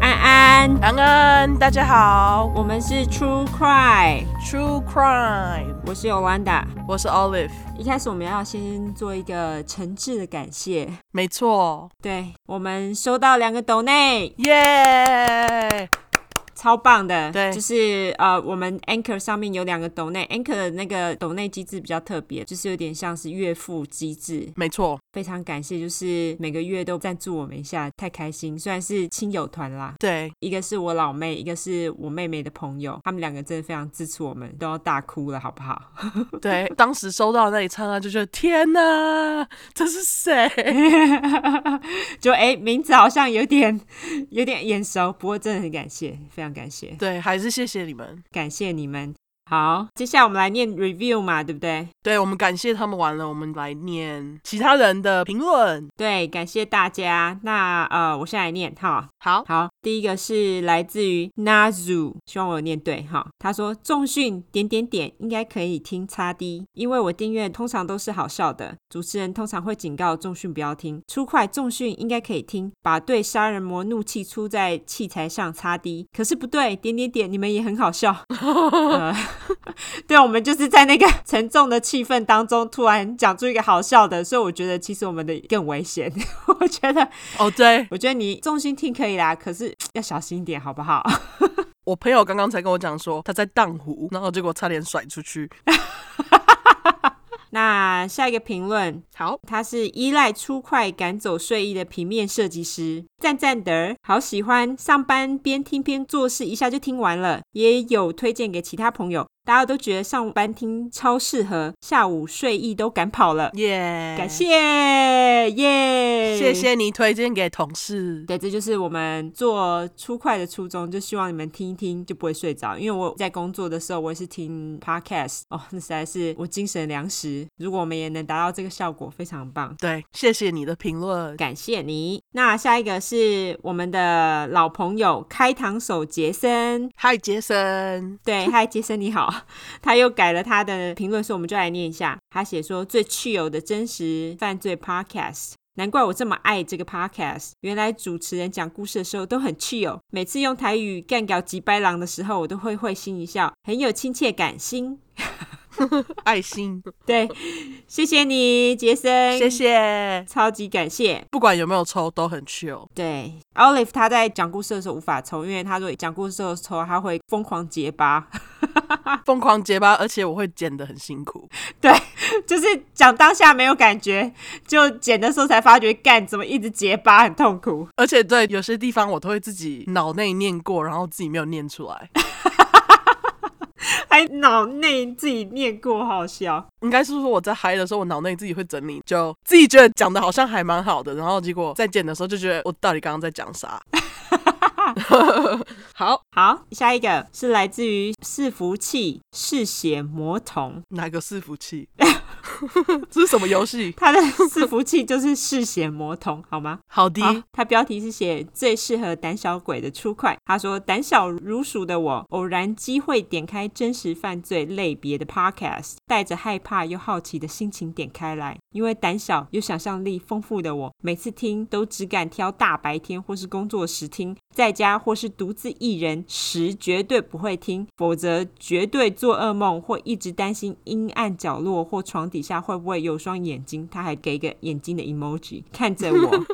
安，安安，大家好我们是 True Cry， ，True Crime，我是 Yolanda。我是 Olive，一开始我们要先做一个诚挚的感谢，没错，对我们收到两个斗内，耶、超棒的。对就是呃，我们 Anchor 上面有两个斗内，Anchor 的那个斗内机制比较特别，就是有点像是月付机制，没错，非常感谢，就是每个月都赞助我们一下，太开心。虽然是亲友团啦，对，一个是我老妹，一个是我妹妹的朋友，他们两个真的非常支持我们，都要大哭了，好不好？对， 当时收到那一刹那就觉得天哪，这是谁？ 就哎、名字好像有点有点眼熟，不过真的很感谢，非常感谢，对，还是谢谢你们。感谢你们。好，接下来我们来念 review 嘛，对不对？对我们感谢他们完了，我们来念其他人的评论。对，感谢大家。那呃，我先来念哈。好，好，第一个是来自于 Nazu，希望我有念对哈。他说重训点点点应该可以听叉 D，因为我订阅通常都是好笑的，主持人通常会警告重训不要听。出快重训应该可以听，把对杀人魔怒气出在器材上叉 D，可是不对，点点点你们也很好笑。呃 对，我们就是在那个沉重的气氛当中，突然讲出一个好笑的，所以我觉得其实我们的更危险。 我觉得哦，对我觉得你重心听可以啦，可是要小心一点，好不好？ 我朋友刚刚才跟我讲说他在荡湖，然后结果差点甩出去。那下一个评论，好，他是依赖粗快赶走睡意的平面设计师，赞赞的儿，好喜欢，上班边听边做事，一下就听完了，也有推荐给其他朋友，大家都觉得上班听超适合，下午睡意都赶跑了，耶、感谢耶，谢。谢你推荐给同事。对，这就是我们做粗快的初衷，就希望你们听一听就不会睡着。因为我在工作的时候，我也是听 podcast，哦，那实在是我精神粮食。如果我们也能达到这个效果，非常棒。对，谢谢你的评论。感谢你。那下一个是我们的老朋友开膛手杰森，嗨，杰森，对，嗨，杰森你好，他又改了他的评论，所以我们就来念一下。他写说最趣有的真实犯罪 podcast。难怪我这么爱这个 podcast，原来主持人讲故事的时候都很趣有，每次用台语干掉吉白狼的时候，我都会会心一笑，很有亲切感。心爱心，对， 谢谢你，杰森，谢，谢。超级感谢。不管有没有抽，都很 chill。对，Olive 他在讲故事的时候无法抽，因为他说讲故事的时候他会疯狂结巴，疯狂结巴，而且我会剪得很辛苦。就是讲当下没有感觉，就剪的时候才发觉，干怎么一直结巴，很痛苦。 而且对有些地方我都会自己脑内念过，然后自己没有念出来。还脑内自己念过，好笑。应该是说我在嗨的时候，我脑内自己会整理，就自己觉得讲的好像还蛮好的，然后结果在剪的时候就觉得我到底刚刚在讲啥。好，好，下一个是来自于伺服器嗜血魔童，哪个伺服器？这是什么游戏？他的 伺服器就是嗜血魔童，好吗？好的，好，他标题是写最适合胆小鬼的出快。他说，胆小如鼠的我，偶然机会点开真实犯罪类别的 podcast，带着害怕又好奇的心情点开来。因为胆小又想象力丰富的我，每次听都只敢挑大白天或是工作时听，在家或是独自一人时绝对不会听，否则绝对做噩梦或一直担心阴暗角落或床底下会不会有双眼睛。他还给一个眼睛的 emoji 看着我。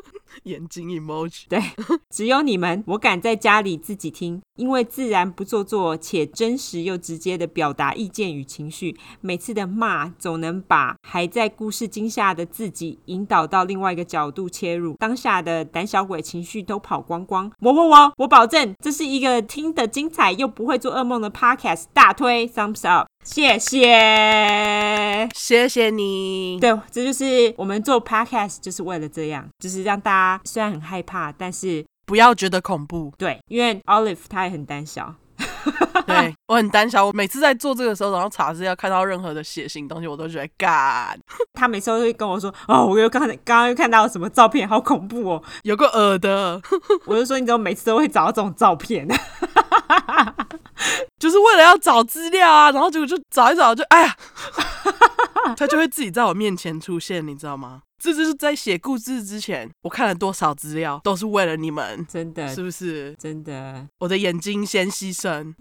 眼睛 emoji。 只有你们，我敢在家里自己听，因为自然不做作且真实又直接的表达意见与情绪。每次的骂总能把还在故事惊吓的自己引导到另外一个角度切入，当下的胆小鬼情绪都跑光光。我我我，我保证，这是一个听得精彩又不会做噩梦的 podcast，大推 thumbs up，谢谢。谢谢你。对，这就是我们做 podcast 就是为了这样，就是让大家虽然很害怕，但是不要觉得恐怖。对，因为 Olive 她也很胆小， 对我很胆小，我每次在做这个时候，然后查资料看到任何的血腥东西，我都觉得干她每次都会跟我说：“哦，我又刚才刚刚又看到什么照片，好恐怖哦 有个恶的，！” 我就说：“你怎么每次都会找到这种照片 就是为了要找资料啊，然后结果就找一找就哎呀，他就会自己在我面前出现，你知道吗？这就是在写故事之前，我看了多少资料，都是为了你们，真的是不是？真的我的眼睛先牺牲，。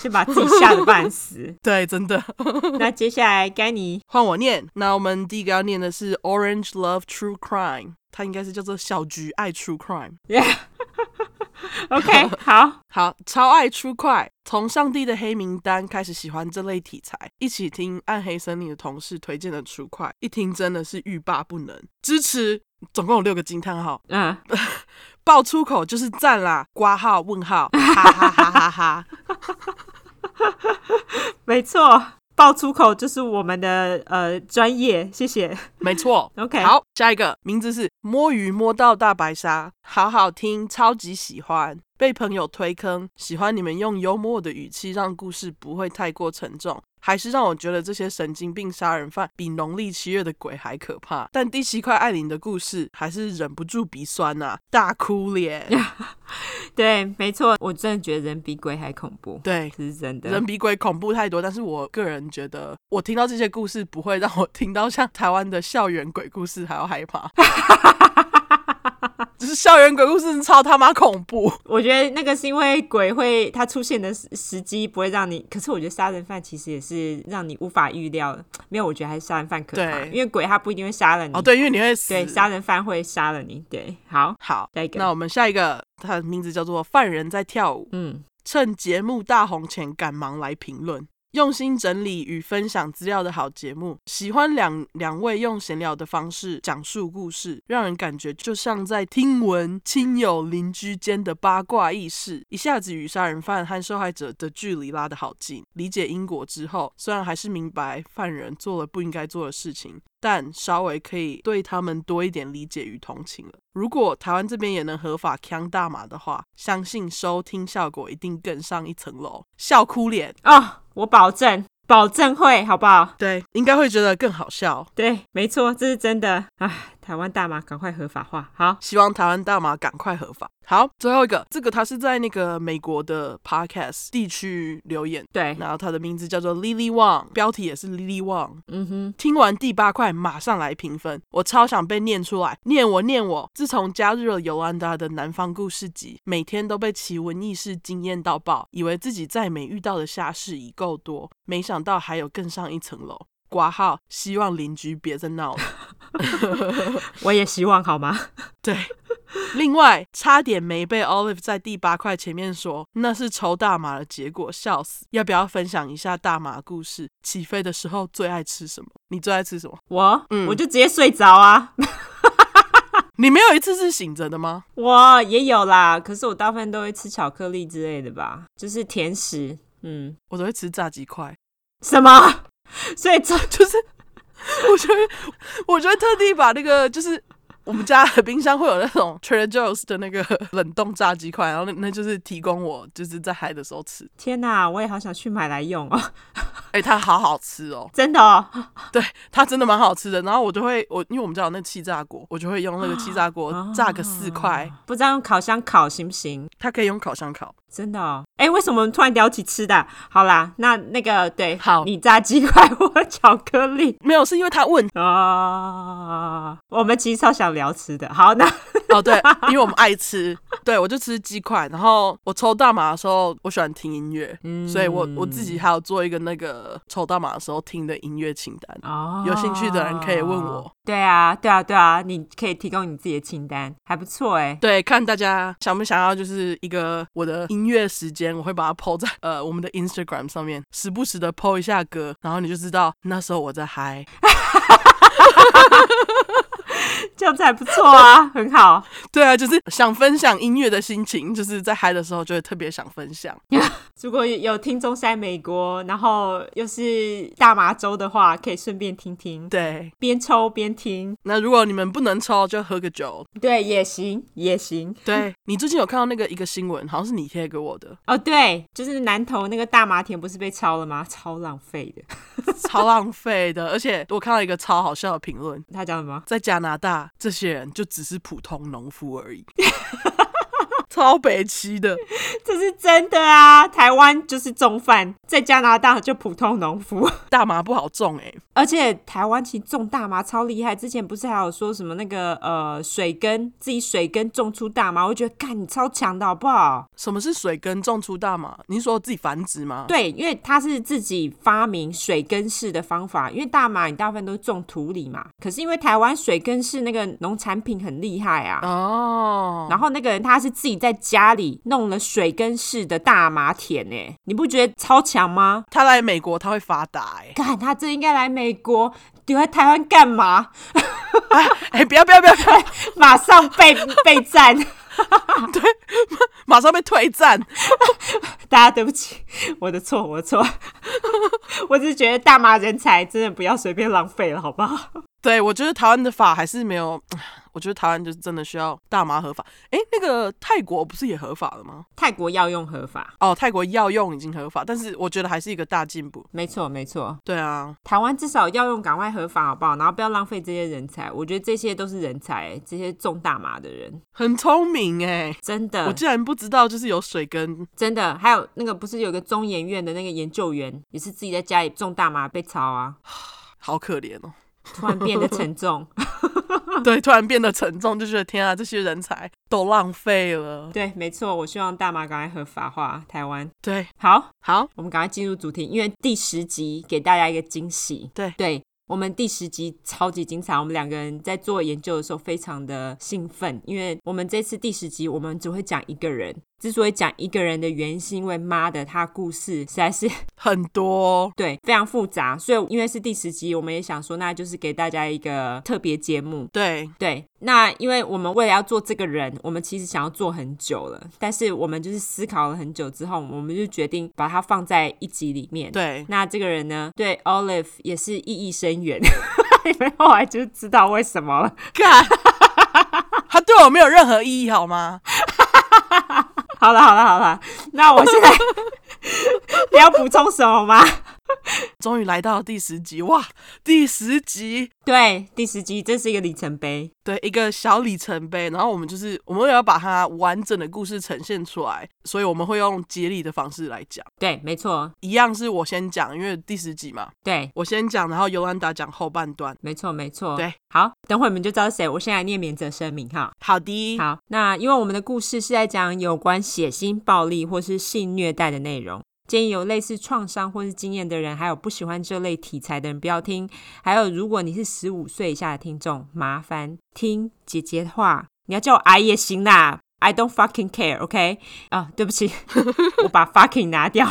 是把自己吓得半死 对，真的。 那接下来该你换我念，那我们第一个要念的是《Orange Love True Crime》，它应该是叫做小菊爱 True Crime。 ，OK，好，好，超爱 True Crime，从上帝的黑名单开始喜欢这类题材，一起听暗黑森林的同事推荐的 True Crime，一听真的是欲罢不能，支持。总共有六个惊叹号，嗯，爆粗口就是赞啦，挂号问号，哈哈哈哈哈！没错，爆粗口就是我们的呃专业，谢 谢。没错， OK，，好，下一个名字是摸鱼摸到大白鲨，好好听，超级喜欢。被朋友推坑，喜欢你们用幽默的语气让故事不会太过沉重，还是让我觉得这些神经病杀人犯比农历七月的鬼还可怕。但第七块艾琳的故事还是忍不住鼻酸呐、大哭脸。对，没错，我真的觉得人比鬼还恐怖，对，这是真的。 人比鬼恐怖太多，但是我个人觉得，我听到这些故事不会让我听到像台湾的校园鬼故事还要害怕。只是校园鬼故事超他妈恐怖，我觉得那个是因为鬼会它出现的时时机不会让你，可是我觉得杀人犯其实也是让你无法预料的。没有，我觉得还是杀人犯可怕，对因为鬼他不一定会杀了你。哦，对，因为你会死。嗯对，杀人犯会杀了你。对，好，好下一，个那我们下一个，它的名字叫做《犯人在跳舞》。嗯，趁节目大红前赶忙来评论，用心整理与分享资料的好节目。喜欢两两位用闲聊的方式讲述故事，让人感觉就像在听闻亲友邻居间的八卦轶事，一下子与杀人犯和受害者的距离拉得好近。理解因果之后，虽然还是明白犯人做了不应该做的事情，但稍微可以对他们多一点理解与同情了。如果台湾这边也能合法枪大麻的话，相信收听效果一定更上一层楼，笑哭脸。哦，我保证，保证会，好不好？对，应该会觉得更好笑。对，没错，这是真的。唉，台湾大麻赶快合法化。好，希望台湾大麻赶快合法。好，最后一个，这个他是在那个美国的 Podcast 地区留言，对，然后他的名字叫做 Lily Wang，标题也是 Lily Wang。嗯哼，听完第八块，马上来评分。我超想被念出来，念我念我。自从加入了尤兰达的南方故事集，每天都被奇闻异事惊艳到爆，以为自己在美遇到的下事已够多，没想到还有更上一层楼。挂号，希望邻居别再闹了。我也希望好吗？对，另外差点没被 Olive 在第八块前面说那是抽大麻的结果，笑死！要不要分享一下大麻故事？起飞的时候最爱吃什么？你最爱吃什么？我，嗯我就直接睡着啊。 你没有一次是醒着的吗？我也有啦，可是我大部分都会吃巧克力之类的吧，就是甜食。嗯，我都会吃炸鸡块， 什么？ 所以这就是我觉得，我觉得特地把那个就是。我们家的冰箱会有那种 Trader Joe's 的那个冷冻炸鸡块，然后那那就是提供我就是在嗨的时候吃，天哪、我也好想去买来用哦， 哎、它好好吃哦，真的哦。对，它真的蛮好吃的。然后我就会，我因为我们家有那气炸锅，我就会用那个气炸锅炸个四块，不知道用烤箱烤行不行？它可以用烤箱烤。真的哦。哎，为什么我们突然聊起吃的啊？好啦，那那个对，好你炸鸡块，我巧克力 没有，是因为他问啊、我们其实超想聊吃的。好，那哦，对，因为我们爱吃，对我就吃鸡块。然后我抽大麻的时候，我喜欢听音乐，嗯嗯所以我我自己还有做一个那个抽大麻的时候听的音乐清单。哦有兴趣的人可以问我。对啊，对啊，对啊，你可以提供你自己的清单，还不错哎。对，看大家想不想要，就是一个我的音乐时间，我会把它 PO 在呃我们的 Instagram 上面，时不时的 PO 一下歌，然后你就知道那时候我在嗨。这样子还不错啊，很好。对啊，就是想分享音乐的心情，就是在嗨的时候就会特别想分享。如果有听众是在美国，然后又是大麻州的话，可以顺便听听，对，边抽边听，那如果你们不能抽，就喝个酒。对，也行，也行。对你最近有看到那个一个新闻，好像是你贴给我的， 哦，对，就是南投那个大麻田不是被抄了吗？超浪费的。 超浪费的。而且我看到一个超好笑的评论，他讲什么？在加拿大，这些人就只是普通农夫而已。 超北齐的。这是真的啊！台湾就是重犯，在加拿大就普通农夫。 大麻不好种哎、而且台湾其实种大麻超厉害，之前不是还有说什么那个呃水根自己水根种出大麻，我觉得干你超强的好不好？什么是水根种出大麻？你是说自己繁殖吗？对，因为他是自己发明水根式的方法，因为大麻你大部分都是种土里嘛，可是因为台湾水根式那个农产品很厉害啊，哦，然后那个人他是自己在家里弄了水根式的大麻田呢，你不觉得超强吗？他来美国他会发达哎、干，他真应该来美国，留在台湾干嘛？哎、不要不要不要，不要马上被被赞，马上被退战。大家对不起，我的错，我的错， 我只是觉得大麻人才真的不要随便浪费了，好不好？对，我觉得台湾的法还是没有，我觉得台湾就是真的需要大麻合法。哎、那个泰国不是也合法了吗？泰国药用合法，哦，泰国药用已经合法，但是我觉得还是一个大进步。没错没错，对啊，台湾至少药用赶快合法，好不好？然后不要浪费这些人才，我觉得这些都是人才，这些种大麻的人很聪明哎、真我的竟然不知道，就是有水根真的，还有那个不是有个中研院的那个研究员，也是自己在家里种大麻被抄啊，好可怜哦。突然变得沉重，对，突然变得沉重，就觉得天啊，这些人才都浪费了。对，没错，我希望大麻赶快合法化，台湾对，好。好，我们赶快进入主题，因为第十集给大家一个惊喜。对对。我们第十集超级精彩，我们两个人在做研究的时候非常的兴奋，因为我们这次第十集我们只会讲一个人。之所以讲一个人的原因，是因为妈的，他故事实在是 很多对非常复杂，所以因为是第十集，我们也想说，那就是给大家一个特别节目。对对，那因为我们为了要做这个人，我们其实想要做很久了，但是我们就是思考了很久之后，我们就决定把它放在一集里面。 对，那这个人呢，对 Olive 也是意义深远。 你们后来就知道为什么了。干，他对我没有任何意义好吗？好了，好了，好了，那我现在 你要补充什么吗？终于来到第十集，哇，第十集。对，第十集这是一个里程碑，对，一个小里程碑，然后我们就是我们也要把它完整的故事呈现出来，所以我们会用接力的方式来讲。对，没错，一样是我先讲，因为第十集嘛，对，我先讲，然后尤兰达讲后半段。没错，没错，对。好，等会你们就知道是谁。我现在念免责声明哈。好的，好，那因为我们的故事是在讲有关血腥暴力或是性虐待的内容，建议有类似创伤或是经验的人，还有不喜欢这类题材的人不要听。还有，如果你是十五岁以下的听众，麻烦听姐姐的话，你要叫我阿姨也行啦。I don't fucking care，OK？、啊，对不起， 我把 fucking 拿掉。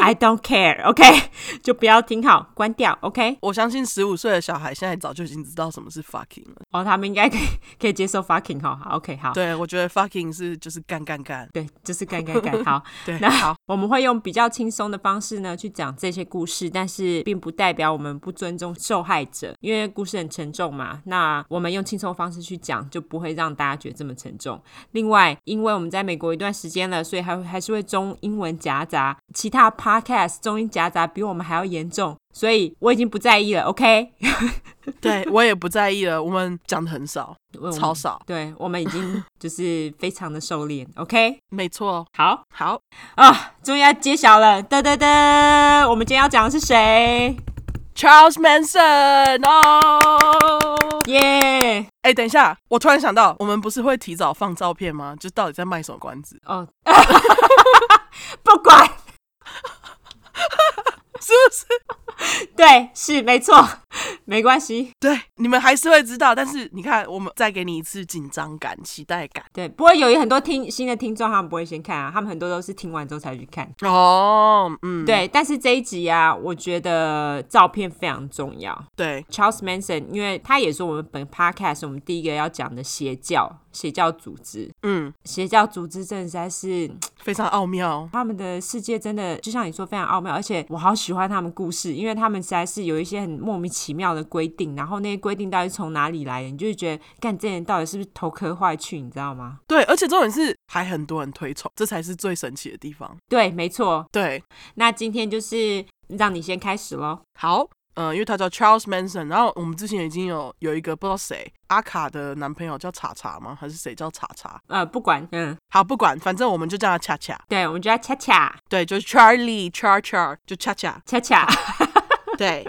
I don't care，OK？、就不要听好，关掉，OK？我相信十五岁的小孩现在早就已经知道什么是 fucking 了。哦，他们应该可以可以接受 fucking 哈。好 OK，好，对，我觉得 fucking 是就是干干干。对，就是干干干。好，对，那好，我们会用比较轻松的方式呢去讲这些故事，但是并不代表我们不尊重受害者，因为故事很沉重嘛。那我们用轻松的方式去讲，就不会让大家觉得这么沉重。另外，因为我们在美国一段时间了，所以还还是会中英文夹杂，其他 podcast 中英夹杂比我们还要严重，所以我已经不在意了。OK，对我也不在意了。我们讲的很少，我超少，对我们已经就是非常的收敛。OK，没错。好好，啊，终于要揭晓了，噔噔噔，我们今天要讲的是谁？ Charles Manson 哦。耶、哎、等一下，我突然想到，我们不是会提早放照片吗？就到底在卖什么关子？哦， 不管， 是不是？ 对，是没错，没关系，对，你们还是会知道，但是你看，我们再给你一次紧张感、期待感。对。不过有很多听新的听众，他们不会先看啊，他们很多都是听完之后才去看。哦，嗯，对，但是这一集啊，我觉得照片非常重要。对 Charles Manson，因为他也是我们本 podcast 我们第一个要讲的邪教邪教组织，嗯，邪教组织真的实在是非常奥妙。哦他们的世界真的就像你说非常奥妙，而且我好喜欢他们故事，因为他们实在是有一些很莫名其妙的规定，然后那些规定到底是从哪里来的，你就会觉得干这人到底是不是头壳坏去，你知道 吗？对，而且重点是还很多人推崇，这才是最神奇的地方。对，没错。对，那今天就是让你先开始喽。好，呃，因为他叫 Charles Manson，然后我们之前已经有有一个不知道谁阿卡的男朋友叫查查吗？还是谁叫查查？呃，不管，嗯，好，不管，反正我们就叫他恰恰。对，我们就要恰恰对，就是 Charlie Char Char，就恰恰。恰恰， 对，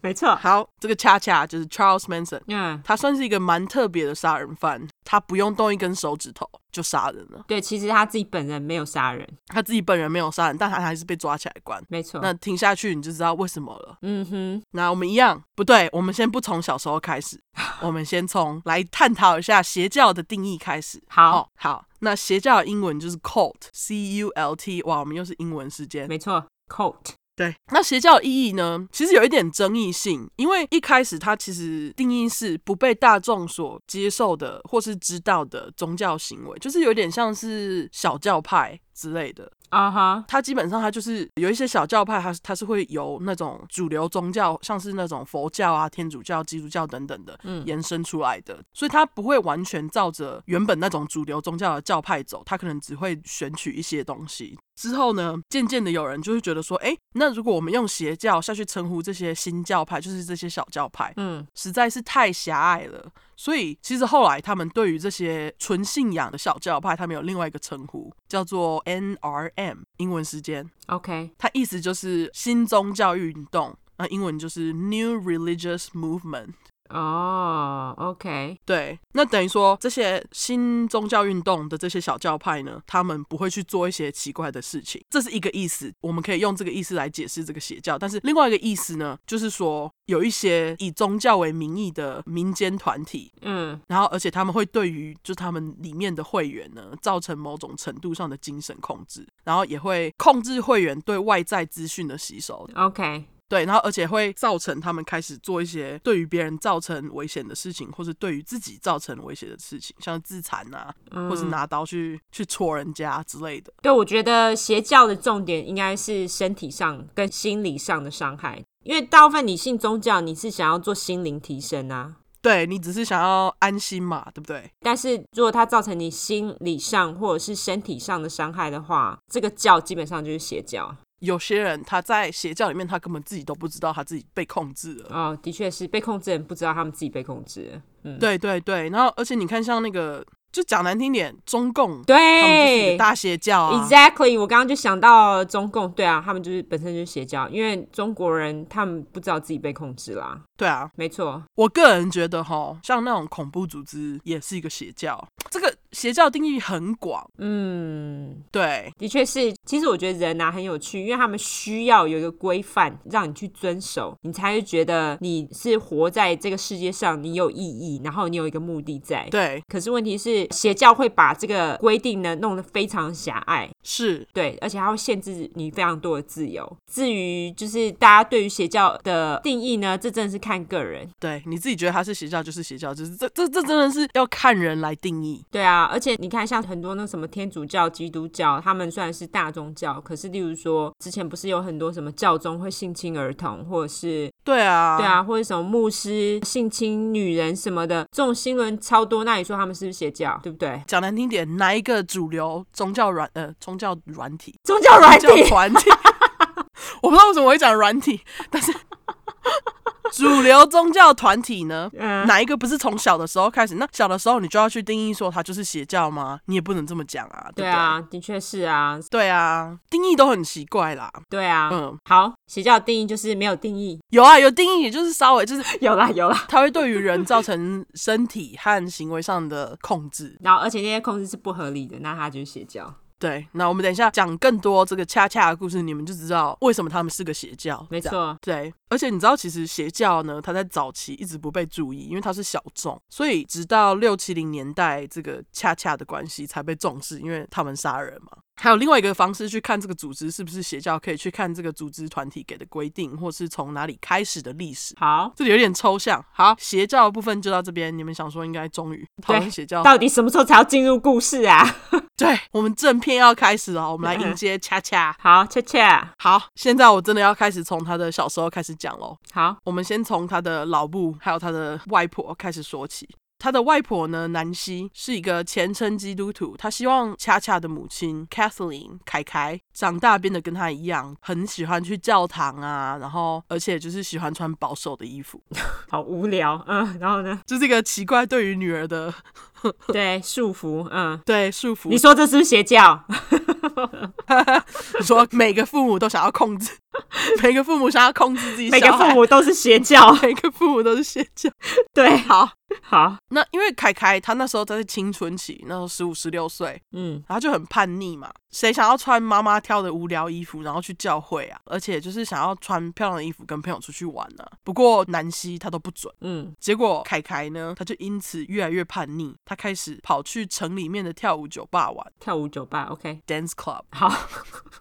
没错，好，这个恰恰就是 Charles Manson，嗯，他算是一个蛮特别的杀人犯，他不用动一根手指头就杀人了。对，其实他自己本人没有杀人，他自己本人没有杀人，但他还是被抓起来关。没错，那听下去你就知道为什么了。嗯哼，那我们一样不对，我们先不从小时候开始，我们先从来探讨一下邪教的定义开始。好，哦，好，那邪教的英文就是 cult，c u l t。哇，我们又是英文时间。没错，coat，对，那邪教的意义呢，其实有一点争议性，因为一开始它其实定义是不被大众所接受的或是知道的宗教行为，就是有点像是小教派之类的。啊哈，它基本上它就是有一些小教派它，它是会由那种主流宗教，像是那种佛教啊、天主教、基督教等等的，嗯延伸出来的，所以它不会完全照着原本那种主流宗教的教派走，它可能只会选取一些东西。之后呢，渐渐的有人就会觉得说，哎，那如果我们用邪教下去称呼这些新教派，就是这些小教派，嗯，实在是太狭隘了。所以其实后来他们对于这些纯信仰的小教派，他们有另外一个称呼，叫做 NRM，英文时间， OK，它意思就是新宗教运动，那英文就是 New Religious Movement。哦，OK，对，那等于说这些新宗教运动的这些小教派呢，他们不会去做一些奇怪的事情，这是一个意思。我们可以用这个意思来解释这个邪教，但是另外一个意思呢，就是说有一些以宗教为名义的民间团体，嗯，然后而且他们会对于就他们里面的会员呢，造成某种程度上的精神控制，然后也会控制会员对外在资讯的吸收， OK，对，然后而且会造成他们开始做一些对于别人造成危险的事情，或是对于自己造成危险的事情，像自残啊，嗯或是拿刀去、去戳人家之类的。对，我觉得邪教的重点应该是身体上跟心理上的伤害，因为大部分你信宗教，你是想要做心灵提升啊。对你只是想要安心嘛，对不对？但是如果它造成你心理上或者是身体上的伤害的话，这个教基本上就是邪教。有些人他在邪教里面，他根本自己都不知道他自己被控制了。哦，的确是被控制人不知道他们自己被控制了。嗯，对对对，然后而且你看，像那个就讲难听点，中共他们就是一对个大邪教啊。 ，exactly，我刚刚就想到中共，对啊，他们就是本身就是邪教，因为中国人他们不知道自己被控制啦，对啊，没错，我个人觉得哈，像那种恐怖组织也是一个邪教，这个邪教定义很广，嗯。对的确是，其实我觉得人啊很有趣，因为他们需要有一个规范让你去遵守，你才会觉得你是活在这个世界上，你有意义，然后你有一个目的在。对可是问题是，邪教会把这个规定呢弄得非常狭隘，是，对，而且它会限制你非常多的自由。至于就是大家对于邪教的定义呢，这真的是看个人。对你自己觉得它是邪教就是邪教，就是这这这真的是要看人来定义，对啊，而且你看，像很多那什么天主教、基督教，他们虽然是大宗教，可是例如说，之前不是有很多什么教宗会性侵儿童，或者是对啊，对，啊，或者什么牧师性侵女人什么的，这种新闻超多。那你说他们是不是邪教？对不对？ 讲难听点，哪一个主流宗教软呃宗教软体宗教软体宗教团体， 我不知道为什么我会讲软体，但是主流宗教团体呢？嗯哪一个不是从小的时候开始？那小的时候你就要去定义说它就是邪教吗？你也不能这么讲啊，对不对对？啊，的确是啊，对啊，定义都很奇怪啦。对啊。嗯，好，邪教的定义就是没有定义，有啊，有定义，也就是稍微就是 有啦有啦。它会对于人造成身体和行为上的控制。然后，而且那些控制是不合理的，那它就是邪教。对，那我们等一下讲更多这个恰恰的故事，你们就知道为什么他们是个邪教。没这样。错，对，而且你知道，其实邪教呢，它在早期一直不被注意，因为它是小众，所以直到六七零年代，这个恰恰的关系才被重视，因为他们杀人嘛。还有另外一个方式去看这个组织是不是邪教，可以去看这个组织团体给的规定，或是从哪里开始的历史。好，这里有点抽象。好，邪教的部分就到这边。你们想说应该终于讨论对邪教，到底什么时候才要进入故事啊？ 对我们正片要开始了，我们来迎接恰恰。好，恰恰，好，现在我真的要开始从他的小时候开始讲喽。好，我们先从他的老布还有他的外婆开始说起。他的外婆呢，南希是一个虔诚基督徒，她希望恰恰的母亲 Kathleen 凯凯长大变得跟她一样，很喜欢去教堂啊，然后而且就是喜欢穿保守的衣服，好无聊，嗯，然后 呢，就是一个奇怪对于女儿的对束缚，嗯，对束缚。你说这是不是邪教？你说每个父母都想要控制， 每个父母想要控制自己，每个父，母都是邪 教，每个父母都是邪教。对，好，好，那因为凯凯他那时候在青春期，那时候十五十六岁，嗯，然后就很叛逆嘛，谁想要穿妈妈挑的无聊衣服，然后去教会啊？而且就是想要穿漂亮的衣服跟朋友出去玩啊。不过南希她都不准，嗯，结果凯凯呢，他就因此越来越叛逆，他开始跑去城里面的跳舞酒吧玩跳舞酒吧，OK， （dance club）。好，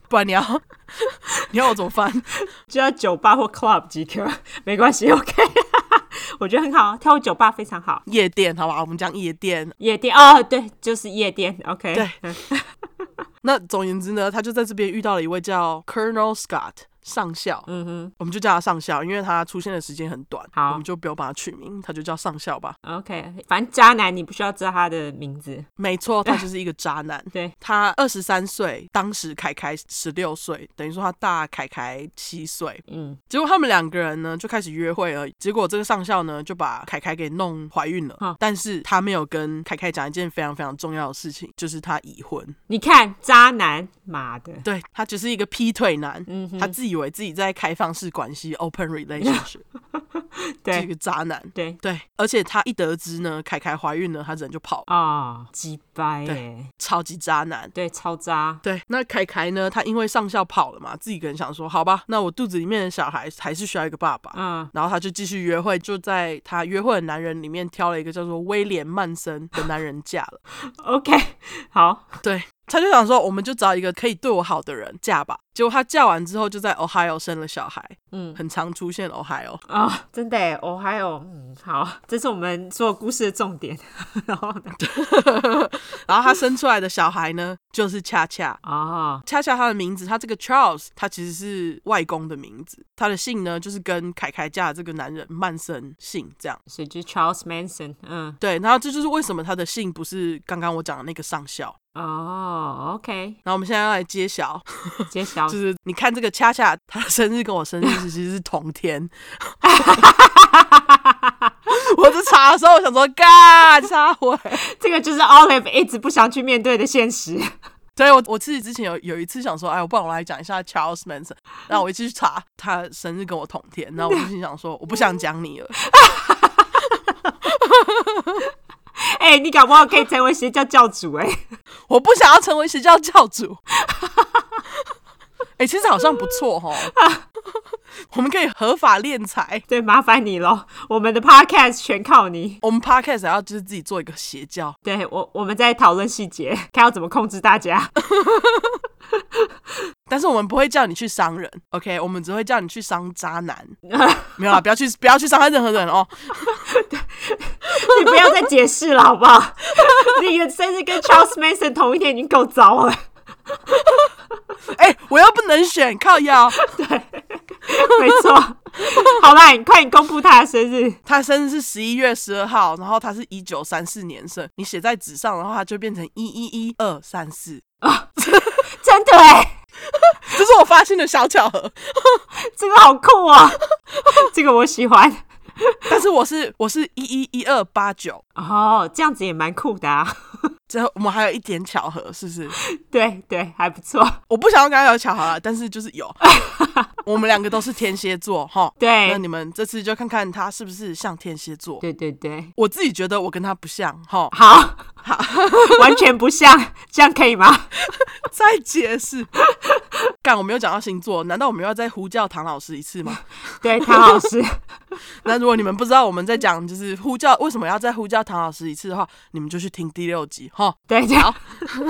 不然你要 你要我怎么翻？就要酒吧或 club 即可， 没关系，OK，我觉得很好，啊跳舞酒吧非常好。夜店，好吧，我们讲夜店。夜店哦，对，就是夜店，OK，对那总而言之呢，他就在这边遇到了一位叫 Colonel Scott 上校，嗯哼我们就叫他上校，因为他出现的时间很短，好我们就不用把他取名，他就叫上校吧。 ，OK，反正渣男你不需要知道他的名字，没错，他就是一个渣男。对，他二十三岁，当时凯凯十六岁，等于说他大凯凯七岁。嗯，结果他们两个人呢就开始约会了。结果这个上校呢就把凯凯给弄怀孕了哈，但是他没有跟凯凯讲一件非常非常重要的事情，就是他已婚。你看渣男，妈的，对他只是一个劈腿男，嗯他哼，自以为自己在开放式关系 （open relationship），是一 对个渣男。对。对，而且他一得知呢，凯凯怀孕了，他人就跑，啊，鸡掰对耶！超级渣男。对，超渣，对，那凯凯呢？他因为上校跑了嘛，自己一个人想说，好吧，那我肚子里面的小孩还是需要一个爸爸。嗯，然后他就继续约会，就在他约会的男人里面挑了一个叫做威廉曼森的男人嫁了。 OK，好，对，他就想说，我们就找一个可以对我好的人嫁吧。结果他嫁完之后，就在 Ohio 生了小孩，嗯，很常出现 Ohio。啊、真的耶，哦，还有，嗯，好，这是我们所有故事的重点。然后呢？然后他生出来的小孩呢，就是恰恰。哦，恰恰他的名字，他这个 Charles，他其实是外公的名字，他的姓呢就是跟凯凯嫁的这个男人曼森姓这样。所以就是 Charles Manson，嗯，对，然后这就是为什么他的姓不是刚刚我讲的那个上校。哦，OK，然后我们现在要来揭晓，揭晓就，是你看这个恰恰，他的生日跟我生日其实是同天。 我在查的时候，我想说，干插回。这个就是 Olive 一直不想去面对的现实。 对我，我自己之前有有一次想说，哎，我不然我来讲一下 Charles Manson，然后我一直去查他生日跟我同天，然后我就心想说，我不想讲你了，哎、你搞不好可以成为邪教教主哎、 我不想要成为邪教教主。 哎、其实好像不错哦， 我们可以合法敛财。对，麻烦你咯，我们的 Podcast 全靠你。我们 podcast 还要就是自己做一个邪教，对我，我们在讨论细节，看要怎么控制大家。 但是我们不会叫你去伤人，OK？我 们只会叫你去伤渣男。没有啦，不要去， 不要去伤害任何人哦。你不要再解释了，好不好？ 你的生日跟 Charles Manson 同一天已经够糟了，哎、我又不能选，靠腰。没错。好啦，你快点公布他的生日。他生日是十一月十二号，然后他是一九三四年生，你写在纸上，然后它就变成一一一二三四，真的哎，这是我发现的小巧合。这个好酷啊、这个我喜欢。但是我是我是一一一二八九，哦，这样子也蛮酷的啊。这我们还有一点巧合，是不是？对对，还不错。我不想要跟他有巧合啊，但是就是有。我们两个都是天蝎座哈，哎那对你们这次就看看他是不是像天蝎座。对对对，我自己觉得我跟他不像 哈，好，完全不像，这样可以吗？再解释。 干，我没有讲到星座，难道我们要再呼叫唐老师一次吗？ 对，唐老师，那如果你们不知道我们在讲就是呼叫为什么要再呼叫唐老师一次的话，你们就去听第六集哈。对对，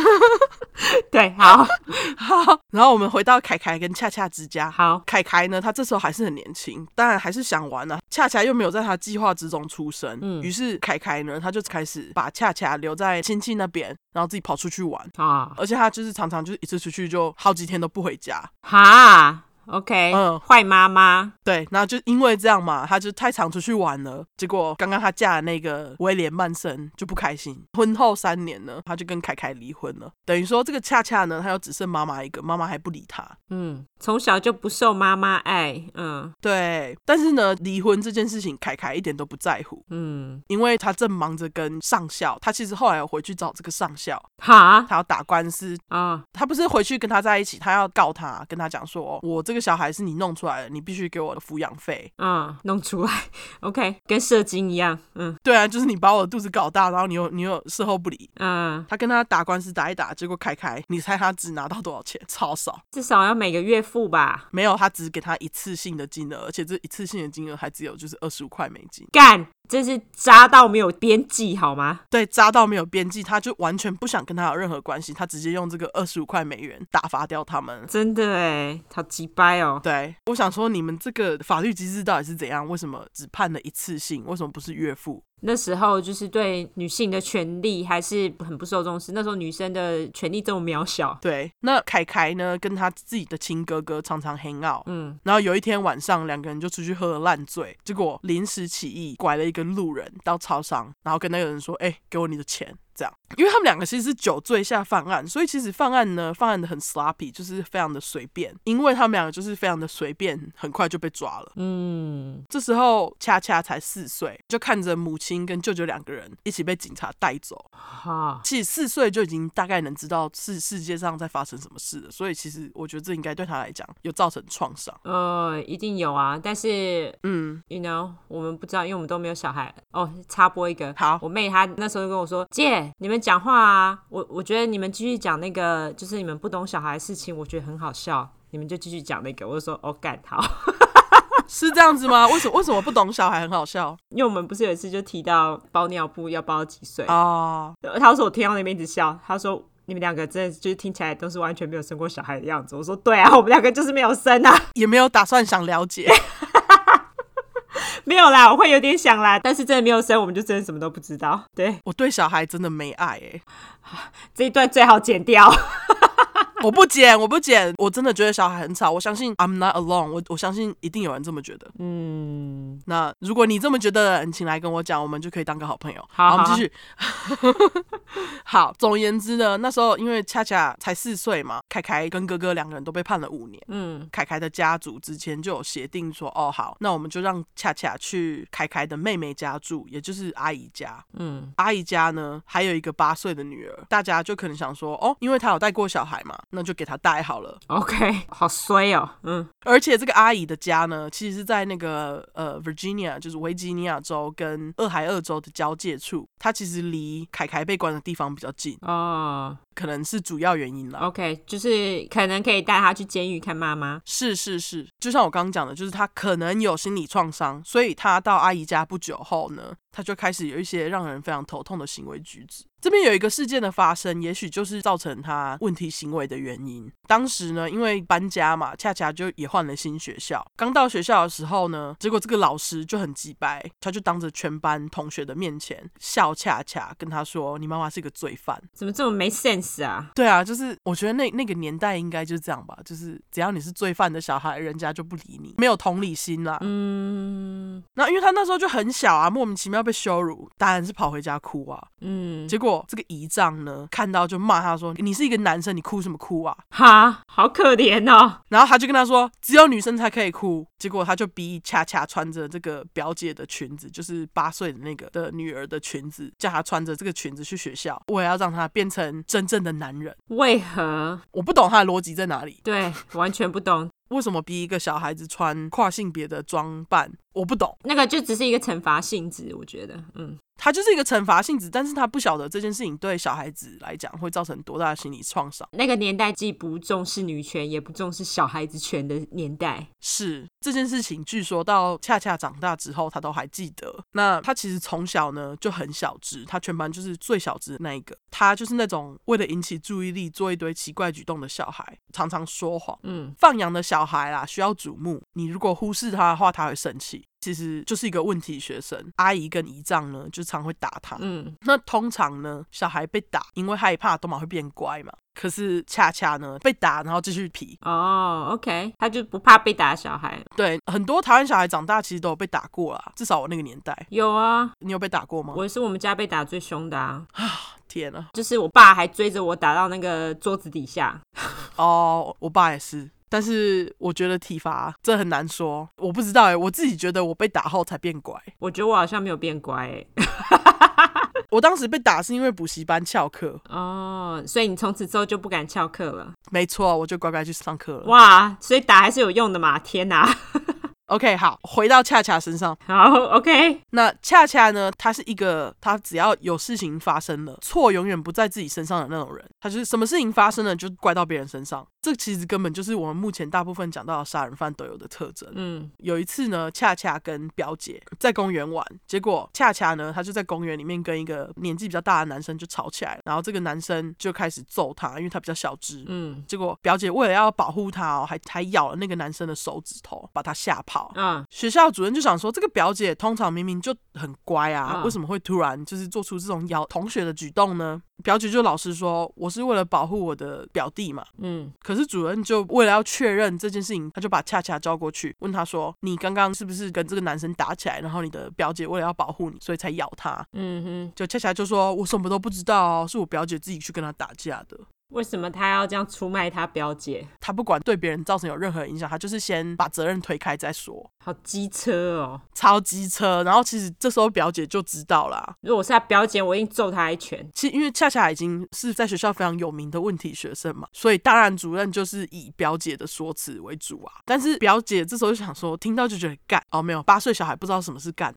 对，好好，然后我们回到凯凯跟恰恰之家。好，凯凯呢，他这时候还是很年轻，当然还是想玩啊。恰恰又没有在他计划之中出生，嗯于是凯凯呢，他就开始把恰恰留在亲戚那边，然后自己跑出去玩。啊，而且他就是常常就是一次出去就好几天都不回家，哈， OK，嗯坏妈妈，对，那就因为这样嘛，他就太常出去玩了，结果刚刚他嫁的那个威廉曼森就不开心。婚后三年呢，他就跟凯凯离婚了，等于说这个恰恰呢，他又只剩妈妈一个，妈妈还不理他。嗯，从小就不受妈妈爱，嗯对，但是呢，离婚这件事情，凯凯一点都不在乎，嗯，因为他正忙着跟上校，他其实后来有回去找这个上校，哈他要打官司，啊，他不是回去跟他在一起，他要告他，跟他讲说，哦我这个小孩是你弄出来的，你必须给我的抚养费。嗯，弄出来 ，OK，跟射精一样，嗯对啊，就是你把我的肚子搞大，然后你又你又事后不理。嗯，他跟他打官司打一打，结果凯凯，你猜他只拿到多少钱？超少，至少要每个月付吧，没有，他只给他一次性的金额，而且这一次性的金额还只有就是二十五块美金。干，真是渣到没有边际好吗？对，渣到没有边际，他就完全不想跟他有任何关系，他直接用这个二十五块美元打发掉他们。真的哎，好鸡掰哦，对，我想说你们这个法律机制到底是怎样？为什么只判了一次性？为什么不是岳父？那时候就是对女性的权利还是很不受重视，那时候女生的权利这么渺小，对，那凯凯呢，跟他自己的亲哥哥常常 hang out，嗯然后有一天晚上，两个人就出去喝了烂醉，结果临时起意拐了一个路人到超商，然后跟那个人说：“哎、给我你的钱。”这样，因为他们两个其实是酒醉下犯案，所以其实犯案呢，犯案的很 sloppy，就是非常的随便。因为他们两个就是非常的随便，很快就被抓了。嗯，这时候恰恰才四岁，就看着母亲跟舅舅两个人一起被警察带走。好，其实四岁就已经大概能知道世世界上在发生什么事了，所以其实我觉得这应该对他来讲有造成创伤。呃，一定有啊，但是嗯， you know，我们不知道，因为我们都没有小孩。哦，插播一个，好我妹她那时候就跟我说：“姐，你们讲话啊，我我觉得你们继续讲那个，就是你们不懂小孩的事情，我觉得很好笑，你们就继续讲那个。”我就说：“哦，干好。 是这样子吗？为什么为什么不懂小孩很好笑”因为我们不是有一次就提到包尿布要包到几岁，啊？她说我听到那边一直笑，她说。你们两个真的就是听起来都是完全没有生过小孩的样子。我说对啊，我 们两个就是没有生啊， 也没有打算想了解， 没有啦，我会有点想啦，但是真的没有生，我们就真的什么都不知道。对，我对小孩真的没爱哎、这一段最好剪掉。 我不剪，我不剪，我真的觉得小孩很吵。我相信 I'm not alone，我我相信一定有人这么觉得。嗯，那如果你这么觉得的人，请来跟我讲，我们就可以当个好朋友。好我们好继续。 好，总而言之呢，那时候因为恰恰才四岁嘛，凯凯跟哥哥两个人都被判了五年。嗯，凯凯的家族之前就有协定说，哦好，那我们就让恰恰去凯凯的妹妹家住，也就是阿姨家。嗯，阿姨家呢还有一个八岁的女儿，大家就可能想说，哦，因为她有带过小孩嘛，那就给她带好了。 OK，好衰哦，嗯而且这个阿姨的家呢，其实是在那个呃 Virginia，就是维吉尼亚州跟俄亥俄州的交界处，它其实离凯凯被关的地方比较近，哦可能是主要原因啦。 ，OK，就是可能可以带他去监狱看妈妈，是是是，就像我刚刚讲的，就是他可能有心理创伤，所以他到阿姨家不久后呢，他就开始有一些让人非常头痛的行为举止。这边有一个事件的发生，也许就是造成他问题行为的原因。当时呢，因为搬家嘛，恰恰就也换了新学校。刚到学校的时候呢，结果这个老师就很鸡掰，他就当着全班同学的面前笑恰恰，跟他说：“你妈妈是个罪犯。”怎么这么没 sense 啊？对啊，就是我觉得那那个年代应该就是这样吧，就是只要你是罪犯的小孩，人家就不理你，没有同理心啦。嗯那因为他那时候就很小啊，莫名其妙被羞辱，当然是跑回家哭啊。嗯，结果这个姨丈呢，看到就骂他说：“你是一个男生，你哭什么哭啊哈，好可怜哦，？”然后他就跟他说：“只有女生才可以哭。”结果他就逼恰恰穿着这个表姐的裙子，就是八岁的那个的女儿的裙子，叫她穿着这个裙子去学校，我也要让她变成真正的男人。为何？我不懂他的逻辑在哪里。对，完全不懂，为什么逼一个小孩子穿跨性别的装扮？我不懂，那个就只是一个惩罚性质，我觉得，嗯他就是一个惩罚性质，但是他不晓得这件事情对小孩子来讲会造成多大的心理创伤。那个年代既不重视女权，也不重视小孩子权的年代。是这件事情，据说到恰恰长大之后，他都还记得。那他其实从小呢就很小只，他全班就是最小只的那一个。他就是那种为了引起注意力做一堆奇怪举动的小孩，常常说谎。嗯放羊的小孩啦，需要瞩目。你如果忽视他的话，他会生气。其实就是一个问题学生。阿姨跟姨丈呢，就常会打他。嗯，那通常呢，小孩被打，因为害怕，都嘛会变乖嘛。可是恰恰呢，被打然后继续皮。哦，OK，他就不怕被打的小孩。对，很多台湾小孩长大其实都有被打过啦，至少我那个年代，有啊，你有被打过吗？我是我们家被打最凶的啊，天啊！就是我爸还追着我打到那个桌子底下。哦，我爸也是。但是我觉得体罚这很难说，我不知道哎、我自己觉得我被打后才变乖。我觉得我好像没有变乖、欸，我当时被打是因为补习班翘课，哦，所以你从此之后就不敢翘课了。没错，我就乖乖去上课了。哇，所以打还是有用的嘛！天哪， OK，好，回到恰恰身上，好，OK，那恰恰呢，他是一个他只要有事情发生了，错永远不在自己身上的那种人，他就是什么事情发生了就怪到别人身上，这其实根本就是我们目前大部分讲到的杀人犯都有的特征。嗯，有一次呢，恰恰跟表姐在公园玩，结果恰恰呢，她就在公园里面跟一个年纪比较大的男生就吵起来了，然后这个男生就开始揍她，因为她比较小只，嗯，结果表姐为了要保护她哦，还还咬了那个男生的手指头，把他吓跑。啊，学校主任就想说，这个表姐通常明明就很乖啊，嗯为什么会突然就是做出这种咬同学的举动呢？表姐就老实说，我是为了保护我的表弟嘛。嗯，可是主任就为了要确认这件事情，他就把恰恰叫过去，问他说：“你刚刚是不是跟这个男生打起来？然后你的表姐为了要保护你，所以才咬他嗯哼，？”就恰恰就说：“我什么都不知道哦，是我表姐自己去跟他打架的。”为什么他要这样出卖他表姐？他不管对别人造成有任何影响，他就是先把责任推开再说，好机车哦！超机车。然后其实这时候表姐就知道啦，如果是他表姐，我一定揍他一拳。其实因为恰恰已经是在学校非常有名的问题学生嘛，所以当然主任就是以表姐的说辞为主啊。但是表姐这时候就想说，听到就觉得干哦，没有八岁小孩不知道什么是干，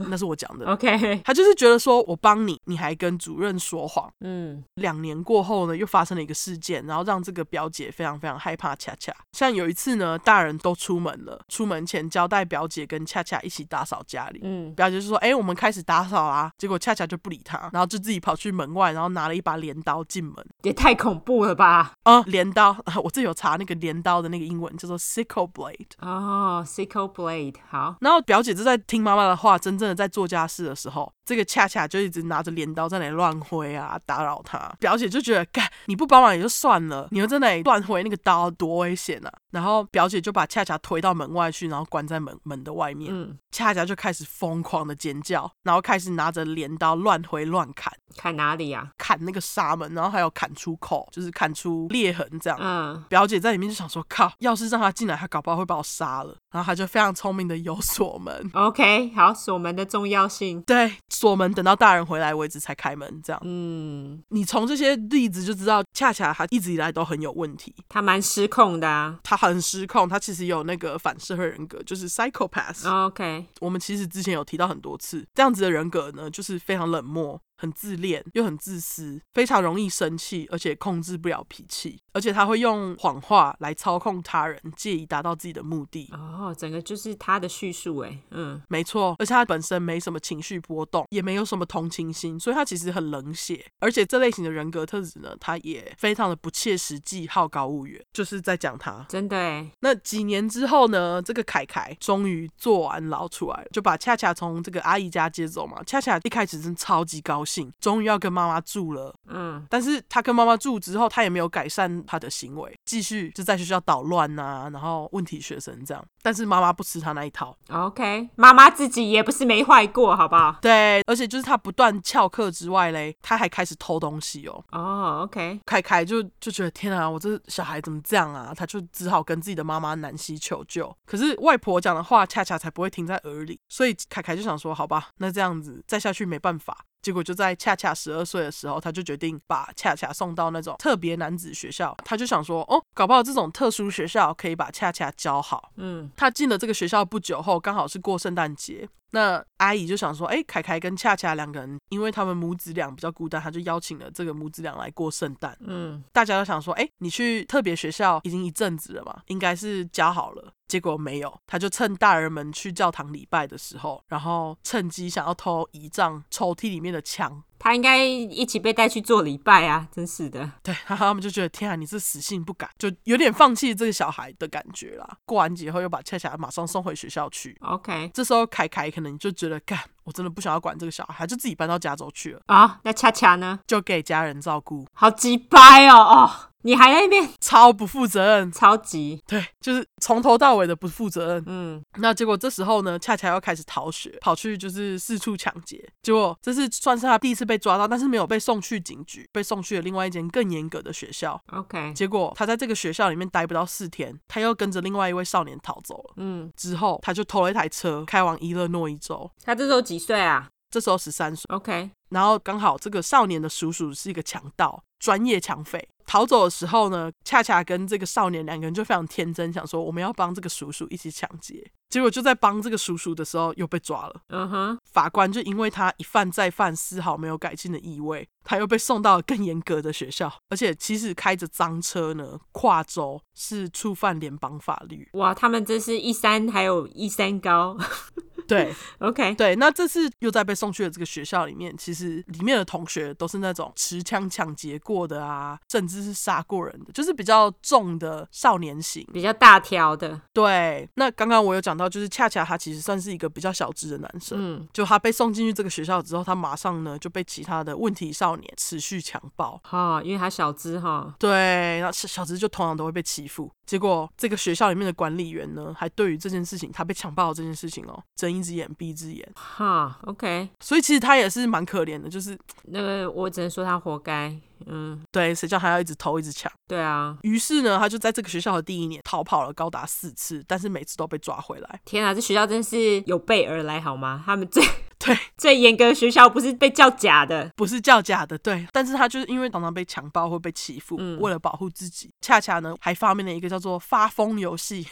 那是我讲 哦的。 OK，他就是觉得说我帮你，你还跟主任说谎。嗯，两年过后呢，又发生了一个事件，然后让这个表姐非常非常害怕恰恰。像有一次呢，大人都出门了，出门前交代表姐跟恰恰一起打扫家里。嗯，表姐就说：“哎、我们开始打扫啦。”结果恰恰就不理她，然后就自己跑去门外，然后拿了一把镰刀进门。也太恐怖了吧！啊、镰刀， 我这有查那个镰刀的那个英文叫做 sickle blade。哦、s i c k l e Blade，好，然后表姐就在听妈妈的话，真正的在做家事的时候，这个恰恰就一直拿着镰刀在那里乱挥啊，打扰她。表姐就觉得，干你不帮忙也就算了，你又在那里乱挥那个刀，多危险啊！ 然后表姐就把恰恰推到门外去，然后关在门门的外面。嗯，恰恰就开始疯狂的尖叫，然后开始拿着镰刀乱挥乱砍，看哪里呀、砍那个纱门，然后还有砍出口，就是砍出裂痕这样。嗯，表姐在里面就想说，靠，要是让她进来，她搞不好会把我杀了。然后她就非常聪明的有锁门， OK，好，锁门的重要性。对，锁门等到大人回来为止才开门。这样，嗯，你从这些例子就知道，恰恰她一直以来都很有问题。他蛮失控的啊。她很失控，她其实有那个反社会人格，就是 psychopath。哦 OK，我们其实之前有提到很多次，这样子的人格呢，就是非常冷漠、很自恋，又很自私，非常容易生气，而且控制不了脾气，而且他会用谎话来操控他人，借以达到自己的目的。哦，整个就是他的叙述，哎，嗯，没错，而且他本身没什么情绪波动，也没有什么同情心，所以他其实很冷血。而且这类型的人格特质呢，他也非常的不切实际，好高骛远，就是在讲他。真的哎，那几年之后呢，这个凯凯终于坐完牢出来了，就把恰恰从这个阿姨家接走嘛。恰恰一开始真超级高兴，终于要跟妈妈住了。嗯，但是他跟妈妈住之后，他也没有改善他的行为，继续就在学校捣乱呐、然后问题学生这样。但是妈妈不吃他那一套， OK，妈妈自己也不是没坏过，好不好？对，而且就是他不断翘课之外嘞，他还开始偷东西哦。哦、o k 凯凯就就觉得天啊，我这小孩怎么这样啊？他就只好跟自己的妈妈南希求救。可是外婆讲的话恰恰才不会听在耳里，所以凯凯就想说，好吧，那这样子再下去没办法。结果就在恰恰十二岁的时候，他就决定把恰恰送到那种特别男子学校。他就想说，哦，搞不好这种特殊学校可以把恰恰教好。嗯他进了这个学校不久后，刚好是过圣诞节。那阿姨就想说，哎、凯凯跟恰恰两个人，因为他们母子俩比较孤单，他就邀请了这个母子俩来过圣诞。嗯，大家都想说，哎、你去特别学校已经一阵子了嘛，应该是教好了。结果没有，他就趁大人们去教堂礼拜的时候，然后趁机想要偷姨丈抽屉里面的枪。他应该一起被带去做礼拜啊！真是的，对， 然后他们就觉得天啊，你是死性不改，就有点放弃这个小孩的感觉啦。过完节后又把恰恰马上送回学校去。 OK 这时候凯凯可能就觉得，干，我真的不想要管这个小孩，他就自己搬到加州去了，啊、那恰恰呢？就给家人照顾，好鸡掰哦哦，你还在那边超不负责任。超级，对，就是从头到尾的不负责任。嗯，那结果这时候呢，恰恰要开始逃学，跑去就是四处抢劫。结果这是算是他第一次被抓到，但是没有被送去警局，被送去了另外一间更严格的学校。 OK，结果他在这个学校里面待不到四天，他又跟着另外一位少年逃走了。嗯，之后他就偷了一台车，开往伊勒诺伊州。他这时候几岁啊这时候十三岁， ？OK，然后刚好这个少年的叔叔是一个强盗，专业抢匪。逃走的时候呢，恰恰跟这个少年两个人就非常天真，想说我们要帮这个叔叔一起抢劫。结果就在帮这个叔叔的时候又被抓了。嗯哼，。法官就因为他一犯再犯，丝毫没有改进的意味，他又被送到了更严格的学校。而且其实开着赃车呢，跨州是触犯联邦法律哇，他们这是一三还有一三高 对，OK，对，那这次又在被送去的这个学校里面，其实里面的同学都是那种持枪抢劫过的啊，甚至是杀过人的，就是比较重的少年刑。比较大条的，对，那刚刚我有讲到，就是恰恰他其实算是一个比较小只的男生。嗯，就他被送进去这个学校之后，他马上呢就被其他的问题少年持续强暴。哦，因为他小只哈，对，然后小小直就通常都会被欺负。结果这个学校里面的管理员呢，还对于这件事情，他被强暴的这件事情哦，睁一只眼闭一只眼。哈，OK，所以其实他也是蛮可怜的，就是那个我只能说他活该，嗯，对，谁叫他要一直偷一直抢。对啊，于是呢，他就在这个学校的第一年逃跑了高达四次，但是每次都被抓回来。天啊，这学校真是有备而来好吗？他们最 对，最严格的学校不是被叫假的，不是叫假的，对。但是他就是因为常常被强暴或被欺负，嗯为了保护自己，恰恰呢还发明了一个叫做发疯游戏，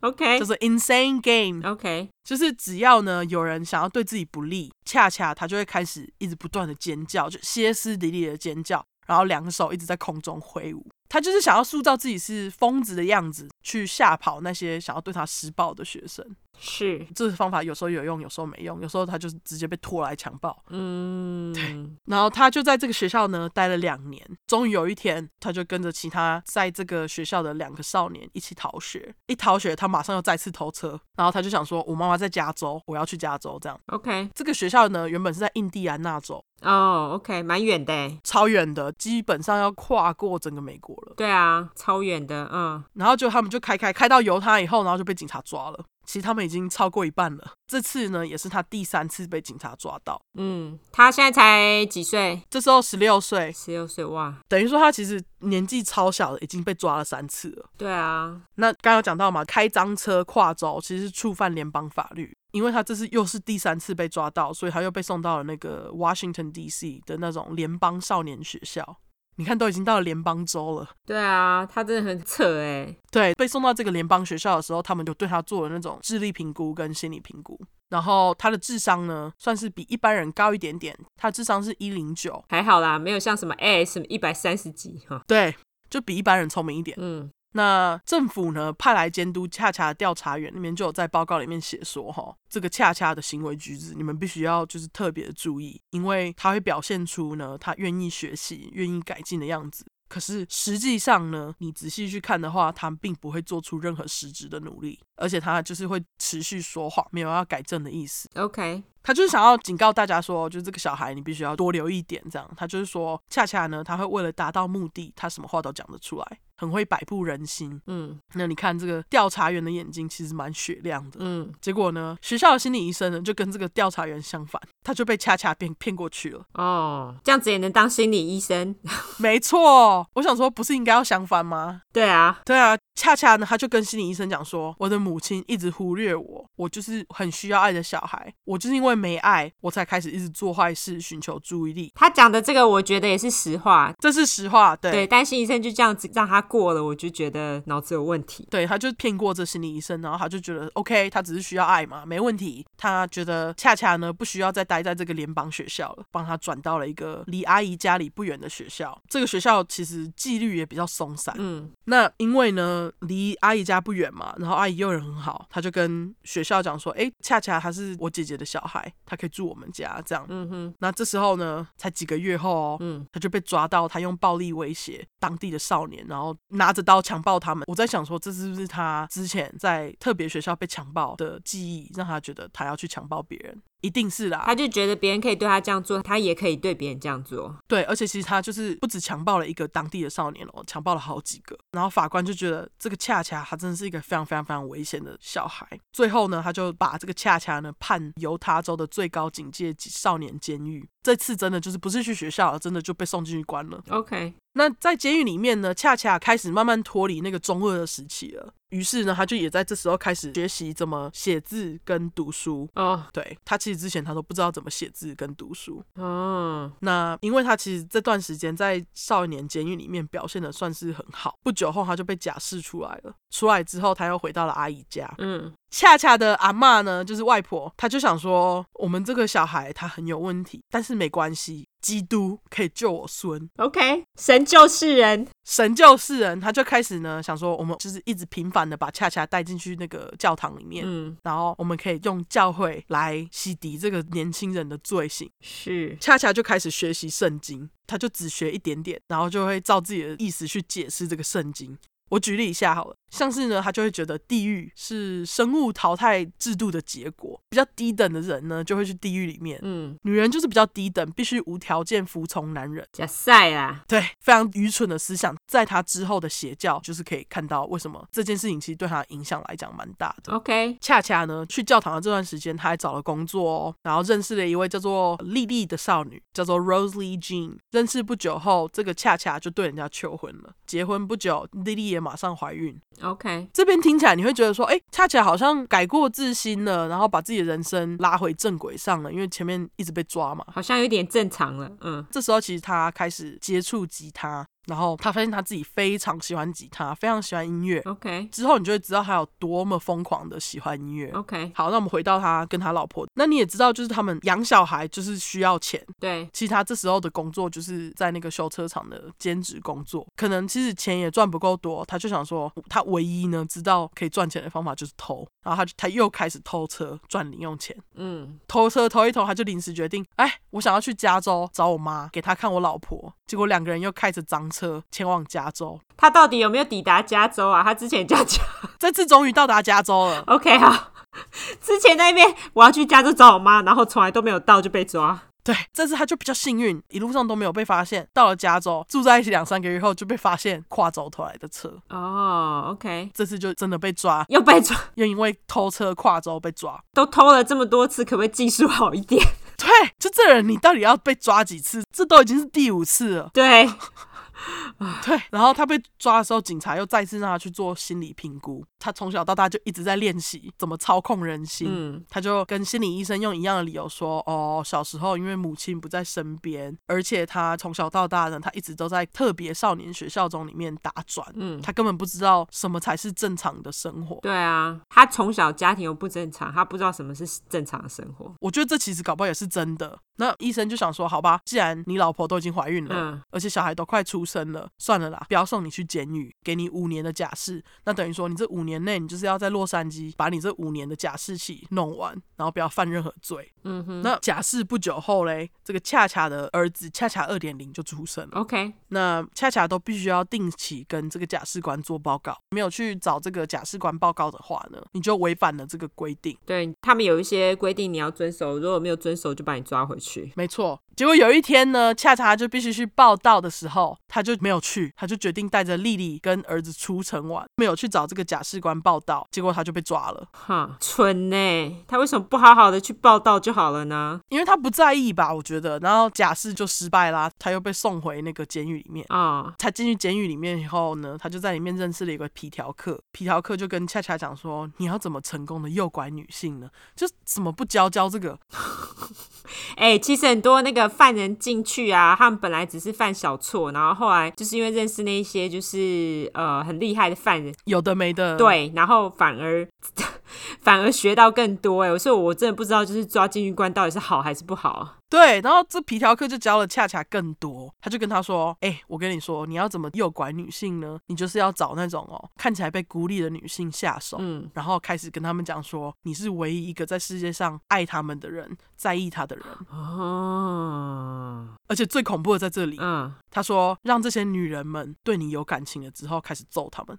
OK 叫做 insane game， OK，就是只要呢有人想要对自己不利，恰恰他就会开始一直不断的尖叫，就歇斯底里的尖叫，然后两手一直在空中挥舞。他就是想要塑造自己是疯子的样子，去吓跑那些想要对他施暴的学生。是，这个方法有时候有用，有时候没用，有时候他就是直接被拖来强暴。嗯，然后他就在这个学校呢待了两年，终于有一天，他就跟着其他在这个学校的两个少年一起逃学。一逃学，他马上又再次偷车，然后他就想说：“我妈妈在加州，我要去加州。”这样， OK，这个学校呢原本是在印第安纳州，哦、o k 蛮远的欸，超远的，基本上要跨过整个美国了。对啊，超远的，嗯，然后就他们就开开开到犹他以后，然后就被警察抓了。其实他们已经超过一半了。这次呢，也是他第三次被警察抓到。嗯，他现在才几岁？这时候十六岁，十六岁哇，等于说他其实年纪超小的，已经被抓了三次了。对啊，那刚刚有讲到嘛，开赃车跨州其实是触犯联邦法律，因为他这次又是第三次被抓到，所以他又被送到了那个 Washington D.C. 的那种联邦少年学校。你看，都已经到了联邦州了。对啊，他真的很扯哎，对，被送到这个联邦学校的时候，他们就对他做了那种智力评估跟心理评估。然后他的智商呢，算是比一般人高一点点，他智商是一零九，还好啦，没有像什么 S 什么一百三十几哈，对，就比一般人聪明一点。嗯那政府呢派来监督恰恰的调查员，里面就有在报告里面写说，哈，这个恰恰的行为举止，你们必须要就是特别注意，因为他会表现出呢他愿意学习、愿意改进的样子。可是实际上呢，你仔细去看的话，他并不会做出任何实质的努力，而且他就是会持续说谎，没有要改正的意思。 ，OK，他就是想要警告大家说，就是这个小孩你必须要多留意一点，这样。他就是说，恰恰呢，他会为了达到目的，他什么话都讲得出来，很会摆布人心。嗯那你看这个调查员的眼睛其实蛮雪亮的。嗯，结果呢，学校的心理医生呢就跟这个调查员相反，他就被恰恰骗骗过去了。哦，这样子也能当心理医生， 没错，我想说不是应该要相反吗？对啊，对啊，恰恰呢他就跟心理医生讲说，我的母亲一直忽略我，我就是很需要爱的小孩，我就是因为没爱，我才开始一直做坏事，寻求注意力。他讲的这个我觉得也是实话，这是实话，对。对，但心理医生就这样子让他过了，我就觉得脑子有问题，对，他就骗过这心理医生，然后他就觉得 OK，他只是需要爱嘛，没问题。他觉得恰恰呢不需要再待在这个联邦学校了，帮他转到了一个离阿姨家里不远的学校。这个学校其实纪律也比较松散。嗯。那因为呢离阿姨家不远嘛，然后阿姨又有人很好，他就跟学校讲说，哎，恰恰他是我姐姐的小孩，他可以住我们家这样。嗯哼，那这时候呢，才几个月后哦，嗯他就被抓到，他用暴力威胁当地的少年，然后拿着刀强暴他们。我在想说，这是不是他之前在特别学校被强暴的记忆，让他觉得他要去强暴别人？一定是啦，他就觉得别人可以对他这样做，他也可以对别人这样做。对，而且其实他就是不止强暴了一个当地的少年哦，强暴了好几个。然后法官就觉得这个恰恰他真的是一个非常非常非常危险的小孩。最后呢，他就把这个恰恰呢判犹他州的最高警戒少年监狱。这次真的就是不是去学校了，真的就被送进去关了。 OK，那在监狱里面呢，恰恰开始慢慢脱离那个中二的时期了。于是呢，他就也在这时候开始学习怎么写字跟读书。哦对他其实之前他都不知道怎么写字跟读书。哦，那因为他其实这段时间在少年监狱里面表现的算是很好，不久后他就被假释出来了。出来之后，他又回到了阿姨家。嗯恰恰的阿嬷呢，就是外婆，她就想说，我们这个小孩他很有问题，但是没关系，基督可以救我孙。 ，OK，神救世人。神救世人，他就开始呢想说，我们就是一直频繁的把恰恰带进去那个教堂里面，嗯，然后我们可以用教会来洗涤这个年轻人的罪行。是，恰恰就开始学习圣经，他就只学一点点，然后就会照自己的意思去解释这个圣经。我举例一下好了，像是呢，他就会觉得地狱是生物淘汰制度的结果，比较低等的人呢就会去地狱里面，嗯，女人就是比较低等，必须无条件服从男人。假赛啦，对，非常愚蠢的思想，在他之后的邪教，就是可以看到为什么这件事情其实对他的影响来讲蛮大的。 OK，恰恰呢，去教堂的这段时间，他还找了工作哦，然后认识了一位叫做莉莉的少女，叫做 Rosalie Jean。认识不久后，这个恰恰就对人家求婚了。结婚不久，莉莉也马上怀孕。 OK，这边听起来你会觉得说，哎，恰恰好像改过自新了，然后把自己的人生拉回正轨上了，因为前面一直被抓嘛。好像有点正常了。嗯这时候其实他开始接触吉他，然后他发现他自己非常喜欢吉他，非常喜欢音乐。 ，OK，OK，、之后你就会知道他有多么疯狂的喜欢音乐。好，那我们回到他跟他老婆，那你也知道，就是他们养小孩就是需要钱。对，其实他这时候的工作就是在那个修车厂的兼职工作，可能其实钱也赚不够多，他就想说，他唯一呢知道可以赚钱的方法就是偷，然后他就他又开始偷车赚零用钱。嗯头车头一头，他就临时决定，哎，我想要去加州找我妈，给她看我老婆。结果两个人又开着赃车前往加州，他到底有没有抵达加州啊？他之前加州这次终于到达加州了。 ，OK 好， 之前那边我要去加州找我妈，然后从来都没有到就被抓。对，这次他就比较幸运，一路上都没有被发现。到了加州，住在一起两三个月后就被发现跨州偷来的车，哦、o k 这次就真的被抓，又被抓，又因为偷车跨州被抓。都偷了这么多次，可不可以技术好一 点？对，就这人，你到底要被抓几次？这都已经是第五次了。对，对，然后他被抓的时候，警察又再次让他去做心理评估。他从小到大就一直在练习怎么操控人心。嗯他就跟心理医生用一样的理由说：“哦，小时候因为母亲不在身边，而且他从小到大呢，他一直都在特别少年学校中里面打转，嗯，他根本不知道什么才是正常的生活。对啊，他从小家庭又不正常，他不知道什么是正常的生活。我觉得这其实搞不好也是真的。那医生就想说，好吧，既然你老婆都已经怀孕了，嗯而且小孩都快出生了，算了啦，不要送你去监狱，给你五年的假释。那等于说，你这五年内，你就是要在洛杉矶把你这五年的假释期弄完，然后不要犯任何罪。嗯哼那假释不久后嘞，这个恰恰的儿子恰恰二点零就出生了。 ，OK，那恰恰都必须要定期跟这个假释官做报告，没有去找这个假释官报告的话呢，你就违反了这个规定。对他们有一些规定你要遵守，如果没有遵守就把你抓回去。没错，结果有一天呢，恰恰就必须去报道的时候，他就没有去，他就决定带着丽丽跟儿子出城玩，没有去找这个假释官报道，结果他就被抓了，哈，蠢呢、他为什么不好好的去报道就好了呢？因为他不在意吧，我觉得，然后假释就失败啦，他又被送回那个监狱里面。啊、他进去监狱里面以后呢，他就在里面认识了一个皮条客。皮条客就跟恰恰讲说：“你要怎么成功的诱拐女性呢？就怎么不教教这个？哎、其实很多那个犯人进去啊，他们本来只是犯小错，然后后来就是因为认识那一些就是呃很厉害的犯人，嗯有的没的。”对，然后反而 反而学到更多哎、所以我真的不知道就是抓进狱官到底是好还是不好。啊对，然后这皮条客就教了恰恰更多，他就跟他说：“哎、我跟你说，你要怎么诱拐女性呢？你就是要找那种哦，看起来被孤立的女性下手，嗯，然后开始跟他们讲说，你是唯一一个在世界上爱他们的人，在意他的人。哦，而且最恐怖的在这里，嗯， 他说让这些女人们对你有感情了之后，开始揍他们。”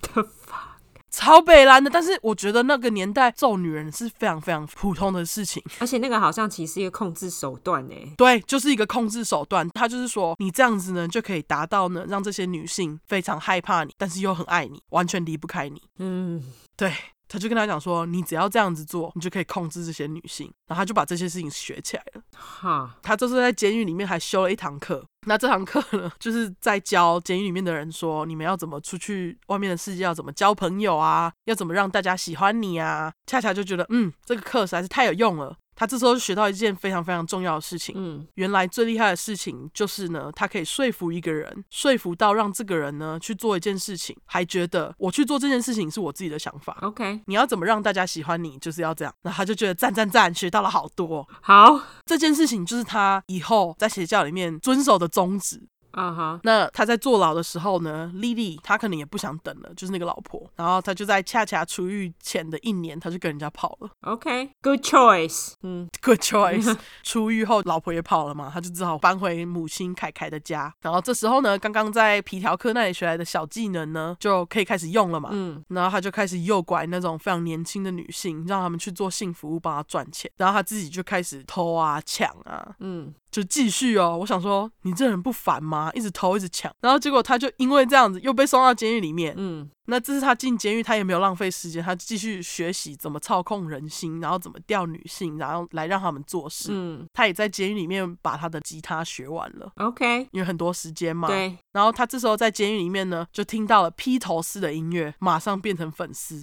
的发超北蓝的，但是我觉得那个年代揍女人是非常非常普通的事情，而且那个好像其实是一个控制手段哎，对，就是一个控制手段。他就是说，你这样子呢，就可以达到呢，让这些女性非常害怕你，但是又很爱你，完全离不开你。嗯，对，他就跟他讲说，你只要这样子做，你就可以控制这些女性。然后他就把这些事情学起来了。哈，他就是在监狱里面还修了一堂课。那这堂课呢，就是在教监狱里面的人说，你们要怎么出去外面的世界，要怎么交朋友啊，要怎么让大家喜欢你啊。恰恰就觉得，嗯，这个课实在是太有用了。他这时候就学到一件非常非常重要的事情，嗯，原来最厉害的事情就是呢，他可以说服一个人，说服到让这个人呢去做一件事情，还觉得我去做这件事情是我自己的想法。 OK，你要怎么让大家喜欢你，就是要这样。那他就觉得赞赞赞，学到了好多。好，这件事情就是他以后在邪教里面遵守的宗旨。啊哈，那他在坐牢的时候呢，莉莉她可能也不想等了，就是那个老婆，然后她就在恰恰出狱前的一年，她就跟人家跑了。 OK，good、choice。嗯 Good choice。出狱后，老婆也跑了嘛，他就只好搬回母亲凯凯的家。然后这时候呢，刚刚在皮条客那里学来的小技能呢，就可以开始用了嘛。嗯，然后他就开始诱拐那种非常年轻的女性，让他们去做性服务，帮他赚钱。然后他自己就开始偷啊、抢啊，嗯，就继续哦。我想说，你这人不烦吗？一直偷，一直抢，然后结果他就因为这样子又被送到监狱里面。嗯，那这是他进监狱，他也没有浪费时间，他继续学习怎么操控人心，然后怎么钓女性，然后来让他们做事。嗯他也在监狱里面把他的吉他学完了， ，OK，因为很多时间嘛。。对，然后他这时候在监狱里面呢，就听到了披头士的音乐，马上变成粉 丝。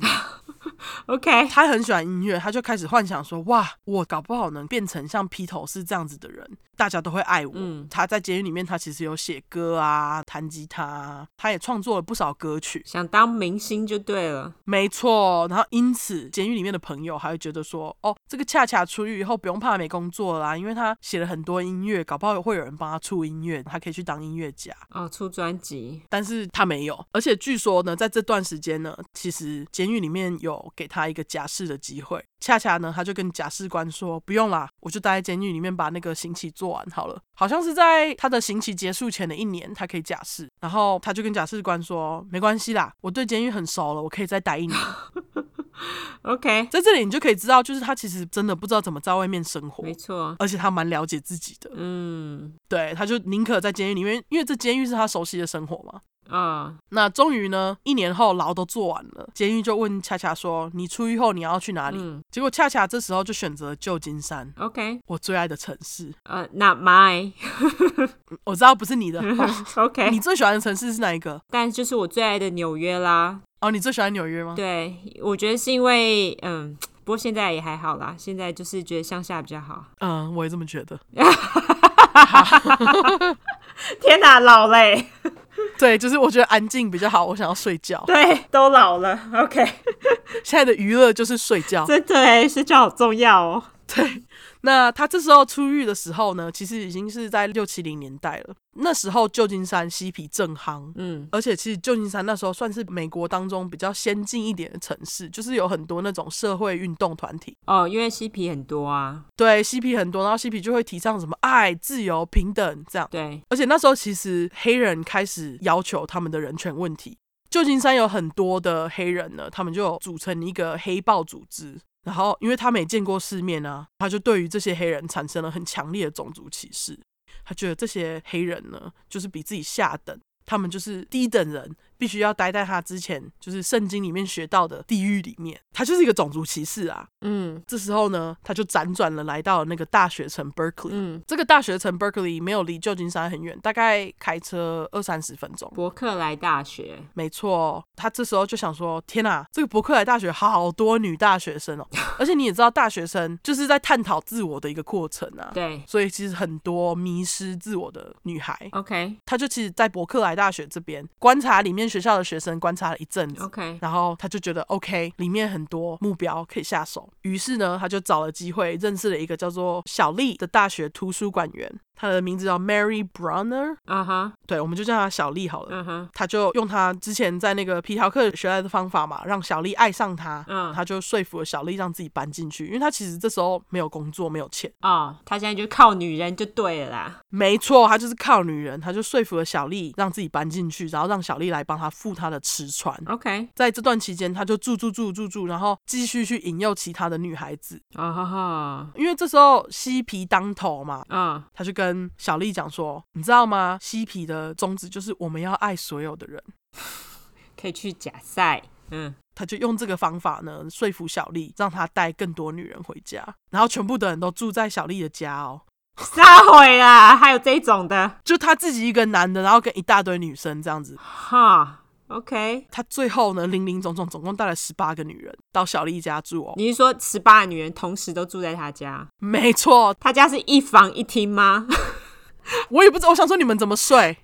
OK，他很喜欢音乐，他就开始幻想说：哇，我搞不好能变成像披头士这样子的人，大家都会爱我。嗯他在监狱里面，他其实有写歌啊，弹吉他啊，他也创作了不少歌曲。想当明星就对了。没错，然后因此监狱里面的朋友还会觉得说：哦，这个恰恰出狱以后不用怕没工作啦，因为他写了很多音乐，搞不好会有人帮他出音乐，他可以去当音乐家。哦，出专辑，但是他没有，而且据说呢，在这段时间呢，其实监狱里面有给他一个假释的机会。恰恰呢，他就跟假释官说：“不用啦，我就待在监狱里面把那个刑期做完好了。”好像是在他的刑期结束前的一年，他可以假释。然后他就跟假释官说：“没关系啦，我对监狱很熟了，我可以再待一年。 OK，” 在这里你就可以知道，就是他其实真的不知道怎么在外面生活没，错，而且他蛮了解自己的。嗯，对，他就宁可在监狱里面，因为这监狱是他熟悉的生活嘛。啊、那终于呢，一年后牢都做完了，监狱就问恰恰说：“你出狱后你要去哪里？”嗯结果恰恰这时候就选择旧金山， o k 我最爱的城市。嗯呃、n o t mine，OK，、我知道不是 你的， OK，你最喜欢的城市是哪一个？但就是我最爱的纽约啦。哦，你最喜欢纽约吗？对，我觉得是因为，嗯，不过现在也还好啦，现在就是觉得乡下比较好。 嗯，我也这么觉得。天哪，老嘞，对，就是我觉得安静比较好，我想要睡觉。对，都老了，OK， 现在的娱乐就是睡觉。真的哎，睡觉好重要哦。对，那他这时候出狱的时候呢，其实已经是在六七零年代了。那时候旧金山嬉皮正夯，嗯而且其实旧金山那时候算是美国当中比较先进一点的城市，就是有很多那种社会运动团体，哦，因为嬉皮很多啊，对嬉皮很多，然后嬉皮就会提倡什么爱、自由、平等这样。对，而且那时候其实黑人开始要求他们的人权问题。旧金山有很多的黑人呢，他们就组成一个黑豹组织。然后，因为他没见过世面啊，他就对于这些黑人产生了很强烈的种族歧视。他觉得这些黑人呢，就是比自己下等，他们就是低等人，必须要待在他之前，就是圣经里面学到的地狱里面。他就是一个种族歧视啊。嗯这时候呢，他就辗转了来到了那个大学城 Berkeley。嗯，这个大学城 Berkeley 没有离旧金山很远，大概开车二三十分钟。伯克莱大学，没错，他这时候就想说：天哪，这个伯克莱大学好多女大学生哦！而且你也知道，大学生就是在探讨自我的一个过程啊，对所以其实很多迷失自我的女孩， ，OK，她就其实，在伯克莱大学这边观察里面学校的学生观察了一阵子， OK，然后他就觉得 OK，里面很多目标可以下手，于是呢，他就找了机会认识了一个叫做小丽的大学图书馆员，她的名字叫 Mary Brunner，啊哈，对，我们就叫她小丽好了。嗯哼，他就用他之前在那个皮条课学来的方法嘛，让小丽爱上他。嗯他就说服了小丽让自己搬进去，因为他其实这时候没有工作，没有钱。哦，他现在就靠女人就对了啦。没错，他就是靠女人，他就说服了小丽让自己搬进去，然后让小丽来帮他付他的吃穿。 OK，在这段期间，他就住住住住住，然后继续去引诱其他的女孩子，啊哈哈，因为这时候嬉皮当头嘛，嗯他就跟小丽讲说：“你知道吗？嬉皮的宗旨就是我们要爱所有的人。”可以去假赛，嗯，他就用这个方法呢，说服小丽，让她带更多女人回家，然后全部的人都住在小丽的家哦，撒毁啦，还有这种的，就他自己一个男的，然后跟一大堆女生这样子。哈，OK，他最后呢，零零总总总共带了十八个女人到小丽家住哦，你是说十八个女人同时都住在他家？没错，他家是一房一厅吗？我也不知道，我想说你们怎么睡？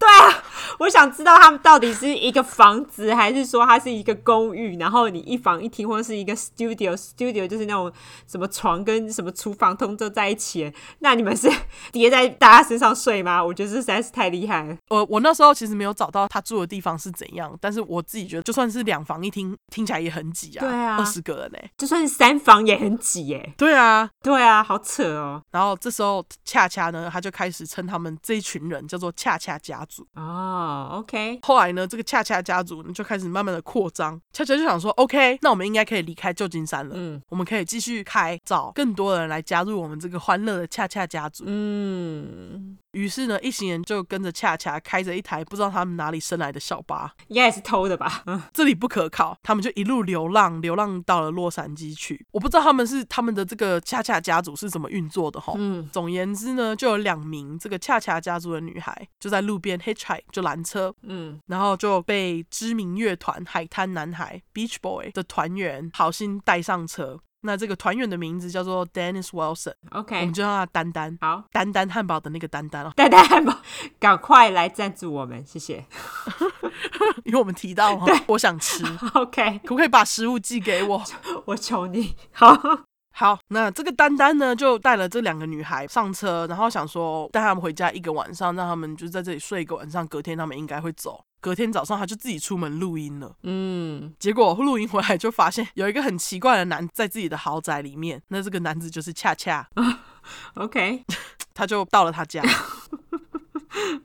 我想知道他们到底是一个房子，还是说它是一个公寓，然后你一房一厅，或者是一个 studio，studio 就是那种什么床跟什么厨房通都在一起。那你们是叠在大家身上睡吗？我觉得这实在是太厉害了。我呃我那时候其实没有找到他住的地方是怎样，但是我自己觉得，就算是两房一厅，听起来也很挤啊，对啊二十个人呢、欸就算是三房也很挤耶。对啊，对啊，好扯哦。然后这时候恰恰呢，他就开始称他们这一群人叫做恰恰家族。哦，OK，后来呢，这个恰恰家族呢就开始慢慢的扩张。恰恰就想说，OK，那我们应该可以离开旧金山了，嗯我们可以继续开，找更多人来加入我们这个欢乐的恰恰家族。嗯，于是呢，一行人就跟着恰恰开着一台不知道他们哪里生来的小巴，应该也是偷的吧？嗯这里不可靠，他们就一路流浪，流浪到了洛杉矶去。我不知道他们是他们的这个恰恰家族是怎么运作的哈。嗯总言之呢，就有两名这个恰恰家族的女孩就在路边 hitchhike 就拦车，嗯然后就被知名乐团海滩男孩 Beach Boy 的团员好心带上车。那这个团员的名字叫做 Dennis Wilson，我，OK， 们就叫他丹丹，好，，丹丹汉堡的那个丹丹哦 蛋蛋汉堡，赶快来赞助我们，谢谢。因为我们提到哦，我想吃， OK，可不可以把食物寄给我？我求你，好。好，那这个丹丹呢，就带了这两个女孩上车，然后想说带他们回家一个晚上，让他们就在这里睡一个晚上，隔天他们应该会走。隔天早上他就自己出门录音了。嗯，结果露营回来就发现有一个很奇怪的男在自己的豪宅里面，那这个男子就是恰恰， OK 他就到了他家。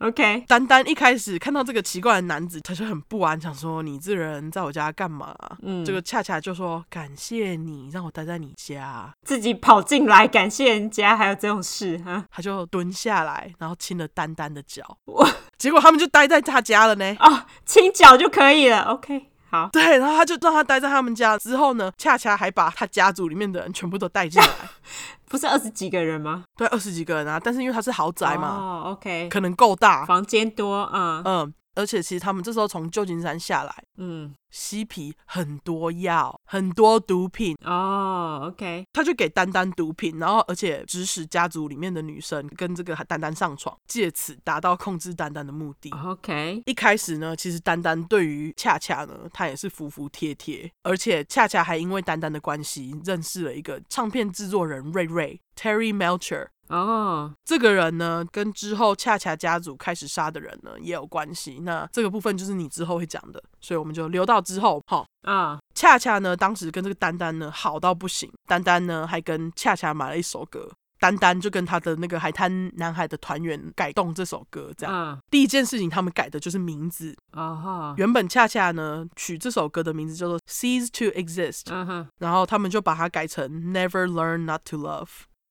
OK，丹丹一开始看到这个奇怪的男子，他就很不安，想说你这人在我家干嘛？嗯，这个恰恰就说感谢你让我待在你家，自己跑进来感谢人家，还有这种事哈？他就蹲下来，然后亲了丹丹的脚。 我结果他们就待在他家了呢。哦，清脚就可以了。OK，好，对，然后他就让他待在他们家之后呢，恰恰还把他家族里面的人全部都带进来，不是二十几个人吗？对，二十几个人啊。但是因为他是豪宅嘛，哦，OK，可能 够大，房间多，嗯嗯，而且其实他们这时候从旧金山下来，嗯，嬉皮很多药，很多毒品，哦，OK，他就给丹丹毒品，然后而且指使家族里面的女生跟这个丹丹上床，借此达到控制丹丹的目的。 OK，一开始呢，其实丹丹对于恰恰呢，他也是服服帖帖，而且恰恰还因为丹丹的关系认识了一个唱片制作人瑞瑞 Terry Melcher。哦，这个人呢，跟之后恰恰家族开始杀的人呢也有关系。那这个部分就是你之后会讲的，所以我们就留到之后。好、啊、恰恰呢，当时跟这个丹丹呢好到不行，丹丹呢还跟恰恰买了一首歌。丹丹就跟他的那个海滩男孩的团员改动这首歌，这样。嗯，第一件事情，他们改的就是名字。哦哈，原本恰恰呢取这首歌的名字叫做《Cease to Exist》，嗯哼，然后他们就把它改成《Never Learn Not to Love》。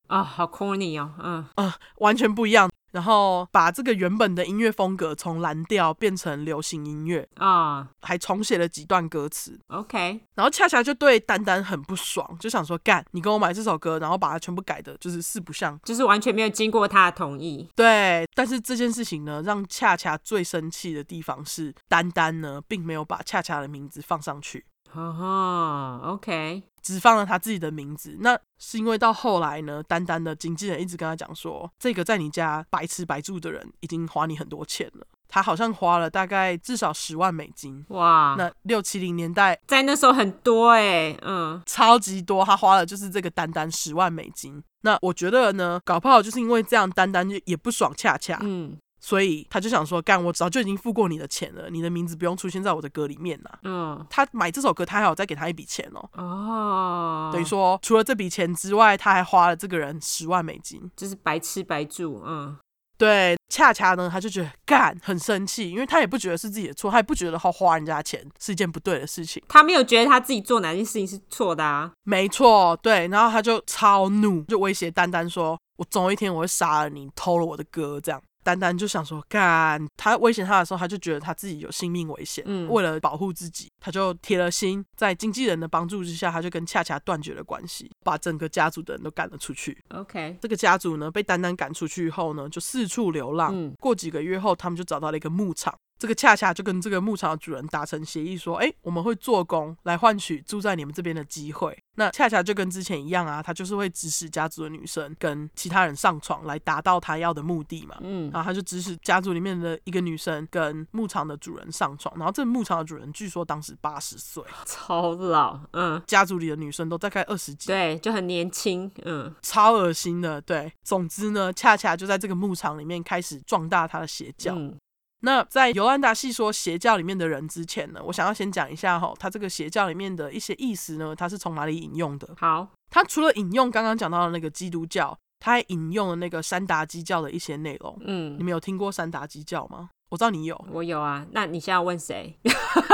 哦，好 corny 哦，嗯啊、完全不一样。然后把这个原本的音乐风格从蓝调变成流行音乐，啊、还重写了几段歌词。 o k 然后恰恰就对丹丹很不爽，就想说干，你跟我买这首歌，然后把它全部改的，就是四不像。就是完全没有经过他的同意。对，但是这件事情呢，让恰恰最生气的地方是，丹丹呢并没有把恰恰的名字放上去。哦哈，OK，只放了他自己的名字，那是因为到后来呢，丹丹的经纪人一直跟他讲说，这个在你家白吃白住的人已经花你很多钱了，他好像花了大概至少十万美金。哇，那六七零年代在那时候很多哎、嗯，超级多，他花了就是这个单单十万美金。那我觉得呢，搞不好就是因为这样，单单就也不爽恰恰，嗯所以他就想说，干，我早就已经付过你的钱了，你的名字不用出现在我的歌里面啦。嗯，他买这首歌，他还有再给他一笔钱哦，哦，等于说除了这笔钱之外，他还花了这个人十万美金。就是白吃白住，嗯对，恰恰呢，他就觉得干很生气，因为他也不觉得是自己的错，他也不觉得他花人家钱是一件不对的事情。他没有觉得他自己做哪件事情是错的啊，没错，对，然后他就超怒，就威胁丹丹说：“我总有一天我会杀了你，偷了我的歌。”这样，丹丹就想说：“干！”他威胁他的时候，他就觉得他自己有性命危险，嗯为了保护自己，他就铁了心，在经纪人的帮助之下，他就跟恰恰断绝了关系，把整个家族的人都赶了出去。 ，OK，这个家族呢，被丹丹赶出去以后呢，就四处流嗯浪。过几个月后，他们就找到了一个牧场。这个恰恰就跟这个牧场的主人达成协议，说：“哎，我们会做工来换取住在你们这边的机会。”那恰恰就跟之前一样啊，他就是会指使家族的女生跟其他人上床，来达到他要的目的嘛。嗯然后他就指使家族里面的一个女生跟牧场的主人上床，然后这牧场的主人据说当时八十岁，超老，嗯，家族里的女生都大概二十几对，就很年轻，嗯超恶心的。对，总之呢，恰恰就在这个牧场里面开始壮大他的邪教。嗯那在尤兰达细说邪教里面的人之前呢，我想要先讲一下哈、他这个邪教里面的一些意思呢，他是从哪里引用的？好，他除了引用刚刚讲到的那个基督教，他还引用了那个山达基教的一些内容。你嗯，们有听过山达基教吗？我知道你有。我有啊，那你现在要问谁？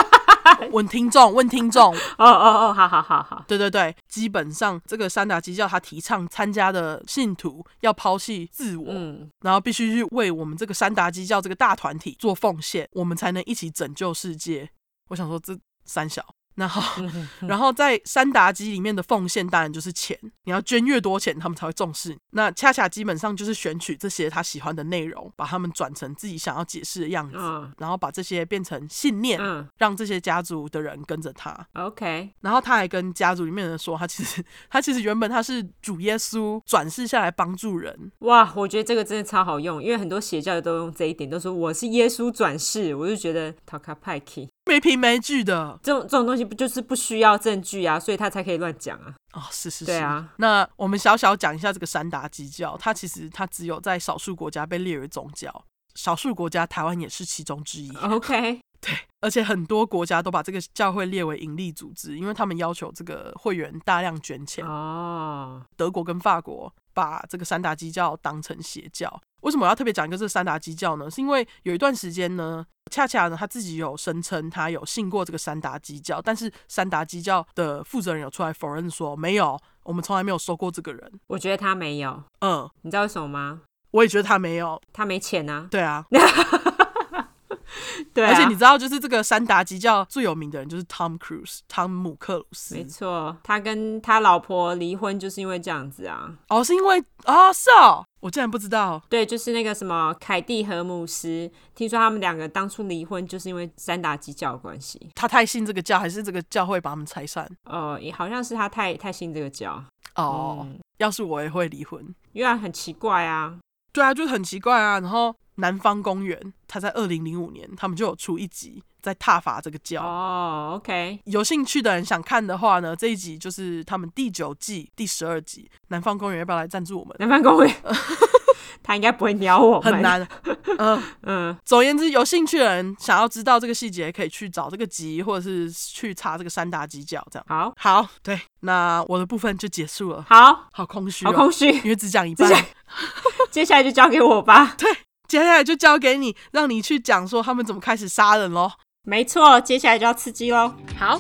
问听众，问听众。 哦哦哦，好好好好，对对对，基本上这个山达基教他提倡参加的信徒要抛弃自我，嗯然后必须去为我们这个山达基教这个大团体做奉献，我们才能一起拯救世界。我想说这三小，然 后嗯哼哼然后在山达基里面的奉献当然就是钱，你要捐越多钱，他们才会重视你。那恰恰基本上就是选取这些他喜欢的内容，把他们转成自己想要解释的样子，嗯然后把这些变成信念，嗯让这些家族的人跟着他。 ，OK，然后他还跟家族里面的人说，他其实他其实原本他是主耶稣转世下来帮助人，哇，我觉得这个真的超好用，因为很多邪教都用这一点，都说我是耶稣转世，我就觉得塔卡派 k 没凭没据的这种这种东西不就是不需要证据啊，所以他才可以乱讲啊。哦，是是是。对啊，那我们小小讲一下这个山达基教，它其实它只有在少数国家被列为宗教，少数国家台湾也是其中之一。哦 OK，对，而且很多国家都把这个教会列为盈利组织，因为他们要求这个会员大量捐钱。哦，德国跟法国把这个三达基教当成邪教。为什么我要特别讲一个这三达基教呢？是因为有一段时间呢，恰恰呢他自己有声称他有信过这个三达基教，但是三达基教的负责人有出来否认说没有，我们从来没有收过这个人。我觉得他没有，嗯，你知道为什么吗？我也觉得他没有。他没钱啊。 对啊，对啊，而且你知道，就是这个三达基教最有名的人就是 Tom Cruise，汤姆克鲁斯。没错，他跟他老婆离婚就是因为这样子啊。哦，是因为哦，是哦，我竟然不知道。对，就是那个什么凯蒂和姆斯，听说他们两个当初离婚就是因为三打基教的关系。他太信这个教，还是这个教会把他们拆散？哦，也好像是他太太信这个教，哦，嗯要是我也会离婚。因为很奇怪啊。对啊，就很奇怪啊。然后南方公园，他在二零零五年，他们就有出一集在挞伐这个教。哦，OK，有兴趣的人想看的话呢，这一集就是他们第九季第十二集。南方公园要不要来赞助我们？南方公 园，他应该不会鸟我们。很， 难。嗯，嗯，总而言之，有兴趣的人想要知道这个细节，可以去找这个集，或者是去查这个三大鸡教这样。好，好，对，那我的部分就结束了，好，好空虚、哦，好空虚，因为只讲一只半讲。接下来就交给我吧。接下来就交给你，让你去讲说他们怎么开始杀人喽。没错，接下来就要刺激喽。好，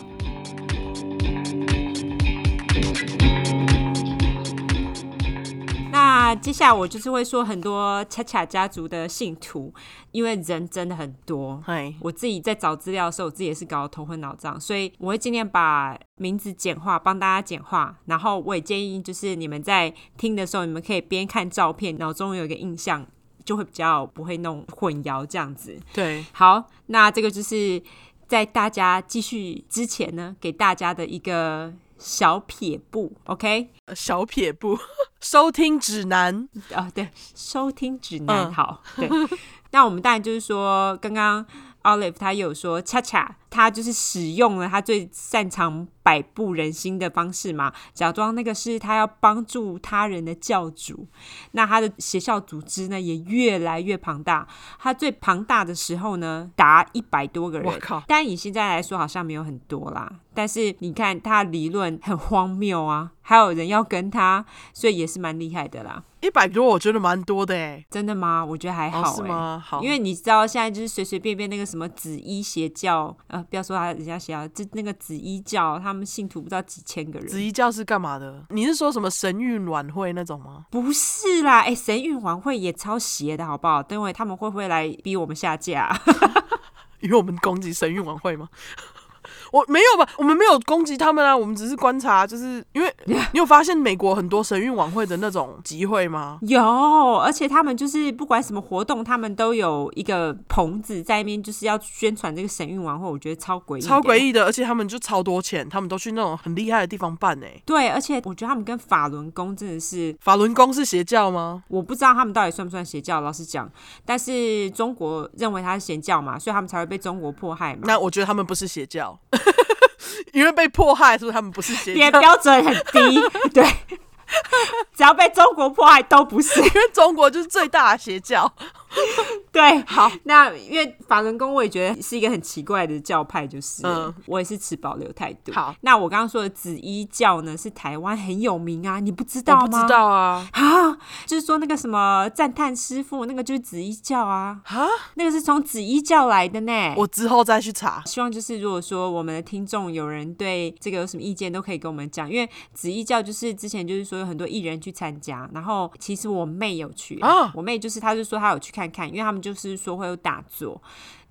那接下来我就是会说很多恰恰家族的信徒，因为人真的很多。嘿，我自己在找资料的时候，我自己也是搞得头昏脑胀，所以我会尽量把名字简化，帮大家简化。然后我也建议，就是你们在听的时候，你们可以边看照片，脑中有一个印象，就会比较不会弄混淆这样子。对，好，那这个就是在大家继续之前呢，给大家的一个小撇步，OK？呃小撇步， 收听指南，啊、对，收听指南嗯好，对。 那我们当然就是说，刚刚 Olive 他有说，恰恰他就是使用了他最擅长摆布人心的方式嘛，假装那个是他要帮助他人的教主。那他的邪教组织呢也越来越庞大，他最庞大的时候呢达一百多个人我，靠，但以现在来说，好像没有很多啦。但是你看他的理论很荒谬啊，还有人要跟他，所以也是蛮厉害的啦。一百多我觉得蛮多的哎、真的吗？我觉得还欸，好、哦欸是吗？好，因为你知道现在就是随随便便那个什么紫衣邪教，呃，不要说他人家邪教，就那个紫衣教，他们信徒不知道几千个紫人。衣教是干嘛的？你是说什么神韵晚会那种吗？不是啦，哎、神韵晚会也超邪的好不好？等会他们会不会来逼我们下架？因为我们攻击神韵晚会吗？ 我没有吧，我们没有攻击他们啊，我们只是观察，就是 因为你有发现美国很多神韵晚会的那种集会吗？有，而且他们就是不管什么活动，他们都有一个棚子在那边，就是要宣传这个神韵晚会，我觉得超诡异，超诡。异的，而且他们就超多钱，他们都去那种很厉害的地方办哎、对，而且我觉得他们跟法轮功真的是，法轮功是邪教吗？我不知道他们到底算不算邪教，老实讲，但是中国认为他是邪教嘛，所以他们才会被中国迫害嘛。那我觉得他们不是邪教， 因为被迫害，所以他们不是 邪你的教。标准很 低，对，只要被中国迫害都不是。因为中国就是最大的邪教。对，好，那因为法轮功，我也觉得是一个很奇怪的教派，就是了、嗯我也是持保留态度。好，那我刚刚说的紫衣教呢，是台湾很有名啊，你不知道我吗？不知道啊，啊，就是说那个什么赞叹师傅，那个就是紫衣教啊，啊，那个是从紫衣教来的呢。我之后再去查。希望就是，如果说我们的听众有人对这个有什么意见，都可以跟我们讲。因为紫衣教就是之前就是说有很多艺人去参加，然后其实我妹有去啊我妹就是她就说她有去看看，因为他们就是说会有打坐，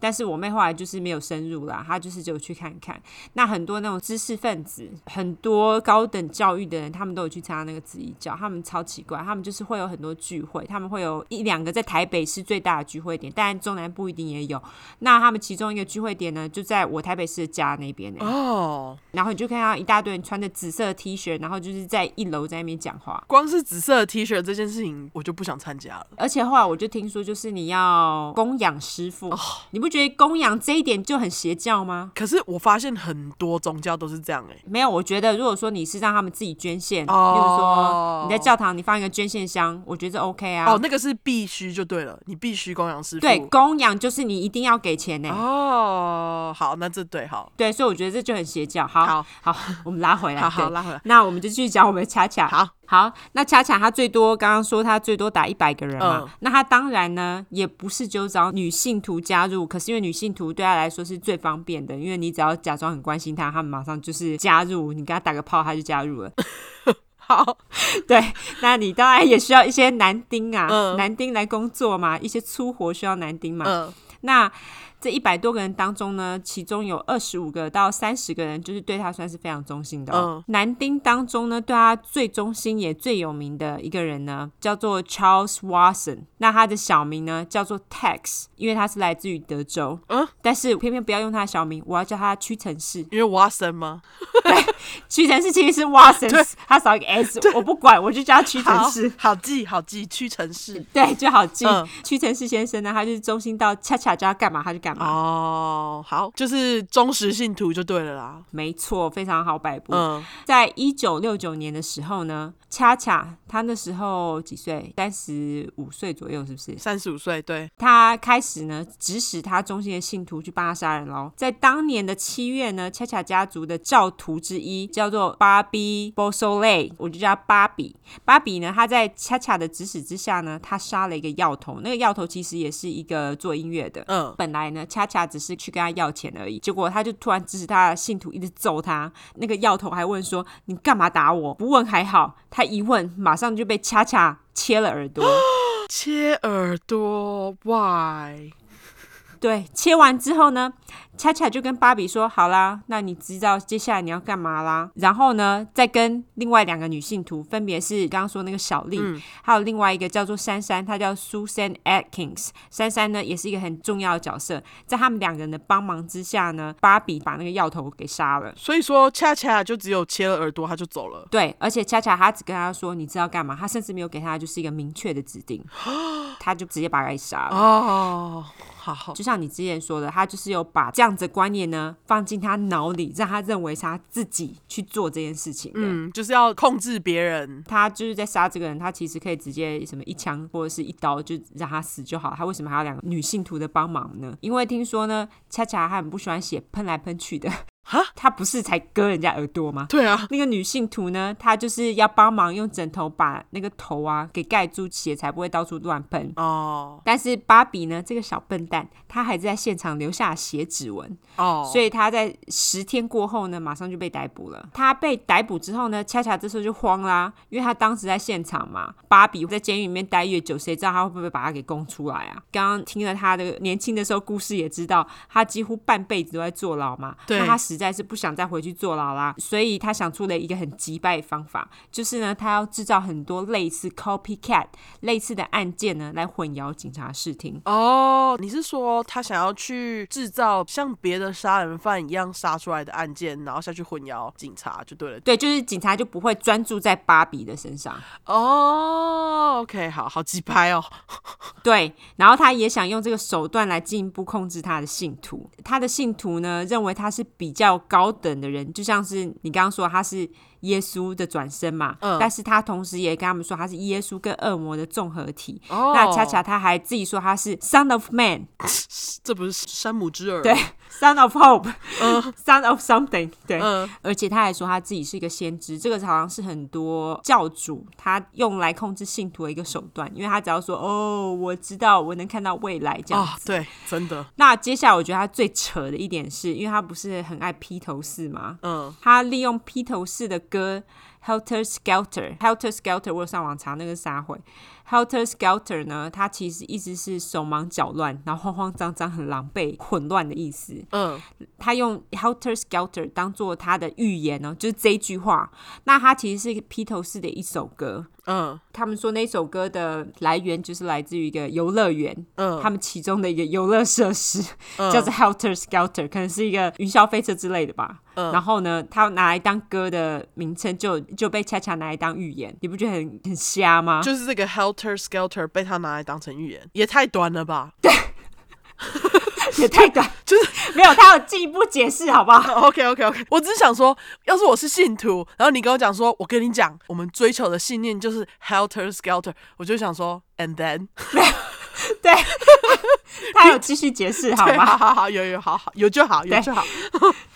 但是我妹后来就是没有深入啦，她就是只有去看看。那很多那种知识分子，很多高等教育的人，他们都有去参加那个紫衣教，他们超奇怪，他们就是会有很多聚会，他们会有一两个在台北市最大的聚会点，当然中南部一定也有。那他们其中一个聚会点呢，就在我台北市的家那边、欸，哦，然后你就看到一大堆人穿着紫色的 T 恤，然后就是在一楼在那边讲话。光是紫色的 T 恤这件事情，我就不想参加了。而且后来我就听说，就是你要供养师傅，哦你不觉得供养这一点就很邪教吗？可是我发现很多宗教都是这样哎、没有，我觉得如果说你是让他们自己捐献，哦例如说你在教堂你放一个捐献箱，我觉得这 OK 啊。哦，那个是必须就对了，你必须供养师傅。对，供养就是你一定要给钱呢、欸哦，好，那这对好，对，所以我觉得这就很邪教。好，好，好，我们拉回来。好好对拉回来，那我们就继续讲我们的恰恰。好，好，那恰恰他最多刚刚说他最多打一百个人嘛，嗯那他当然呢也不是就找女信徒加入，可是因为女信徒对他来说是最方便的，因为你只要假装很关心他，他们马上就是加入，你跟他打个炮他就加 入了。好，对，那你当然也需要一些男丁啊，嗯男丁来工作嘛，一些粗活需要男丁嘛。嗯，那这一百多个人当中呢，其中有二十五个到三十个人，就是对他算是非常忠心的、哦。嗯男丁当中呢，对他最忠心也最有名的一个人呢，叫做 Charles Watson。那他的小名呢叫做 Tex，因为他是来自于德州。嗯，但是偏偏不要用他的小名，我要叫他屈臣氏。因为我要生吗？屈臣氏其实是 Watson，他少一个 S，我不管，我就叫他屈臣好氏。，好记，好记，屈臣氏。对，就好记嗯。屈臣氏先生呢，他就是忠心到恰恰叫他干嘛他就干嘛，哦，好，就是忠实信徒就对了啦。没错，非常好摆布。嗯，在一九六九年的时候呢，恰恰他那时候几岁？三十五岁左右，是不是？三十五岁，对，他开始呢指使他忠心的信徒去帮他杀人喽。在当年的七月呢，恰恰家族的教徒之一叫做芭比 b o s o l e 我就叫他芭比。芭比呢，他在恰恰的指使之下呢，他杀了一个药头。那个药头其实也是一个做音乐的。嗯，本来呢，恰恰只是去跟他要钱而已，结果他就突然指使他的信徒一直揍他。那个药头还问说：“你干嘛打我？”不问还好，他一问，马上就被恰恰切了耳朵。切耳朵，why？对，切完之后呢，恰恰就跟芭比说：“好啦，那你知道接下来你要干嘛啦？”然后呢，再跟另外两个女性徒，分别是刚刚说那个小丽，还有另外一个叫做珊珊，她叫 Susan Atkins。珊珊呢，也是一个很重要的角色。在他们两个人的帮忙之下呢，芭比把那个药头给杀了。所以说，恰恰就只有切了耳朵，他就走了。对，而且恰恰他只跟他说你知道干嘛，他甚至没有给他就是一个明确的指定，他就直接把他给杀了。哦，好，就像你之前说的，他就是有把这样子的观念呢放进他脑里，让他认为是他自己去做这件事情的。嗯，就是要控制别人。他就是在杀这个人，他其实可以直接什么一枪或者是一刀就让他死就好。他为什么还要两个女性徒的帮忙呢？因为听说呢，恰恰他很不喜欢血喷来喷去的。 他不是才割人家耳朵吗？对啊， 那个女性图呢，她就是要帮忙用枕头把那个头啊给盖住，血才不会到处乱喷。哦但是芭比呢，这个小笨蛋，她还在现场留下血指纹，哦，所以她在十天过后呢，马上就被逮捕了。她被逮捕之后呢，恰恰这时候就慌啦，因为她当时在现场嘛。芭比在监狱里面待越久，谁知道她会不会把她给供出来啊？刚刚听了她的年轻的时候故事，也知道她几乎半辈子都在坐牢嘛。对那她实在是不想再回去坐牢啦，所以她想出了一个很击败的方法，就是呢，她要制造很多类似 copycat 类似的案件呢，来混淆警察视听。哦，你是说他想要去制造像别的杀人犯一样杀出来的案件，然后下去混淆警察就对了。对，就是警察就不会专注在芭比的身上。哦，OK，好好鸡拍哦。对，然后他也想用这个手段来进一步控制他的信徒。他的信徒呢，认为他是比较高等的人，就像是你刚刚说他是耶稣的转身嘛，嗯但是他同时也跟他们说他是耶稣跟恶魔的综合体。哦，那恰恰他还自己说他是 Son of Man，这不是山姆之耳？对，Son of Hope，Son of something，对，嗯，而且他还说他自己是一个先知，这个好像是很多教主他用来控制信徒的一个手段，因为他只要说哦，我知道，我能看到未来这样哦，对，真的，那接下来我觉得他最扯的一点是，因为他不是很爱披头士吗？嗯，他利用披头士的歌《Helter Skelter》，Helter Skelter，我有上网查那个是啥会，Helter Skelter 呢，它其实一直是手忙脚乱，然后慌慌张张、很狼狈、混乱的意思。嗯，他用 Helter Skelter 当做他的预言哦，就是这一句话。那它其实是披头士的一首歌，嗯，他们说那首歌的来源就是来自于一个游乐园，嗯他们其中的一个游乐设施、嗯叫做 Helter Skelter，可能是一个云霄飞车之类的吧。嗯然后呢，他拿来当歌的名称就就被恰恰拿来当预言，你不觉得很很瞎吗？ 就是这个 helter skelter 被他拿来当成预言，也太短 了吧也太 短，就是 没有他有进一步解释，好不好？ ？OK OK OK，我只是想说，要是我是信徒，然后你跟我讲说，我跟你讲，我们追求的信念就是 helter skelter，我就想说，and then， 对，他有继续解释，好对啊吗？好好好，有有好好有就好，有对就好，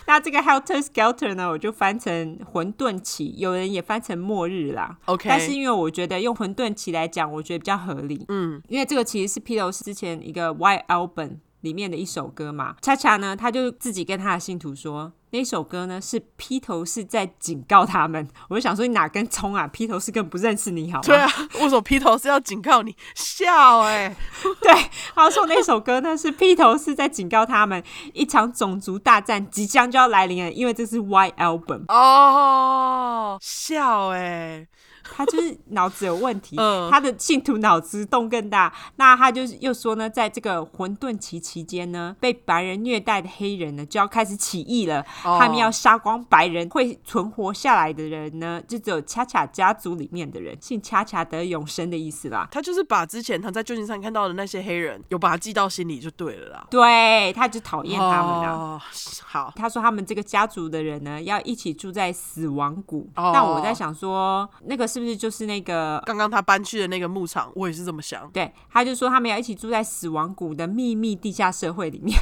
那这个 Helter Skelter 呢，我就翻成混沌期，有人也翻成末日啦。 OK 但是因为我觉得用混沌期来讲，我觉得比较合理。嗯，因为这个其实是披头士之前一个 White Album 里面的一首歌嘛。恰恰呢，他就自己跟他的信徒说。那首歌呢是披头士在警告他们，我就想说你哪根葱啊？披头士根本不认识你好吗？对啊，为什么披头士要警告你？笑哎、对，他说那首歌呢是披头士在警告他们，一场种族大战即将就要来临了，因为这是 White Album。哦，笑哎、他就是脑子有问题，嗯他的信徒脑子洞更大。那他就是又说呢，在这个混沌期期间呢，被白人虐待的黑人呢就要开始起义了，哦他们要杀光白人，会存活下来的人呢，就只有恰恰家族里面的人，姓恰恰得永生的意思啦。他就是把之前他在旧金山看到的那些黑人，有把他记到心里就对了啦。对，他就讨厌他们啊。哦，好，他说他们这个家族的人呢，要一起住在死亡谷。哦那我在想说，那个是不是就是那个刚刚他搬去的那个牧场，我也是这么想，对，他就说他们要一起住在死亡谷的秘密地下社会里面。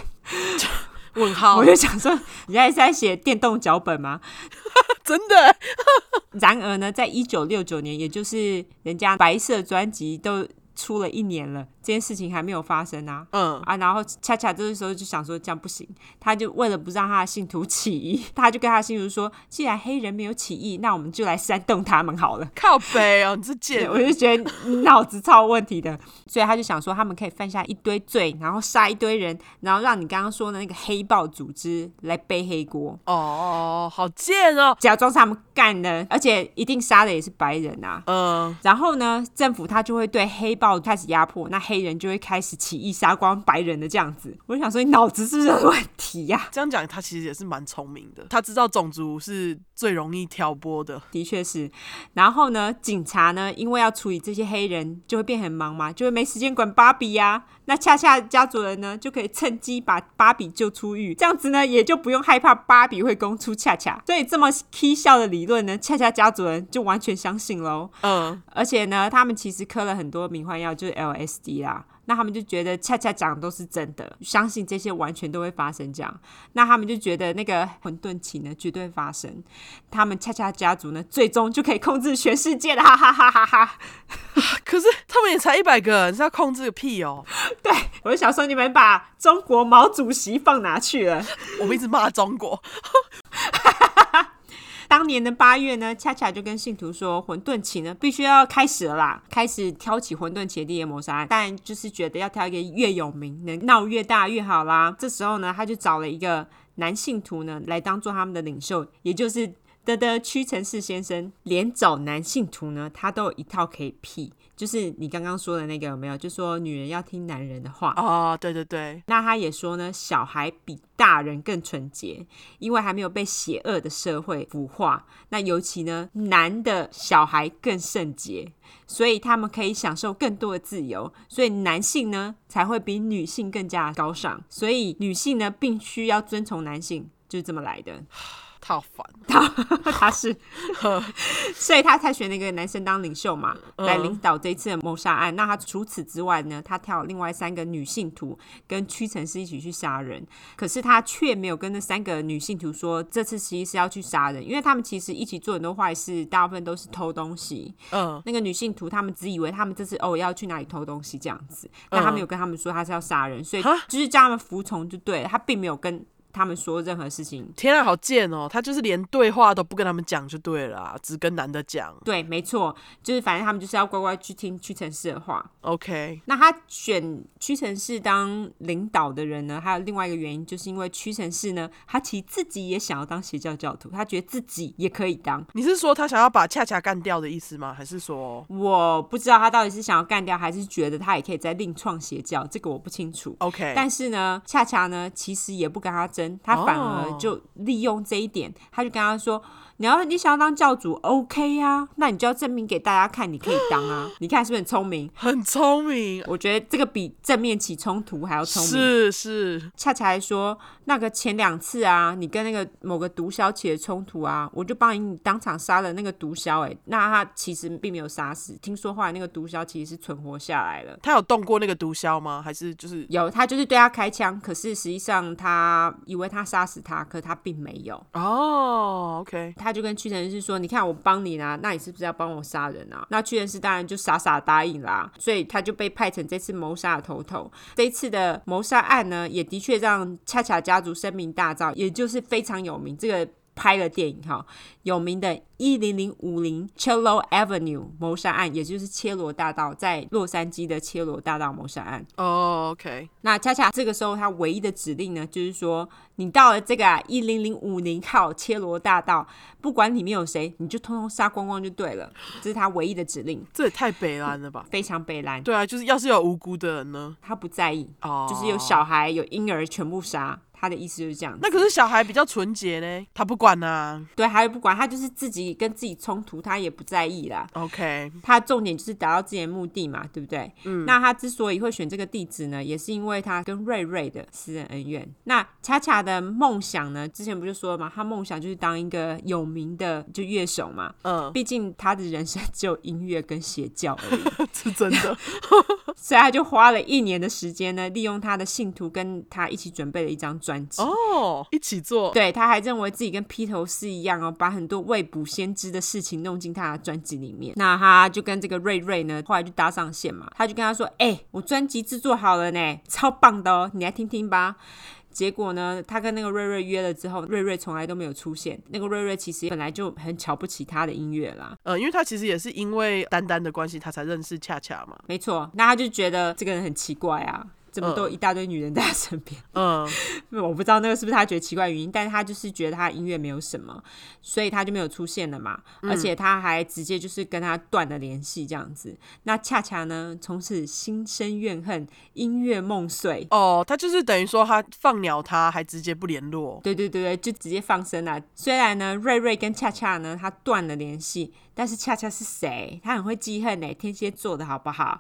问 号 我，就想说，你现在是在写电动脚本吗？真的 然而呢，在一九六九年，也就是人家白色专辑都出了一年了，这件事情还没有发生啊。嗯，啊，然后恰恰这个时候就想说这样不行，他就为了不让他的信徒起义，他就跟他的信徒说，既然黑人没有起义，那我们就来煽动他们好了。靠北哦，你这对贱 人，我就觉得你脑子超有问题的，所以他就想说他们可以犯下一堆罪，然后杀一堆人，然后让你刚刚说的那个黑豹组织来背黑锅，哦，好贱哦，假装是他们干的，而且一定杀的也是白人啊。嗯，然后呢，政府他就会对黑豹开始压迫，那黑人就会开始起义杀光白人的这样子。我就想说，你脑子是不是有问题呀、这样讲他其实也是蛮聪明的，他知道种族是最容易挑拨的，的确是。然后呢，警察呢，因为要处理这些黑人，就会变很忙嘛，就会没时间管芭比呀、那恰恰家族人呢，就可以趁机把芭比救出狱，这样子呢，也就不用害怕芭比会攻出恰恰。所以这么 k 笑的理论呢，恰恰家族人就完全相信喽。嗯，而且呢，他们其实嗑了很多迷幻药，就是 LSD 啦。那他们就觉得恰恰讲的都是真的，相信这些完全都会发生这样。那他们就觉得那个混沌期呢绝对会发生，他们恰恰家族呢最终就可以控制全世界了，哈哈哈哈哈！ 可是他们也才一百个人，是要控制个屁哦，对我就想说，你们把中国毛主席放哪去了？ 我们一直骂中国，当年的八月呢，恰恰就跟信徒说，混沌期呢必须要开始了啦，开始挑起混沌期的第一个谋杀案。但就是觉得要挑一个越有名、能闹越大越好啦。这时候呢，他就找了一个男信徒呢来当做他们的领袖，也就是。的的屈臣氏先生连找男信徒呢，他都有一套可以屁，就是你刚刚说的那个有没有？就说女人要听男人的话，哦，对对对，那他也说呢，小孩比大人更纯洁，因为还没有被邪恶的社会腐化。那尤其呢，男的小孩更圣洁，所以他们可以享受更多的自由。所以男性呢，才会比女性更加高尚。所以女性呢，必须要遵从男性。就是这么来的，他好烦，他是，所以他才选那个男生当领袖嘛，来领导这一次的谋杀案。那他除此之外呢，他挑另外三个女性徒跟屈臣氏一起去杀人，可是他却没有跟那三个女性徒说这次其实是要去杀人，因为他们其实一起做很多坏事，大部分都是偷东西。嗯，那个女性徒他们只以为他们这次哦要去哪里偷东西这样子，但他没有跟他们说他是要杀人，所以哈就是叫他们服从就对了，他并没有跟他们说任何事情。天啊，好贱哦，他就是连对话都不跟他们讲就对了啊，只跟男的讲对，没错，就是反正他们就是要乖乖去听屈臣氏的话。 ，OK，那他选屈臣氏当领导的人呢，还有另外一个原因，就是因为屈臣氏呢，他其实自己也想要当邪教教徒，他觉得自己也可以当。你是说他想要把恰恰干掉的意思吗？还是说我不知道他到底是想要干掉，还是觉得他也可以再另创邪教，这个我不清楚。 OK？但是呢，恰恰呢，其实也不跟他争，他反而哦就利用这一点，他就跟他说：“你要你想要当教主，OK 啊，那你就要证明给大家看你可以当啊！你看是不是很聪明？很聪明，我觉得这个比正面起冲突还要聪明。是是，恰恰还说，那个前两次啊，你跟那个某个毒枭起了冲突啊，我就帮你当场杀了那个毒枭、欸，那他其实并没有杀死，听说后来那个毒枭其实是存活下来了。他有动过那个毒枭吗？还是就是有，他就是对他开枪，可是实际上他以为他杀死他，可他并没有。哦，OK，他就跟屈臣氏说：“你看我帮你啦、那你是不是要帮我杀人啊？”那屈臣氏当然就傻傻答应啦、所以他就被派成这次谋杀的头头。这一次的谋杀案呢，也的确让恰恰家族声名大噪，也就是非常有名。这个。拍了电影哈，有名的一零零五零 Cello Avenue 谋杀案，也就是切罗大道，在洛杉矶的切罗大道谋杀案。哦，OK，那恰恰这个时候，他唯一的指令呢，就是说，你到了这个啊一零零五零号切罗大道，不管里面有谁，你就通通杀光光就对了。这是他唯一的指令，这也太北蓝 了吧？非常悲蓝，对啊，就是要是有无辜的人呢，他不在意，哦，就是有。小孩、有婴儿全部杀。他的意思就是这样子，那可是小孩比较纯洁呢，他不管啊呐、对，他也不管，他就是自己跟自己冲突，他也不在意啦。 OK，他重点就是达到自己的目的嘛，对不对？嗯。那他之所以会选这个地址呢，也是因为他跟瑞瑞的私人恩怨。那恰恰的梦想呢，之前不就说了嘛，他梦想就是当一个有名的就乐手嘛。嗯，毕竟他的人生只有音乐跟邪教而已， 是真的。所以他就花了一年的时间呢，利用他的信徒跟他一起准备了一张专辑。哦，一起做，对，他还认为自己跟披头士一样哦，把很多未卜先知的事情弄进他的专辑里面。那他就跟这个瑞瑞呢，后来就搭上线嘛，他就跟他说：“哎、我专辑制作好了呢，超棒的哦，你来听听吧。”结果呢，他跟那个瑞瑞约了之后，瑞瑞从来都没有出现。那个瑞瑞其实本来就很瞧不起他的音乐啦，呃，因为他其实也是因为丹丹的关系，他才认识恰恰嘛。没错。那他就觉得这个人很奇怪啊，怎么都一大堆女人在他身边。嗯，我不知道那个是不是他觉得奇怪的原因，但是他就是觉得他音乐没有什么，所以他就没有出现了嘛。而且他还直接就是跟他断了联系这样子。那恰恰呢，从此心生怨恨，音乐梦碎。哦，他就是等于说他放鸟他，还直接不联络。 对对对对，就直接放生了。虽然呢，瑞瑞跟恰恰呢，他断了联系，但是恰恰是谁？他很会记恨呢、天蝎座的好不好？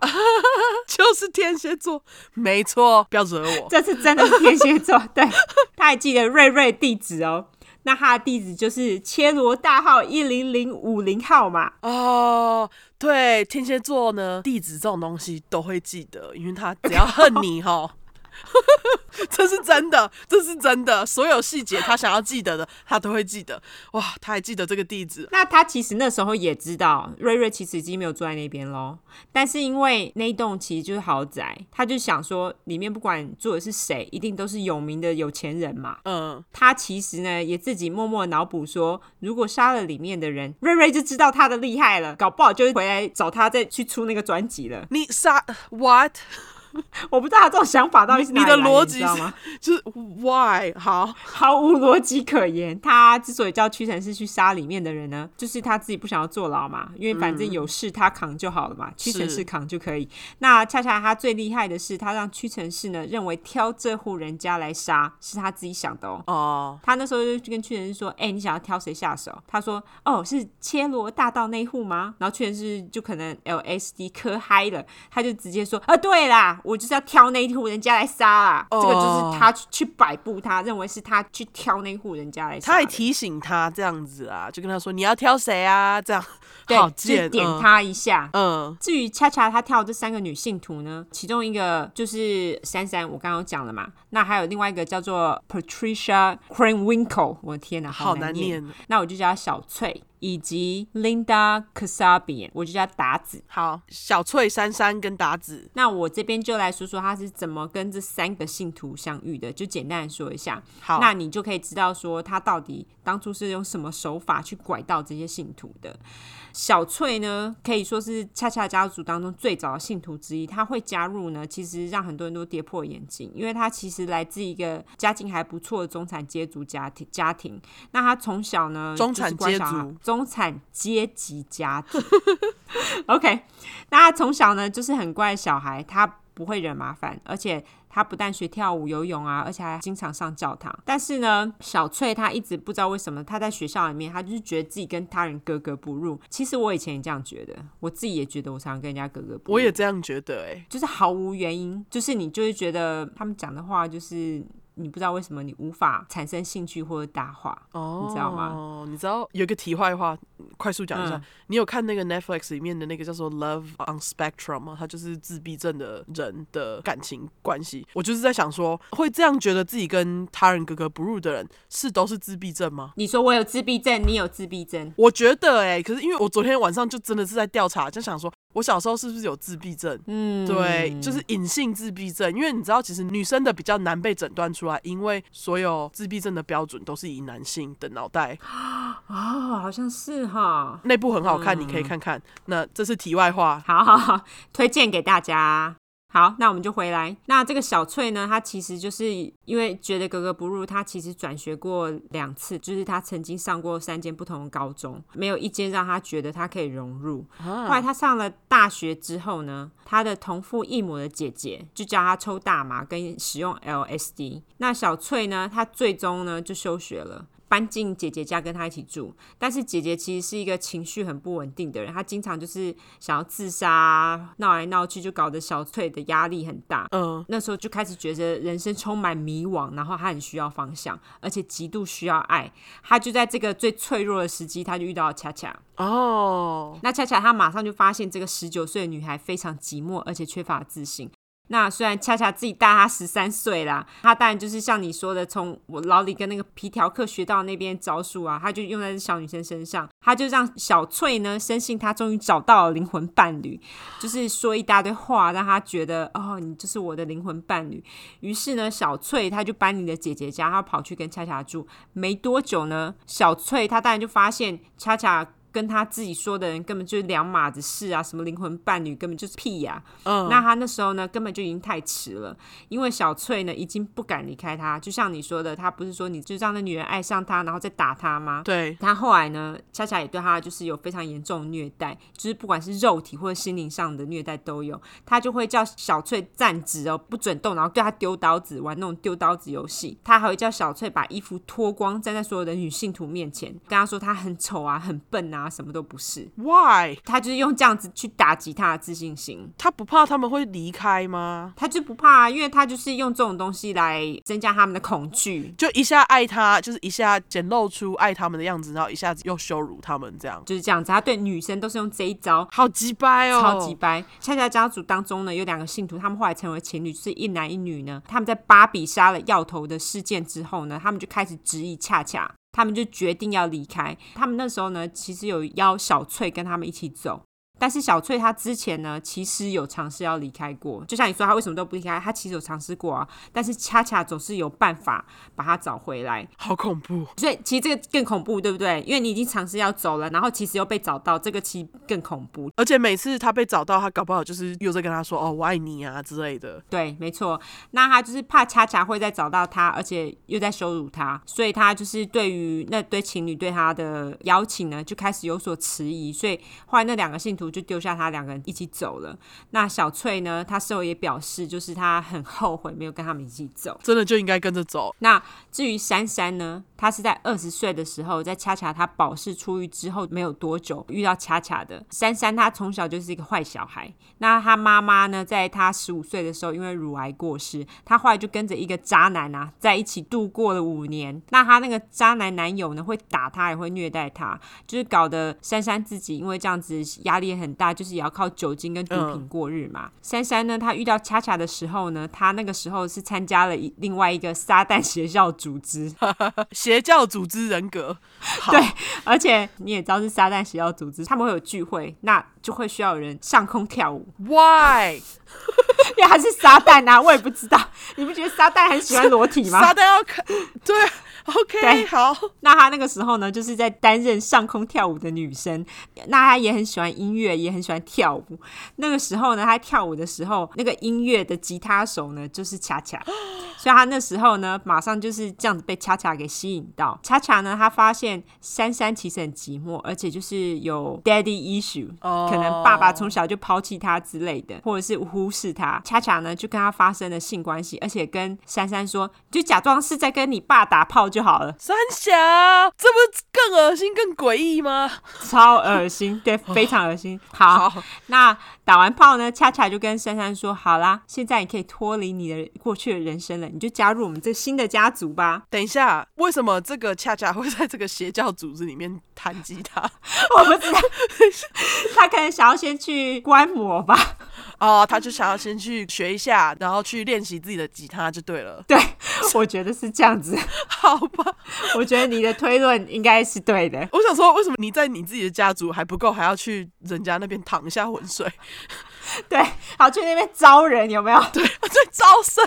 就是天蝎座，没错，不要惹我。这次真的是天蝎座，对， 他还记得瑞瑞地址哦。那他的地址就是切罗大号一零零五零号嘛。哦，对，天蝎座呢，地址这种东西都会记得，因为他只要恨你哈， 这是真的，这是真的，所有细节他想要记得的，他都会记得。哇，他还记得这个地址，那他其实那时候也知道，瑞瑞其实已经没有住在那边喽。但是因为那一栋其实就是豪宅，他就想说里面不管住的是谁，一定都是有名的有钱人嘛。嗯，他其实呢也自己默默脑补说，如果杀了里面的人，瑞瑞就知道他的厉害了，搞不好就会回来找他再去出那个专辑了。你杀 what？我不知道他这种想法到底是你哪里的来逻你辑知道吗？是就是 why？好，毫无逻辑可言。他之所以叫屈臣氏去杀里面的人呢，就是他自己不想要坐牢嘛，因为反正有事他扛就好了嘛，屈臣氏扛就可以。那恰恰他最厉害的是，他让屈臣氏呢认为挑这户人家来杀是他自己想的哦。哦，他那时候就跟屈臣氏说：“哎、你想要挑谁下手？”他说：“哦，是切罗大道那户吗？”然后屈臣氏就可能 LSD 磕嗨了，他就直接说：“啊，对啦，我就是要挑那一户人家来杀啦。哦这个就是他去去摆布他，认为是他去挑那户人家来杀他的。还提醒他这样子啊，就跟他说你要挑谁啊，这样对好，就是贱，点他一下。嗯，嗯，至于恰恰他跳的这三个女信徒呢，其中一个就是珊珊，我刚刚讲了嘛，那还有另外一个叫做 Patricia Cranwinkle，我的天哪，好难难念，那我就叫她小翠，以及 Linda Kasabian，我就叫她达子。好，小翠、珊珊跟达子，那我这边就来说说她是怎么跟这三个信徒相遇的，就简单的说一下。好，那你就可以知道说她到底当初是用什么手法去拐到这些信徒的。小翠呢，可以说是恰恰家族当中最早的信徒之一。她会加入呢，其实让很多人都跌破眼镜，因为她其实来自一个家境还不错的中产阶族家庭。家庭，那她从小呢，中就产是乖小孩阶族中产阶级家庭。OK，那他从小呢就是很乖的小孩，他不会惹麻烦，而且他不但学跳舞、游泳啊，而且还经常上教堂。但是呢，小翠她一直不知道为什么，她在学校里面，她就是觉得自己跟他人格格不入。其实我以前也这样觉得，我自己也觉得我常常跟人家格格不入。我也这样觉得、欸，哎，就是毫无原因，就是你就会觉得他们讲的话，就是你不知道为什么你无法产生兴趣或者搭话。哦，你知道吗？你知道有一个题外话，快速讲一下，嗯你有看那个 Netflix 里面的那个叫做《Love on Spectrum》吗？他就是自闭症的人的感情关系。我就是在想说，会这样觉得自己跟他人格格不入的人，是都是自闭症吗？你说我有自闭症，你有自闭症，我觉得哎、可是因为我昨天晚上就真的是在调查，就想说我小时候是不是有自闭症？嗯，对，就是隐性自闭症，因为你知道，其实女生的比较难被诊断出来，因为所有自闭症的标准都是以男性的脑袋哦，好像是哈。内部很好看，你可嗯以看看。那这是题外话，好好好，推荐给大家。好，那我们就回来。那这个小翠呢，她其实就是因为觉得格格不入，她其实转学过两次，就是她曾经上过三间不同的高中，没有一间让她觉得她可以融入。后来她上了大学之后呢，她的同父异母的姐姐就教她抽大麻跟使用 LSD。那小翠呢，她最终呢就休学了。搬进姐姐家跟她一起住，但是姐姐其实是一个情绪很不稳定的人，她经常就是想要自杀啊，闹来闹去，就搞得小翠的压力很大。嗯，那时候就开始觉得人生充满迷惘，然后她很需要方向，而且极度需要爱。她就在这个最脆弱的时机，她就遇到了恰恰。哦，那恰恰她马上就发现，这个十九岁的女孩非常寂寞，而且缺乏自信。那虽然恰恰自己大她十三岁啦，她当然就是像你说的，从我老李跟那个皮条客学到那边招数啊，她就用在这小女生身上，她就让小翠呢深信她终于找到了灵魂伴侣，就是说一大堆话，让她觉得哦，你就是我的灵魂伴侣。于是呢，小翠她就搬离了姐姐家，她跑去跟恰恰住。没多久呢，小翠她当然就发现恰恰。跟她自己说的人根本就是两码子事啊！什么灵魂伴侣根本就是屁呀、嗯，那他那时候呢，根本就已经太迟了，因为小翠呢已经不敢离开他。就像你说的，他不是说你就让那女人爱上他，然后再打他吗？对，他后来呢，恰恰也对他就是有非常严重的虐待，就是不管是肉体或者心灵上的虐待都有。他就会叫小翠站直哦，不准动，然后对他丢刀子，玩那种丢刀子游戏。他还会叫小翠把衣服脱光，站在所有的女性徒面前，跟他说他很丑啊，很笨啊，什么都不是。 Why？他就是用这样子去打击他的自信心。他不怕他们会离开吗？他就不怕、啊，因为他就是用这种东西来增加他们的恐惧，就一下爱他，就是一下显露出爱他们的样子，然后一下子又羞辱他们，这样就是这样子。他对女生都是用这一招。好鸡掰哦，超级掰！恰恰家族当中呢，有两个信徒，他们后来成为情侣，就是一男一女呢。他们在芭比杀了药头的事件之后呢，他们就开始质疑恰恰，他们就决定要离开。他们那时候呢，其实有邀小翠跟他们一起走，但是小翠她之前呢，其实有尝试要离开过，就像你说，她为什么都不离开？她其实有尝试过啊，但是恰恰总是有办法把她找回来。好恐怖，所以其实这个更恐怖，对不对？因为你已经尝试要走了，然后其实又被找到，这个其实更恐怖。而且每次他被找到，他搞不好就是又在跟他说哦我爱你啊之类的，对，没错。那他就是怕恰恰会再找到他，而且又在羞辱他，所以他就是对于那对情侣对他的邀请呢，就开始有所迟疑。所以后来那两个信徒就丢下他，两个人一起走了。那小翠呢，她事后也表示，就是她很后悔没有跟他们一起走。真的就应该跟着走，那至于珊珊呢，她是在二十岁的时候，在恰恰她保释出狱之后没有多久遇到恰恰的。珊珊她从小就是一个坏小孩，那她妈妈呢，在她十五岁的时候因为乳癌过世，她后来就跟着一个渣男啊在一起度过了五年。那她那个渣男男友呢，会打她，也会虐待她，就是搞得珊珊自己因为这样子压力也很大，就是也要靠酒精跟毒嗯品过日嘛。珊珊呢，她遇到恰恰的时候呢，她那个时候是参加了一另外一个撒旦邪教组织，邪教组织人格，好对而且你也知道是撒旦邪教组织，他们会有聚会，那就会需要有人上空跳舞， ，Why？因为他是撒旦啊，我也不知道，你不觉得撒旦很喜欢裸体吗？撒旦要 看，对，OK，啊对好，那她那个时候呢，就是在担任上空跳舞的女生。那她也很喜欢音乐，也很喜欢跳舞。那个时候呢，她跳舞的时候，那个音乐的吉他手呢，就是恰恰。所以她那时候呢，马上就是这样子被恰恰给吸引到。恰恰呢，她发现珊珊其实很寂寞，而且就是有 daddy issue，、哦可能爸爸从小就抛弃她之类的，或者是忽视她。恰恰呢，就跟她发生了性关系，而且跟珊珊说，你就假装是在跟你爸打炮就好了。三峡，这不是更恶心、更诡异吗？超恶心，对，非常恶心。好，好，那打完炮呢，恰恰就跟珊珊说：“好啦，现在你可以脱离你的过去的人生了，你就加入我们这新的家族 吧。等一下，为什么这个恰恰会在这个邪教组织里面弹吉他？”我不知道， 他可能想要先去观摩吧。 哦，他就想要先去学一下，然后去练习自己的吉他就对了。对，我觉得是这样子。 好吧，我觉得你的推论应该是对的。我想说，为什么你在你自己的家族还不够，还要去人家那边淌一下浑 水？对，好，去那边招人有没有？对，在招生。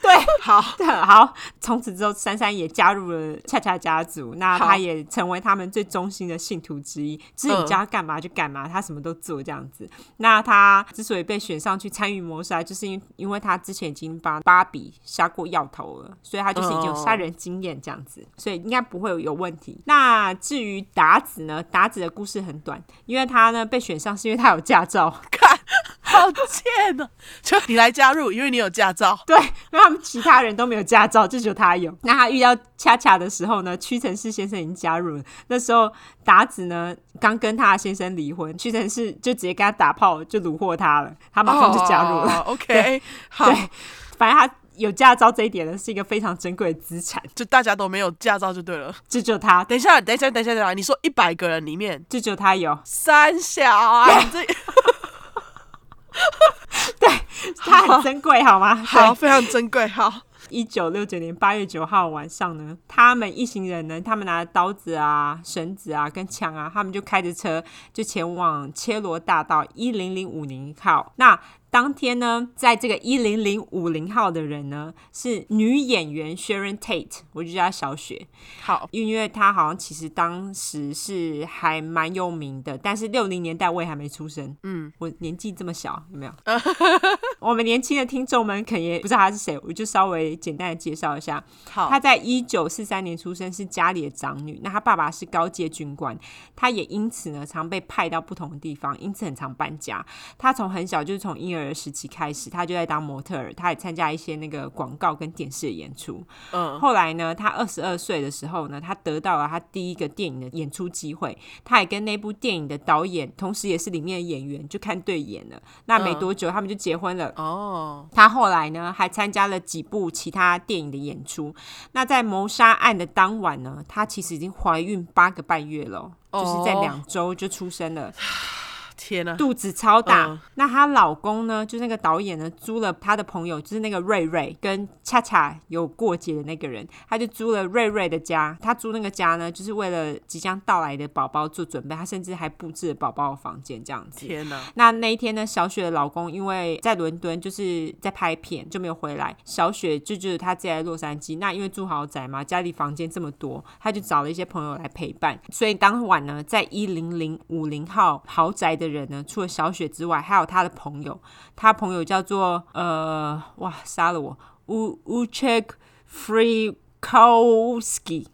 对， 好， 对，好，从此之后，珊珊也加入了恰恰家族，那好她也成为他们最忠心的信徒之一。就是你叫她干嘛就干嘛，她什么都做这样子。那她之所以被选上去参与谋杀，就是因因为她之前已经帮芭比杀过药头了，所以她就是已经有杀人经验这样子，所以应该不会有有问题。那至于达子呢，达子的故事很短，因为他呢被选上是因为他有驾照。看，好贱天哪！就你来加入，因为你有驾照。 对，因为他们其他人都没有驾照，就只有他有。那他遇到恰恰的时候呢，屈臣氏先生已经加入了。那时候达子呢刚跟他的先生离婚，屈臣氏就直接跟他打炮，就虏获他了，他马上就加入 了。哦 OK，好对，，反正他有驾照这一点呢，是一个非常珍贵的资产，就大家都没有驾照就对了。这就他，等一下，等一下，等一下，等一下，你说一百个人里面这就他有。三小啊，你这他很珍贵，好吗？好非常珍贵，好。一九六九年八月九号晚上呢，他们一行人呢，他们拿着刀子啊、绳子啊、跟枪啊，他们就开着车就前往切罗大道一零零五零号。那当天呢，在这个一零零五零号的人呢，是女演员 Sharon Tate，我就叫她小雪。好，因为她好像其实当时是还蛮有名的，但是六零年代我也还没出生，嗯，我年纪这么小，有 没有？我们年轻的听众们可能也不知道她是谁，我就稍微简单的介绍一下。好，她在一九四三年出生，是家里的长女。那她爸爸是高阶军官，她也因此呢常被派到不同的地方，因此很常搬家。她从很小就是从婴儿时期开始，她就在当模特儿，她也参加一些那个广告跟电视的演出。嗯，后来呢，他二十二岁的时候呢，他得到了他第一个电影的演出机会，他也跟那部电影的导演，同时也是里面的演员，就看对眼了。那没多久，他们就结婚了。嗯哦，他后来呢，还参加了几部其他电影的演出。那在谋杀案的当晚呢，她其实已经怀孕八个半月了哦，就是在哦两周就出生了。天哪，肚子超大。嗯那她老公呢，就是那个导演呢，租了她的朋友，就是那个瑞瑞跟恰恰有过节的那个人，他就租了瑞瑞的家。他租那个家呢，就是为了即将到来的宝宝做准备。他甚至还布置了宝宝的房间这样子。天哪，那那一天呢，小雪的老公因为在伦敦就是在拍片，就没有回来。小雪就觉得她自己在洛杉矶，那因为住豪宅嘛，家里房间这么多，她就找了一些朋友来陪伴。所以当晚呢，在一零零五零号豪宅的人呢，除了小雪之外，还有她的朋友，她朋友叫做呃，哇，杀了我，U Uchek Frikowski。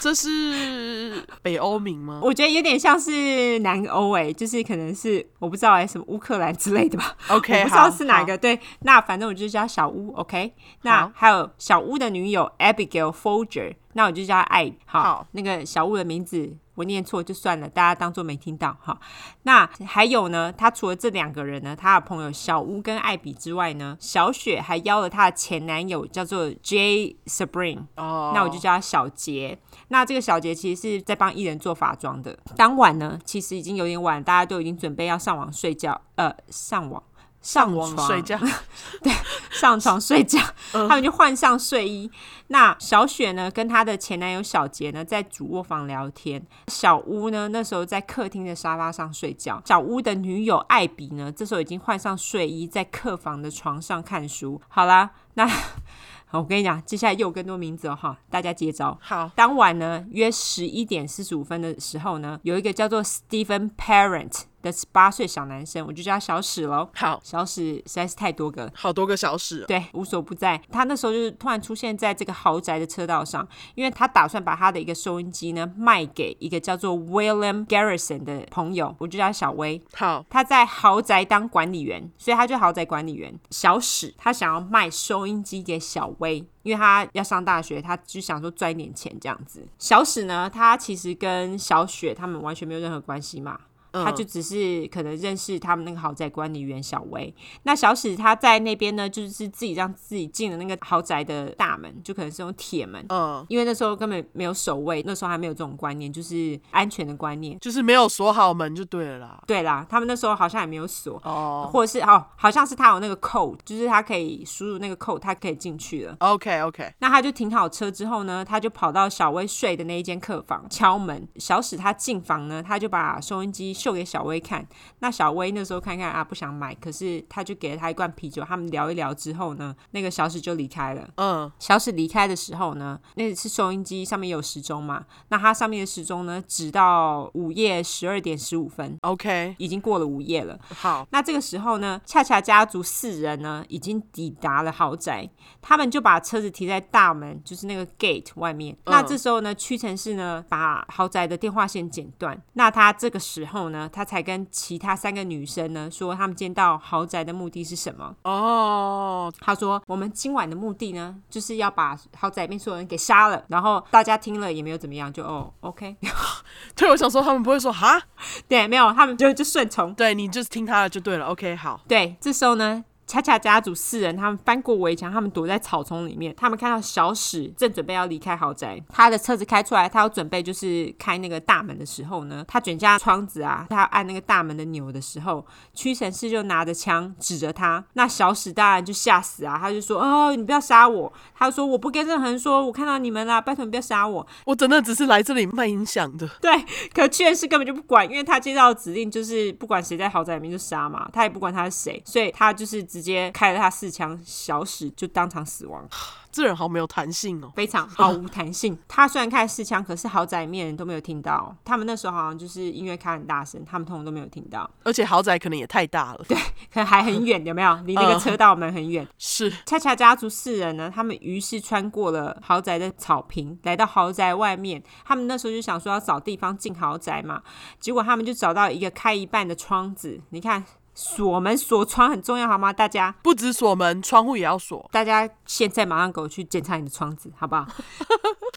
这是北欧名吗？我觉得有点像是南欧诶、就是可能是我不知道诶、什么乌克兰之类的吧。 OK，我不知道好是哪个。对，那反正我就叫小屋，OK。那好还有小屋的女友 Abigail Folger，那我就叫她艾。好，好那个小屋的名字我念错就算了，大家当做没听到哈。那还有呢，他除了这两个人呢，他的朋友小屋跟艾比之外呢，小雪还邀了她的前男友叫做 J Sabrin。好哦，那我就叫她小杰。那这个小杰其实是在帮艺人做法妆的。当晚呢，其实已经有点晚，大家都已经准备要上网睡觉，呃，上网。上往床睡觉，嗯上床睡 觉，他们就换上睡衣。那小雪呢，跟她的前男友小杰呢，在主卧房聊天。小屋呢，那时候在客厅的沙发上睡觉。小屋的女友艾比呢，这时候已经换上睡衣，在客房的床上看书。好啦，那 好，我跟你讲，接下来又有更多名字哦，哈，大家接招。好，当晚呢，约十一点四十五分的时候呢，有一个叫做 Stephen Parent 的十八岁小男生，我就叫他小史喽。好，小史实在是太多个了。好多个小时，对，无所不在。他那时候就是突然出现在这个豪宅的车道上，因为他打算把他的一个收音机呢卖给一个叫做 William Garrison 的朋友，我就叫他小威。好，他在豪宅当管理员，所以他就豪宅管理员。小史他想要卖收音机给小薇，因为他要上大学，他就想说赚一点钱这样子。小史呢，他其实跟小雪他们完全没有任何关系嘛。嗯他就只是可能认识他们那个豪宅管理员小薇，那小史他在那边呢，就是自己让自己进了那个豪宅的大门，就可能是用铁门，嗯，因为那时候根本没有守卫，那时候还没有这种观念，就是安全的观念。就是没有锁好门就对了啦。对啦，他们那时候好像也没有锁，哦或者是哦，好像是他有那个 code，就是他可以输入那个 code，他可以进去了。 ，OK OK，那他就停好车之后呢，他就跑到小薇睡的那一间客房敲门。小史他进房呢，他就把收音机秀给小薇看。那小薇那时候看看啊，不想买，可是他就给了他一罐啤酒。他们聊一聊之后呢，那个小史就离开了。嗯，小史离开的时候呢，那是收音机上面有时钟嘛，那它上面的时钟呢，直到午夜十二点十五分， OK，已经过了午夜了。好，那这个时候呢，恰恰家族四人呢已经抵达了豪宅，他们就把车子停在大门，就是那个 gate 外面。嗯那这时候呢，屈臣氏呢把豪宅的电话线剪断。那他这个时候呢，她才跟其他三个女生呢说，她们今天到豪宅的目的是什么。哦，她说，我们今晚的目的呢，就是要把豪宅里面所有人给杀了。然后大家听了也没有怎么样，就哦，OK， 对，我想说他们不会说哈，对，没有，他们就就顺从。对你就是听他的就对了，OK，好。对，这时候呢。恰恰家族四人，他们翻过围墙，他们躲在草丛里面。他们看到小史正准备要离开豪宅，他的车子开出来，他要准备就是开那个大门的时候呢，他卷下窗子啊，他要按那个大门的钮的时候，屈臣氏就拿着枪指着他。那小史当然就吓死啊，他就说：“哦，你不要杀我！”他说：“我不跟任何人说，我看到你们啦，拜托你不要杀我。”我真的只是来这里卖音响的。对，可屈臣氏根本就不管，因为他接到的指令就是不管谁在豪宅里面就杀嘛，他也不管他是谁，所以他就是直接开了他四枪，小史就当场死亡，这人好没有弹性哦。非常毫无弹性。他虽然开了四枪，可是豪宅里面人都没有听到，他们那时候好像就是音乐开很大声，他们通通都没有听到，而且豪宅可能也太大了。对，可能还很远，有没有？离那个车道门很远。是恰恰家族四人呢，他们于是穿过了豪宅的草坪，来到豪宅外面。他们那时候就想说要找地方进豪宅嘛，结果他们就找到一个开一半的窗子。你看，锁门锁窗很重要，好吗？大家。不止锁门，窗户也要锁。大家现在马上给我去检查你的窗子，好不 好？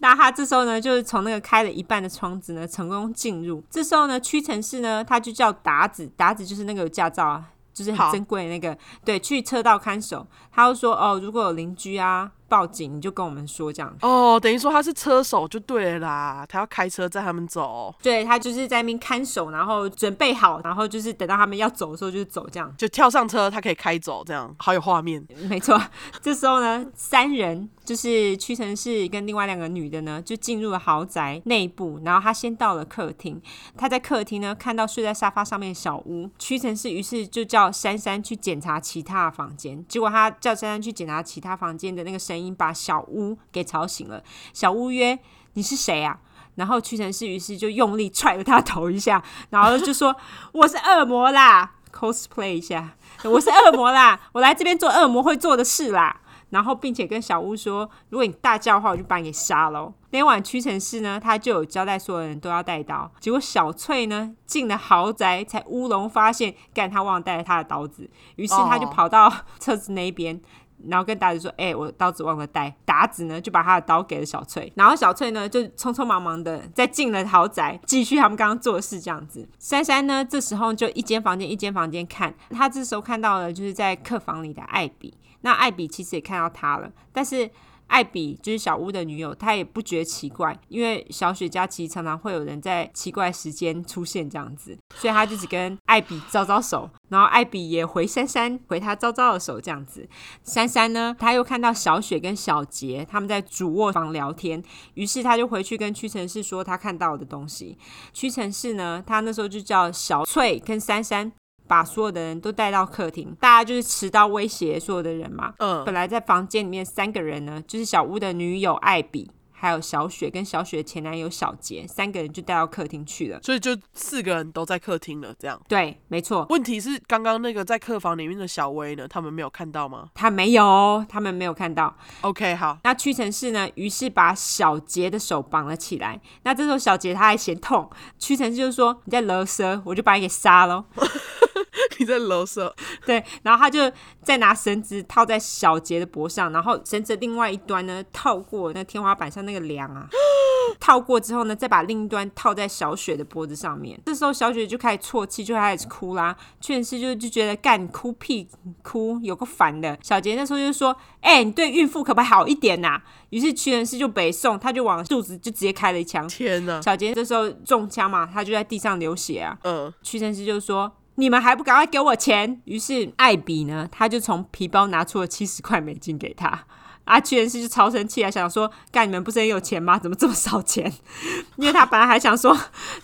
那他这时候呢，就是从那个开了一半的窗子呢，成功进入。这时候呢，屈臣氏呢，他就叫达子，达子就是那个有驾照啊，就是很好珍贵的那个，对，去车道看守。他就说，哦，如果有邻居啊报警，你就跟我们说这样。哦，等于说他是车手就对了啦，他要开车载他们走，对他就是在那边看守，然后准备好，然后就是等到他们要走的时候就走这样。就跳上车，他可以开走，这样好有画面。 没错，这时候呢，三人就是屈臣氏跟另外两个女的呢，就进入了豪宅内部。然后他先到了客厅，他在客厅呢看到睡在沙发上面的小屋。屈臣氏于是就叫珊珊去检查其他房间，结果他叫珊珊去检查其他房间的那个声音把小屋给吵醒了。小屋曰：“你是谁啊？”然后屈臣氏于是就用力踹了他头一下，然后就说：“我是恶魔啦，cosplay 一下。”我是恶魔啦，我来这边做恶魔会做的事啦。然后，并且跟小屋说，如果你大叫的话，我就把你给杀喽。那晚屈臣氏呢，他就有交代所有人都要带刀。结果小翠呢，进了豪宅才乌龙发现，干他忘了带了他的刀子，于是他就哦跑到车子那一边。然后跟达子说：“哎、我刀子忘了带。”达子呢就把他的刀给了小翠，然后小翠呢就匆匆忙忙的再进了豪宅，继续他们刚刚做的事这样子。珊珊呢这时候就一间房间一间房间看，她这时候看到了就是在客房里的艾比，那艾比其实也看到她了，但是。艾比就是小屋的女友，她也不觉得奇怪，因为小雪家其实常常会有人在奇怪时间出现这样子，所以她就只跟艾比招招手，然后艾比也回珊珊回她招招的手这样子。珊珊呢，她又看到小雪跟小杰他们在主卧房聊天，于是她就回去跟屈臣氏说她看到的东西。屈臣氏呢，她那时候就叫小翠跟珊珊。把所有的人都带到客厅，大家就是持刀威胁所有的人嘛。嗯本来在房间里面三个人呢，就是小屋的女友艾比，还有小雪跟小雪的前男友小杰，三个人就带到客厅去了。所以就四个人都在客厅了，这样。对，没错，问题是刚刚那个在客房里面的小薇呢，他们没有看到吗他没有哦，他们没有看到。 ？OK，好， 那屈臣氏呢，于是把小杰的手绑了起来。那这时候小杰他还嫌痛，屈臣氏就说：“你在勒舌，我就把你给杀喽。”你在楼上， 对，然后他就再拿绳子套在小杰的脖上，然后绳子的另外一端呢套过那天花板上那个梁啊，套过之后呢，再把另一端套在小雪的脖子上面。这时候小雪就开始啜泣，就开始哭啦。屈臣氏就就觉得干你哭屁哭，有个烦的。小杰那时候就说：“哎、你对孕妇可不可以好一点呐、于是屈臣氏就北宋，他就往肚子就直接开了一枪。天哪，小杰这时候中枪嘛，他就在地上流血啊。嗯，屈臣氏就说：“你们还不赶快给我钱！”于是艾比呢，他就从皮包拿出了七十块美金给他。啊，屈臣氏就超生气啊，想说：“干你们不是很有钱吗？怎么这么少钱？” 因为他本来还想说，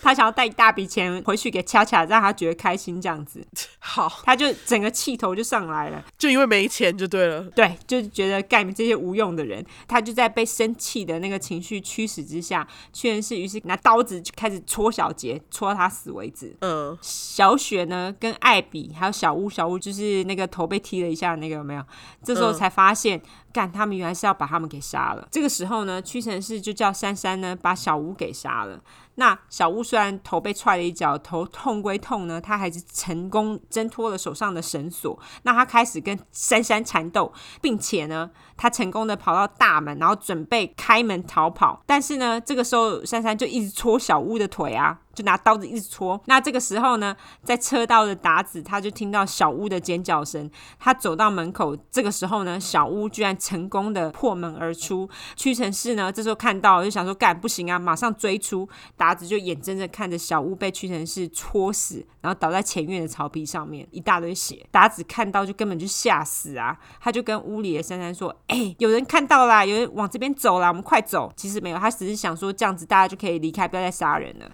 他想要带一大笔钱回去给恰恰，让他觉得开心这样子，好，他就整个气头就上来了。就因为没钱就对了。对，就是觉得干你们这些无用的人，他就在被生气的那个情绪驱使之下，屈臣氏于是拿刀子就开始戳小杰，戳到他死为止。嗯，小雪呢，跟艾比还有小屋，小屋就是那个头被踢了一下那个有没有？这时候嗯才发现，干、他们原来是要把他们给杀了。这个时候呢，屈臣氏就叫珊珊呢把小屋给杀了。那小屋虽然头被踹了一脚，头痛归痛呢，他还是成功挣脱了手上的绳索。那他开始跟珊珊缠斗，并且呢，他成功的跑到大门，然后准备开门逃跑。但是呢，这个时候珊珊就一直戳小屋的腿啊，就拿刀子一直戳。那这个时候呢，在车道的达子他就听到小屋的尖叫声，他走到门口。这个时候呢，小屋居然成功的破门而出。屈臣氏呢，这时候看到就想说，干不行啊，马上追出。达子就眼睁睁看着小屋被屈臣氏戳死，然后倒在前院的草皮上面，一大堆血。达子看到就根本就吓死啊！他就跟屋里的珊珊说：“哎、有人看到啦，有人往这边走啦，我们快走！”其实没有，他只是想说这样子大家就可以离开，不要再杀人了。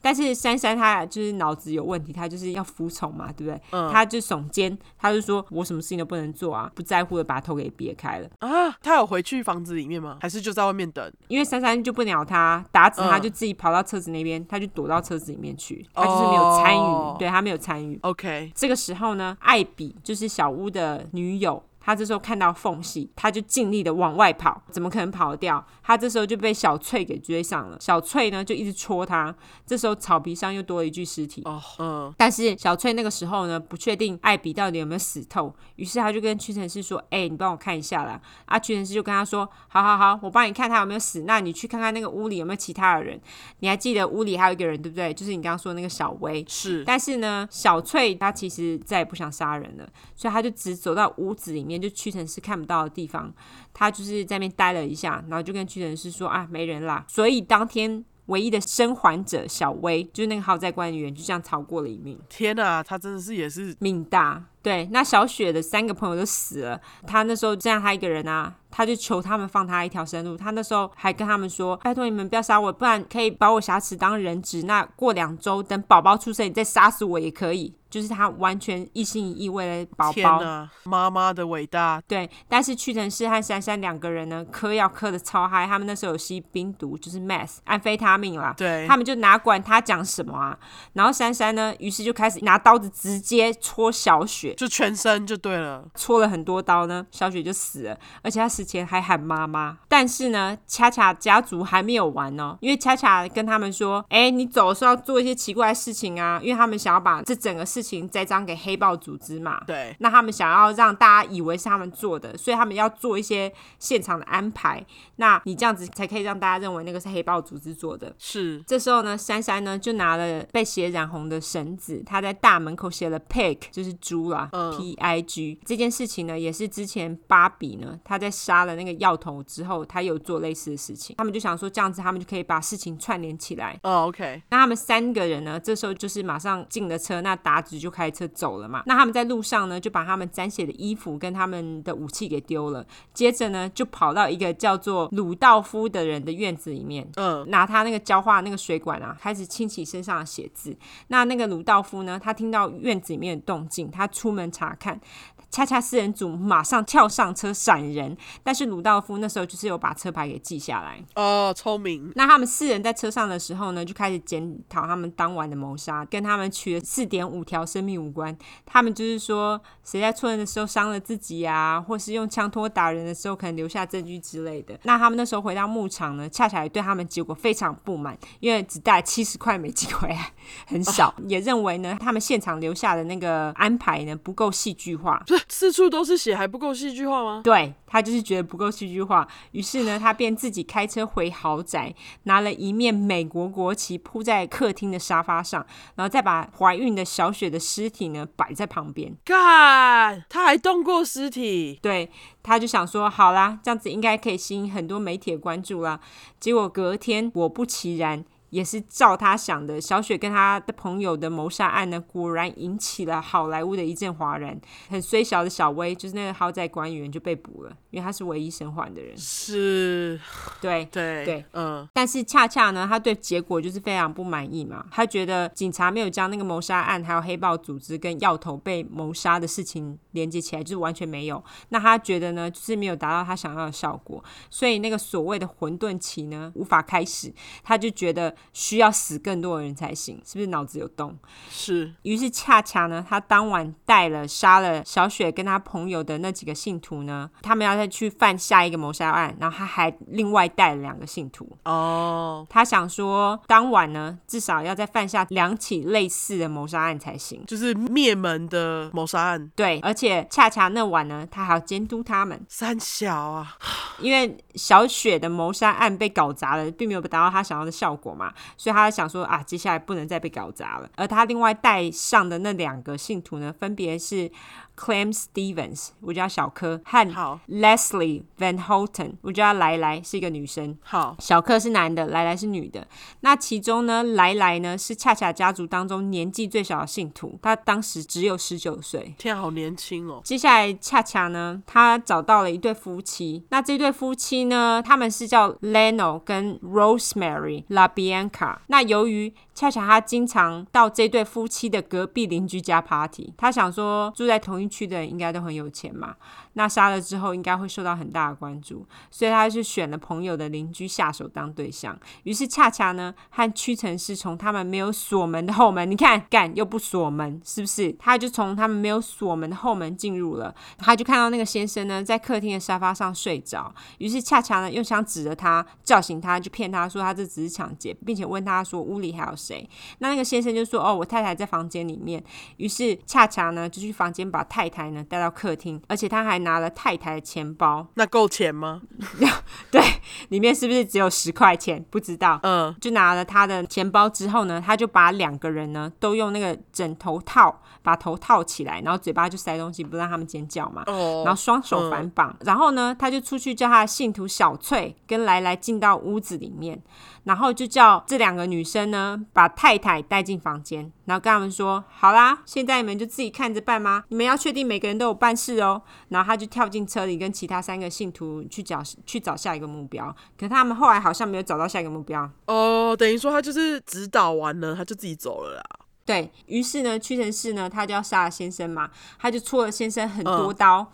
但是珊珊她就是脑子有问题，她就是要服从嘛，对不对？她就耸肩，她就说：“我什么事情都不能做啊！”不在乎的把头给别开了。啊，他有回去房子里面吗？还是就在外面等？因为珊珊就不鸟他，达子嗯他就自己跑到车子那边，他就躲到车子里面去，他就是没有参与，哦对他没有参与。 OK，这个时候呢，艾比就是小屋的女友。她这时候看到缝隙，她就尽力的往外跑，怎么可能跑得掉？她这时候就被小翠给追上了。小翠呢就一直戳她，这时候草皮上又多了一具尸体。哦，嗯，但是小翠那个时候呢，不确定艾比到底有没有死透，于是她就跟屈臣氏说：“哎、你帮我看一下啦。”啊，屈臣氏就跟她说：“好好好，我帮你看他有没有死，那你去看看那个屋里有没有其他的人。你还记得屋里还有一个人对不对？就是你刚刚说的那个小薇。是但是呢，小翠她其实再也不想杀人了，所以她就只走到屋子里面，就屈臣氏看不到的地方，她就是在那边待了一下，然后就跟屈臣氏说啊，没人啦。所以当天唯一的生还者小薇，就是那个豪宅管理员，就这样逃过了一命。天啊，他真的是也是命大。对，那小雪的三个朋友都死了，她那时候这样她一个人啊，她就求他们放她一条生路。她那时候还跟他们说：“拜托你们不要杀我，不然可以把我挟持当人质。那过两周等宝宝出生，你再杀死我也可以。”就是她完全一心一意为了宝天宝。啊，妈妈的伟大，对，但是屈臣氏和珊珊两个人呢，嗑药嗑的超嗨，他们那时候有吸冰毒，就是 meth 安非他命啦。对他，们就哪管他讲什么啊？然后珊珊呢，于是就开始拿刀子直接戳小雪，就全身就对了，戳了很多刀呢，小雪就死了，而且她死前还喊妈妈。但是呢，恰恰家族还没有完哦，因为恰恰跟他们说，哎、你走的时候要做一些奇怪的事情啊，因为他们想要把这整个事情栽赃给黑豹组织嘛。对，那他们想要让大家以为是他们做的，所以他们要做一些现场的安排。那你这样子才可以让大家认为那个是黑豹组织做的。是这时候呢，珊珊呢就拿了被血染红的绳子，她在大门口写了 pig，就是猪啦、嗯 p i g。这件事情呢，也是之前芭比呢，她在杀了那个药头之后，她有做类似的事情。他们就想说，这样子他们就可以把事情串联起来。哦，OK，那他们三个人呢，这时候就是马上进了车，那达子就开车走了嘛。那他们在路上呢，就把他们沾血的衣服跟他们的武器给丢了，接着呢，就跑到一个叫做鲁道夫的人的院子里面。嗯，拿他那个浇花的那个水管啊，开始清洗身上的血渍。那那个鲁道夫呢，他听到院子里面的动静，他出门查看。恰恰四人组马上跳上车闪人，但是鲁道夫那时候就是有把车牌给记下来。哦，聪明， 那他们四人在车上的时候呢，就开始检讨他们当晚的谋杀，跟他们取了四点五条生命无关。他们就是说，谁在错人的时候伤了自己啊，或是用枪托打人的时候，可能留下证据之类的。那他们那时候回到牧场呢，恰巧也对他们结果非常不满，因为只带七十块美金回来，很少，也认为呢，他们现场留下的那个安排呢不够戏剧化。这四处都是血，还不够戏剧化吗？对他就是觉得不够戏剧化，于是呢，他便自己开车回豪宅，拿了一面美国国旗铺在客厅的沙发上，然后再把怀孕的小雪的尸体呢摆在旁边。干，他还动过尸体，对，他就想说，好啦，这样子应该可以吸引很多媒体的关注啦。结果隔天，果不其然，也是照他想的，小雪跟他的朋友的谋杀案呢，果然引起了好莱坞的一阵哗然。很虽小的小薇，就是那个豪宅管理员就被捕了，因为他是唯一生还的人。是，对，对，对，嗯，但是恰恰呢，他对结果就是非常不满意嘛。他觉得警察没有将那个谋杀案，还有黑豹组织跟药头被谋杀的事情连接起来，就是完全没有。那他觉得呢，就是没有达到他想要的效果，所以那个所谓的混沌期呢，无法开始。他就觉得需要死更多的人才行，是不是脑子有洞？是于是恰恰呢，他当晚带了杀了小雪跟他朋友的那几个信徒呢，他们要再去犯下一个谋杀案，然后他还另外带了两个信徒。哦，他想说，当晚呢，至少要再犯下两起类似的谋杀案才行。就是灭门的谋杀案，对，而且恰恰那晚呢，他还要监督他们，三小啊，因为小雪的谋杀案被搞砸了，并没有达到他想要的效果嘛，所以他想说啊，接下来不能再被搞砸了。而他另外带上的那两个信徒呢，分别是 Clem Stevens，我叫小柯，和好 Leslie Van Houten，我叫莱莱，是一个女生。好小克是男的，莱莱是女的。那其中呢，莱莱呢是恰恰家族当中年纪最小的信徒，她当时只有十九岁。天啊，好年轻哦，接下来，恰恰呢，他找到了一对夫妻。那这对夫妻呢，他们是叫 Leno 跟 Rosemary La Bianca。那由于恰恰他经常到这对夫妻的隔壁邻居家 party，他想说住在同一区的人应该都很有钱嘛，那杀了之后应该会受到很大的关注，所以他就选了朋友的邻居下手当对象。于是恰恰呢和屈臣氏从他们没有锁门的后门，你看干又不锁门，是不是？他就从他们没有锁门的后门进入了，他就看到那个先生呢在客厅的沙发上睡着，于是恰恰呢用枪指着他叫醒他，就骗他说他这只是抢劫，并且问他说屋里还有谁？那那个先生就说哦我太太在房间里面，于是恰恰呢就去房间把太太呢带到客厅，而且他还拿了太太的钱包，那够钱吗？里面是不是只有十块钱？不知道，嗯，就拿了他的钱包之后呢，他就把两个人呢都用那个枕头套把头套起来，然后嘴巴就塞东西，不让他们尖叫嘛。哦，然后双手反绑，然后呢，他就出去叫他的信徒小翠跟莱莱进到屋子里面，然后就叫这两个女生呢把太太带进房间，然后跟他们说：“好啦，现在你们就自己看着办吗？你们要确定每个人都有办事哦。”然后他就跳进车里，跟其他三个信徒去找去找下一个目标。可他们后来好像没有找到下一个目标，哦，等于说他就是指导完了，他就自己走了啦。对于是呢，屈臣氏呢，他就要杀了先生嘛，他就戳了先生很多刀。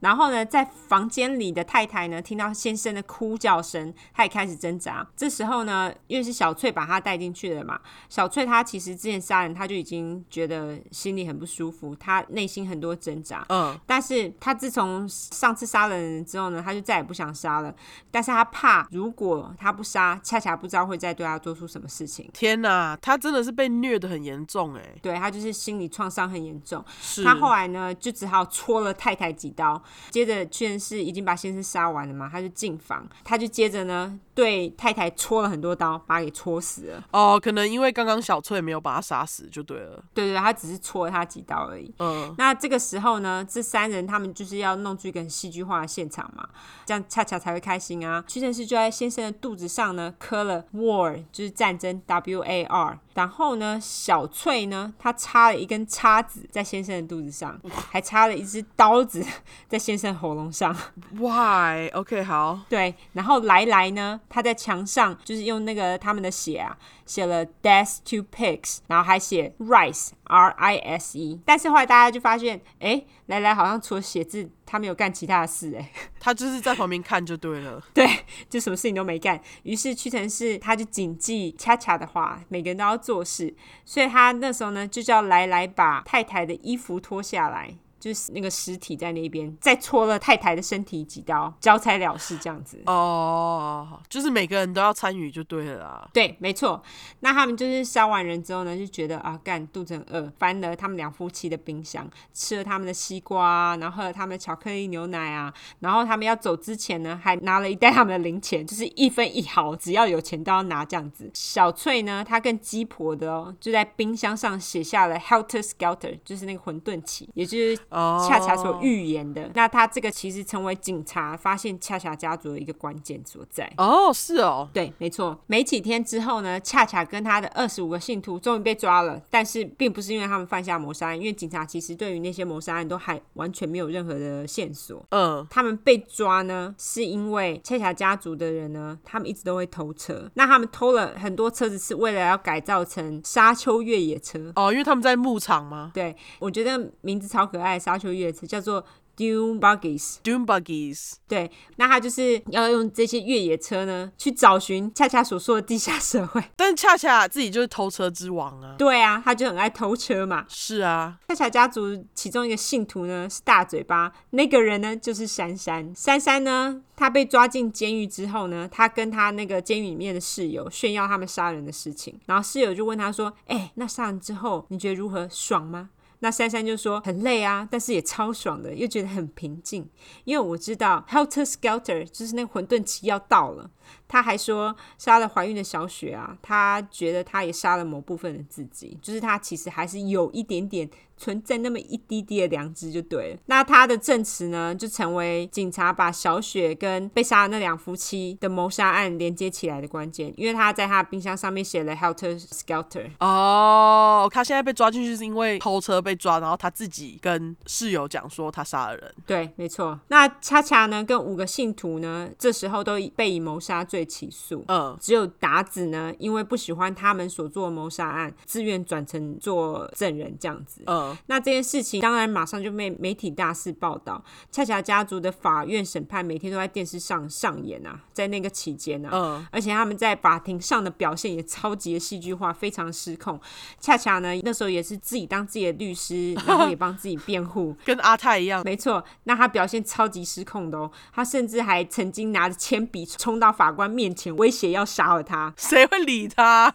然后呢，在房间里的太太呢，听到先生的哭叫声，她也开始挣扎。这时候呢，因为是小翠把她带进去了嘛，小翠她其实之前杀人，她就已经觉得心里很不舒服，她内心很多挣扎。嗯，但是她自从上次杀了人之后呢，她就再也不想杀了。但是她怕，如果她不杀，恰恰不知道会再对她做出什么事情。天哪，他真的是被虐的很严重哎、对她就是心理创伤很严重，是他后来呢，就只好戳了太太几刀。接着，屈臣氏已经把先生杀完了嘛，他就进房，他就接着呢对太太戳了很多刀，把他给戳死了。哦，可能因为刚刚小翠没有把他杀死就对了。对对，对他只是戳了他几刀而已。嗯，那这个时候呢，这三人他们就是要弄出一个很戏剧化的现场嘛，这样恰恰才会开心啊。屈臣氏就在先生的肚子上呢刻了 war，就是战争 W A R，然后呢，小翠呢，她插了一根叉子在先生的肚子上，还插了一只刀子在先生喉咙上。 why OK 好，对，然后莱莱呢，她在墙上就是用那个他们的血啊，写了 death to pigs，然后还写 rice r i s e，但是后来大家就发现，哎，莱莱好像除了写字，她没有干其他的事，哎，他就是在旁边看就对了。对， 就什么事情都没干。于是屈臣氏他就谨记恰恰的话，每个人都要做事，所以他那时候呢就叫莱莱把太太的衣服脱下来。就是那个尸体在那边，再戳了太太的身体几刀，交差了事这样子。哦，就是每个人都要参与就对了啦。对，没错。那他们就是杀完人之后呢，就觉得啊，干肚子很饿，翻了他们两夫妻的冰箱，吃了他们的西瓜啊，然后喝了他们的巧克力牛奶啊，然后他们要走之前呢，还拿了一袋他们的零钱，就是一分一毫，只要有钱都要拿这样子。小翠呢，她更鸡婆的哦，就在冰箱上写下了 helter skelter，就是那个混沌旗，也就是哦，恰恰所预言的。那她这个其实成为警察发现恰恰家族的一个关键所在。哦，是哦，对，没错。没几天之后呢，恰恰跟他的二十五个信徒终于被抓了，但是并不是因为他们犯下谋杀案，因为警察其实对于那些谋杀案都还完全没有任何的线索。嗯，他们被抓呢，是因为恰恰家族的人呢，他们一直都会偷车。那他们偷了很多车子，是为了要改造成沙丘越野车。哦，因为他们在牧场吗？对，我觉得名字超可爱，沙丘乐词，叫做 Dune Buggies。 Dune Buggies，对，那他就是要用这些越野车呢，去找寻恰恰所说的地下社会。但恰恰自己就是偷车之王啊。对啊，他就很爱偷车嘛。是啊，恰恰家族其中一个信徒呢是大嘴巴，那个人呢就是珊珊。珊珊呢，她被抓进监狱之后呢，她跟她那个监狱里面的室友炫耀他们杀人的事情，然后室友就问她说：“哎、那杀人之后你觉得如何？爽吗？”那珊珊就说很累啊，但是也超爽的，又觉得很平静，因为我知道 Helter Skelter 就是那个混沌期要到了。她还说杀了怀孕的小雪啊，她觉得她也杀了某部分的自己，就是她其实还是有一点点存在那么一滴滴的良知就对了。那她的证词呢，就成为警察把小雪跟被杀的那两夫妻的谋杀案连接起来的关键，因为她在她的冰箱上面写了 Helter Skelter。哦，他现在被抓进去是因为偷车被抓，然后他自己跟室友讲说他杀了人。对，没错。那恰恰呢，跟五个信徒呢，这时候都以被以谋杀罪起诉。嗯，只有达子呢，因为不喜欢他们所做的谋杀案，自愿转成做证人这样子。嗯，那这件事情当然马上就被媒体大肆报道，恰恰家族的法院审判每天都在电视上上演啊，在那个期间啊，嗯，而且他们在法庭上的表现也超级的戏剧化，非常失控。恰恰呢，那时候也是自己当自己的律师，然后也帮自己辩护，跟阿泰一样，没错，那他表现超级失控的哦，他甚至还曾经拿着铅笔冲到法官面前，威胁要杀了他。谁会理他？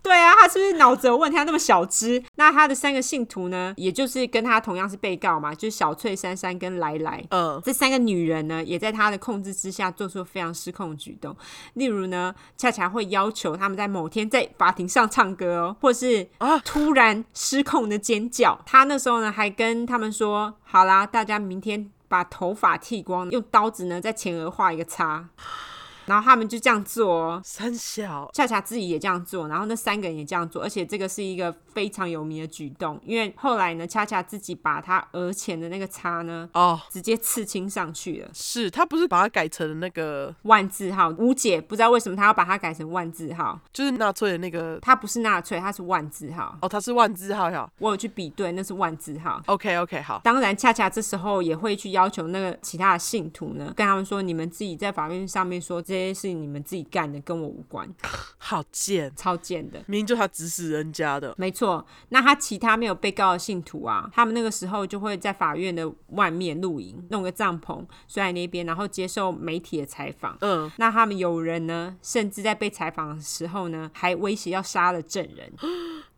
对啊，他是不是脑子有问题？他那么小只，那他的三个信徒呢，也就是跟他同样是被告嘛，就是小翠、珊珊跟来来。嗯，这三个女人呢，也在他的控制之下做出非常失控的举动。例如呢，恰恰会要求他们在某天在法庭上唱歌哦，或是啊突然失控的尖叫。他那时候呢，还跟他们说：“好啦，大家明天把头发剃光，用刀子呢在前额画一个叉。”然后他们就这样做哦。三小，恰恰自己也这样做，然后那三个人也这样做，而且这个是一个非常有名的举动，因为后来呢，恰恰自己把他额前的那个叉呢，哦，直接刺青上去了。是他不是把它改成那个，万字号，吴姐不知道为什么她要把它改成万字号，就是纳粹的那个。它不是纳粹，它是万字号。哦，他是万字号呀。我有去比对，那是万字号。 OK OK，好，当然，恰恰这时候也会去要求那个其他的信徒呢，跟他们说，你们自己在法院上面说这些事你们自己干的，跟我无关，好贱，超贱的。明明就他指使人家的。没错，那他其他没有被告的信徒啊，他们那个时候就会在法院的外面露营，弄个帐篷睡在那边，然后接受媒体的采访。嗯，那他们有人呢，甚至在被采访的时候呢，还威胁要杀了证人。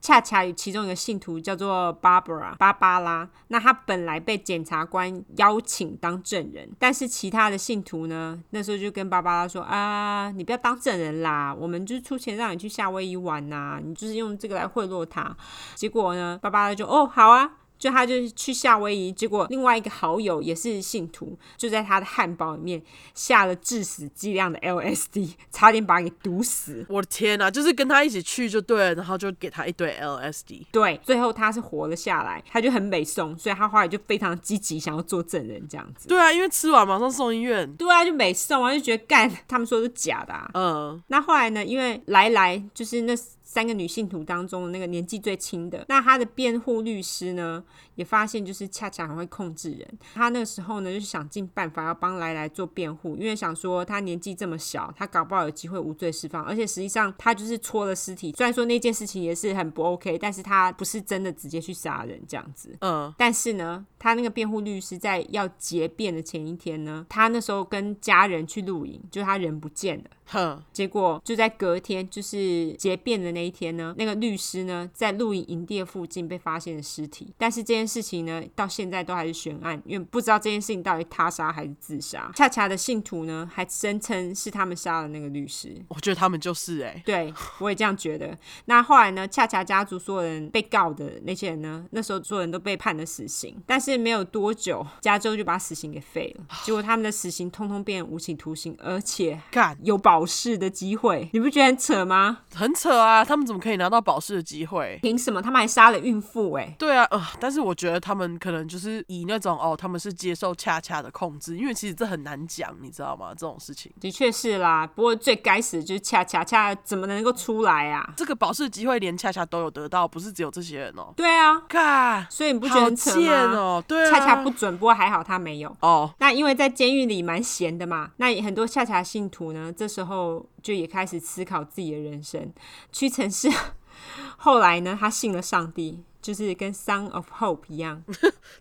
恰恰与其中一个信徒叫做 Barbara 芭芭拉，那他本来被检察官邀请当证人，但是其他的信徒呢，那时候就跟芭芭拉说啊，你不要当证人啦，我们就是出钱让你去夏威夷玩呐、你就是用这个来贿赂他。结果呢，芭芭拉就哦好啊。就他就是去夏威夷，结果另外一个好友也是信徒，就在他的汉堡里面下了致死剂量的 LSD，差点把他给毒死。我的天呐、就是跟他一起去就对了，然后就给他一堆 LSD。对，最后他是活了下来，他就很美颂，所以他后来就非常积极，想要做证人这样子。对啊，因为吃完马上送医院。对啊，就美颂啊，就觉得干，他们说是假的、啊。嗯，那后来呢？因为来来就是那三个女信徒当中的那个年纪最轻的，那她的辩护律师呢，也发现就是恰恰很会控制人。她那个时候呢，就是想尽办法要帮来来做辩护，因为想说她年纪这么小，她搞不好有机会无罪释放。而且实际上她就是戳了尸体，虽然说那件事情也是很不 OK，但是她不是真的直接去杀人这样子。嗯，但是呢，他那个辩护律师在要结辩的前一天呢，他那时候跟家人去露营，就是他人不见了。哼，结果就在隔天，就是结辩的那一天呢，那个律师呢在露营营地附近被发现的尸体，但是这件事情呢到现在都还是悬案，因为不知道这件事情到底他杀还是自杀。恰恰的信徒呢还声称是他们杀了那个律师。我觉得他们就是哎、对，我也这样觉得。那后来呢？恰恰家族所有人被告的那些人呢，那时候所有人都被判了死刑，但是没有多久，加州就把死刑给废了，结果他们的死刑通通变无期徒刑，而且干有保释的机会，你不觉得很扯吗？很扯啊！他们怎么可以拿到保释的机会？凭什么他们还杀了孕妇、欸？对啊，呃，但是我觉得他们可能就是以那种哦，他们是接受恰恰的控制，因为其实这很难讲，你知道吗？这种事情，的确是啦。不过最该死的就是恰恰恰怎么能够出来啊？这个保释机会连恰恰都有得到，不是只有这些人哦。对啊，干，所以你不觉得好很扯贱吗？哦！哦，对啊，恰恰不准播，还好他没有。哦，那因为在监狱里蛮闲的嘛，那也很多恰恰信徒呢，这时候就也开始思考自己的人生。屈臣氏 后来呢，他信了上帝，就是跟 Son of Hope 一样，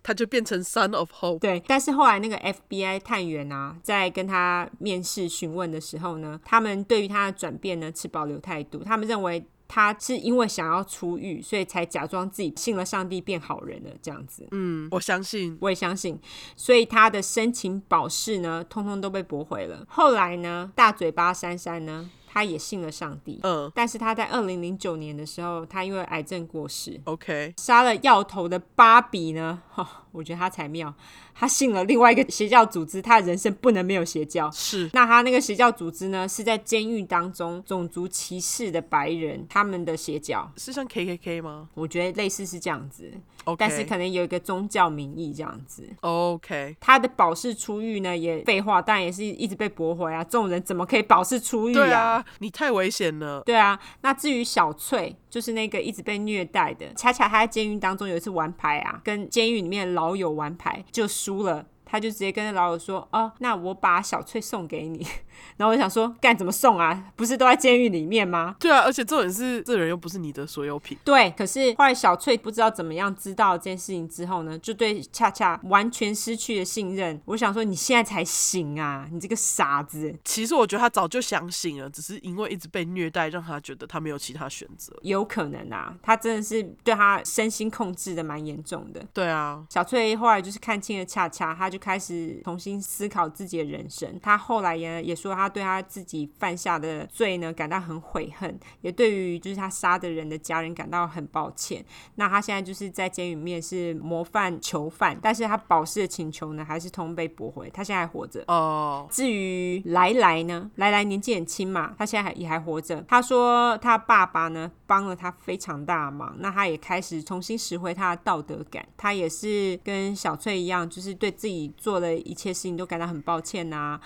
他就变成 Son of Hope。对。但是后来那个 FBI 探员啊，在跟他面试询问的时候呢，他们对于他的转变呢持保留态度，他们认为。他是因为想要出狱，所以才假装自己信了上帝，变好人了这样子。嗯，我相信我也相信，所以他的申请保释呢，通通都被驳回了。后来呢，大嘴巴珊珊呢，他也信了上帝，嗯但是他在二零零九年的时候，他因为癌症过世。 ，OK，杀了要头的芭比呢？ 哈、我觉得他才妙，他信了另外一个邪教组织，他的人生不能没有邪教。是那他那个邪教组织呢，是在监狱当中种族歧视的白人他们的邪教，是像 KKK 吗我觉得类似是这样子， ？OK，但是可能有一个宗教名义这样子。 OK，他的保释出狱呢也废话，但也是一直被驳回啊。这种人怎么可以保释出狱对啊？啊，你太危险了。对啊，那至于小翠，就是那个一直被虐待的，恰恰她在监狱当中有一次玩牌啊，跟监狱里面的老友玩牌就输了，她就直接跟老友说：“哦，那我把小翠送给你。” 然后我就想说，干怎么送啊？不是都在监狱里面吗？对啊，而且重点是，这人又不是你的所有品。对，可是后来小翠不知道怎么样知道这件事情之后呢，就对恰恰完全失去了信任。我想说，你现在才醒啊，你这个傻子！其实我觉得他早就想醒了，只是因为一直被虐待，让他觉得他没有其他选择。有可能啊，他真的是对他身心控制的蛮严重的。对啊，小翠后来就是看清了恰恰，她就开始重新思考自己的人生。她后来也也说，她对她自己犯下的罪呢感到很悔恨，也对于就是她杀的人的家人感到很抱歉。那她现在就是在监狱里面是模范囚犯，但是她保释的请求呢还是通被驳回，她现在还活着。哦、至于来来呢，来来年纪很轻嘛，他现在还也还活着。他说他爸爸呢帮了他非常大的忙，那他也开始重新拾回他的道德感。他也是跟小翠一样，就是对自己做的一切事情都感到很抱歉呐、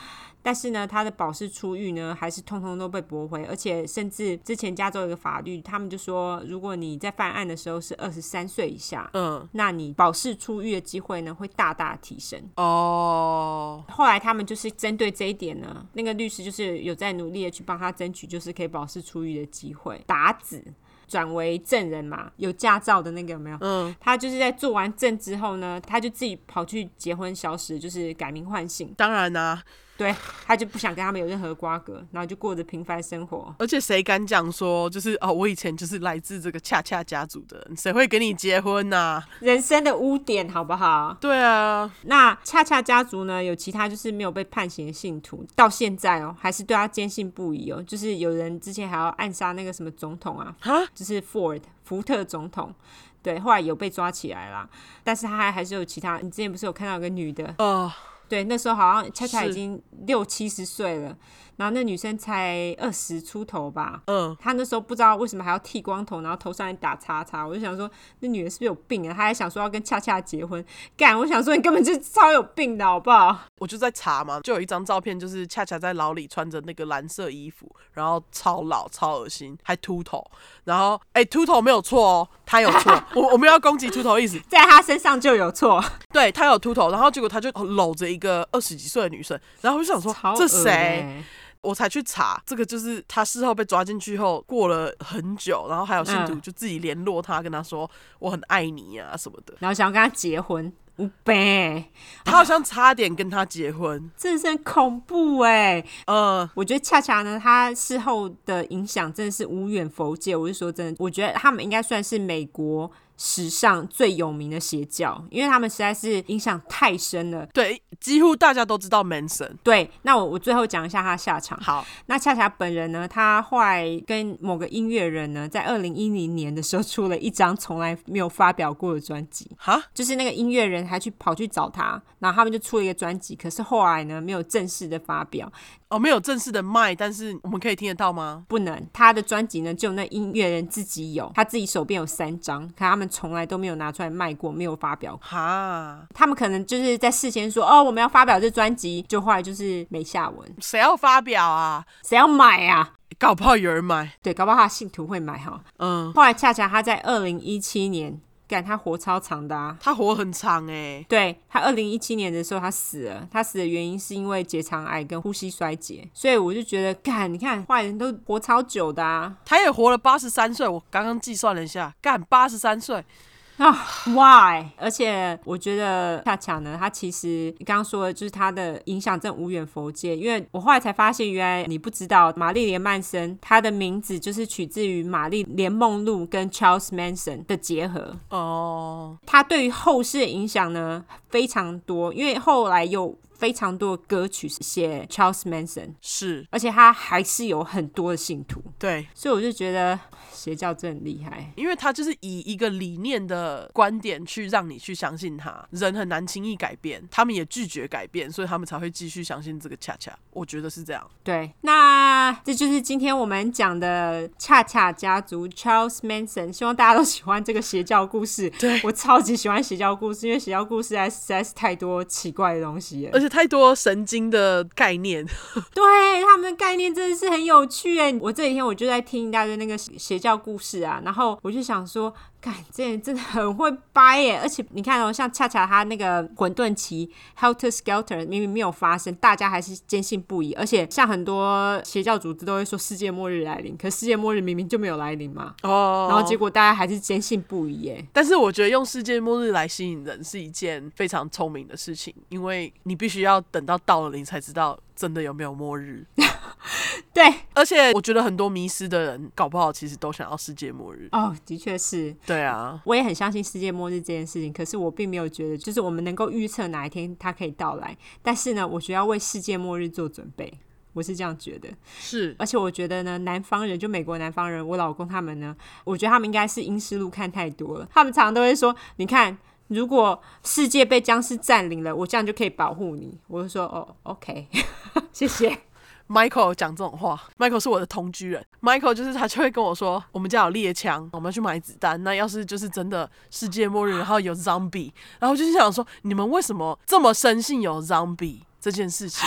但是呢，他的保释出狱呢，还是通通都被驳回，而且甚至之前加州有一个法律，他们就说，如果你在犯案的时候是二十三岁以下，嗯，那你保释出狱的机会呢会大大提升。哦、后来他们就是针对这一点呢，那个律师就是有在努力的去帮他争取，就是可以保释出狱的机会。达子转为证人嘛，有驾照的那个有没有？嗯，他就是在做完证之后呢，他就自己跑去结婚消失，就是改名换姓，当然啦、啊对他就不想跟他们有任何瓜葛，然后就过着平凡生活。而且谁敢讲说，就是哦，我以前就是来自这个恰恰家族的人，谁会跟你结婚呐、人生的污点，好不好？对啊，那恰恰家族呢，有其他就是没有被判刑的信徒，到现在哦，还是对他坚信不疑哦。就是有人之前还要暗杀那个什么总统啊，哈，就是 Ford 福特总统，对，后来有被抓起来啦，但是他还还是有其他。你之前不是有看到有个女的，哦、对，那时候好像恰恰已是经六七十岁了，然后那女生才二十出头吧。嗯，她那时候不知道为什么还要剃光头，然后头上还打叉叉，我就想说那女的是不是有病啊？她还想说要跟恰恰结婚，干！我想说你根本就超有病的好不好？我就在查嘛，就有一张照片，就是恰恰在牢里穿着那个蓝色衣服，然后超老、超恶心，还秃头，然后哎、秃头没有错哦，他有错， 我我们要攻击秃头的意思，在她身上就有错，对他有秃头，然后结果他就搂着一个二十几岁的女生，然后我就想说超这恶谁？欸我才去查，这个就是他事后被抓进去后过了很久，然后还有信徒嗯就自己联络他，跟他说我很爱你啊什么 的。然后想要跟她结婚，五呗，他好像差点跟他结婚，真的是很恐怖哎、呃，我觉得恰恰呢，他事后的影响真的是无远佛界。我是说真的，我觉得他们应该算是美国史上最有名的邪教，因为他们实在是影响太深了。对，几乎大家都知道 Manson。对，那我我最后讲一下他的下场。好，那恰恰本人呢，他后来跟某个音乐人呢，在二零一零年的时候出了一张从来没有发表过的专辑。哈，就是那个音乐人还去跑去找他，然后他们就出了一个专辑，可是后来呢没有正式的发表，哦，没有正式的卖，但是我们可以听得到吗？不能，他的专辑呢，只有那音乐人自己有，他自己手边有三张，可他们从来都没有拿出来卖过，没有发表过。哈，他们可能就是在事先说，哦，我们要发表这专辑，就后来就是没下文，谁要发表啊？谁要买啊？搞不好有人买。对，搞不好他信徒会买哈。嗯，后来恰恰他在二零一七年干他活超长的啊！他活很长哎、对他二零一七年的时候他死了，他死的原因是因为结肠癌跟呼吸衰竭，所以我就觉得，干你看坏人都活超久的啊！他也活了八十三岁，我刚刚计算了一下，干八十三岁，啊、w h y 而且我觉得恰巧呢，他其实刚刚说的就是他的影响真的无远佛界，因为我后来才发现，原来你不知道玛丽莲曼森她的名字就是取自于玛丽莲梦露跟 Charles Manson 的结合。哦，他对于后世的影响呢非常多，因为后来有非常多的歌曲是写 Charles Manson，是而且他还是有很多的信徒，对，所以我就觉得邪教真的很厉害。因为他就是以一个理念的观点去让你去相信他，人很难轻易改变，他们也拒绝改变，所以他们才会继续相信这个恰恰，我觉得是这样。对，那这就是今天我们讲的恰恰家族 Charles Manson，希望大家都喜欢这个邪教故事。对我超级喜欢邪教故事，因为邪教故事实在实在是太多奇怪的东西了而。且太多神经的概念，对，他们的概念真的是很有趣哎！我这几天我就在听一大堆那个邪教故事啊，然后我就想说，看这人真的很会掰耶！而且你看哦，像恰恰他那个混沌期 Helter Skelter 明明没有发生，大家还是坚信不疑。而且像很多邪教组织都会说世界末日来临，可世界末日明明就没有来临嘛，哦然后结果大家还是坚信不疑耶。但是我觉得用世界末日来吸引人是一件非常聪明的事情，因为你必须要等到到了你才知道真的有没有末日。对，而且我觉得很多迷失的人，搞不好其实都想要世界末日。哦，的确是。对啊，我也很相信世界末日这件事情，可是我并没有觉得就是我们能够预测哪一天它可以到来。但是呢，我觉得要为世界末日做准备，我是这样觉得。是而且我觉得呢，南方人就美国南方人，我老公他们呢，我觉得他们应该是《英式路》看太多了，他们常常都会说，你看。如果世界被僵尸占领了，我这样就可以保护你。我就说哦，OK，谢谢。 Michael 讲这种话，Michael 是我的同居人。Michael 就是他就会跟我说，我们家有猎枪，我们要去买子弹。那要是就是真的世界末日，然后有 zombie，然后我就是想说，你们为什么这么深信有 zombie 这件事情？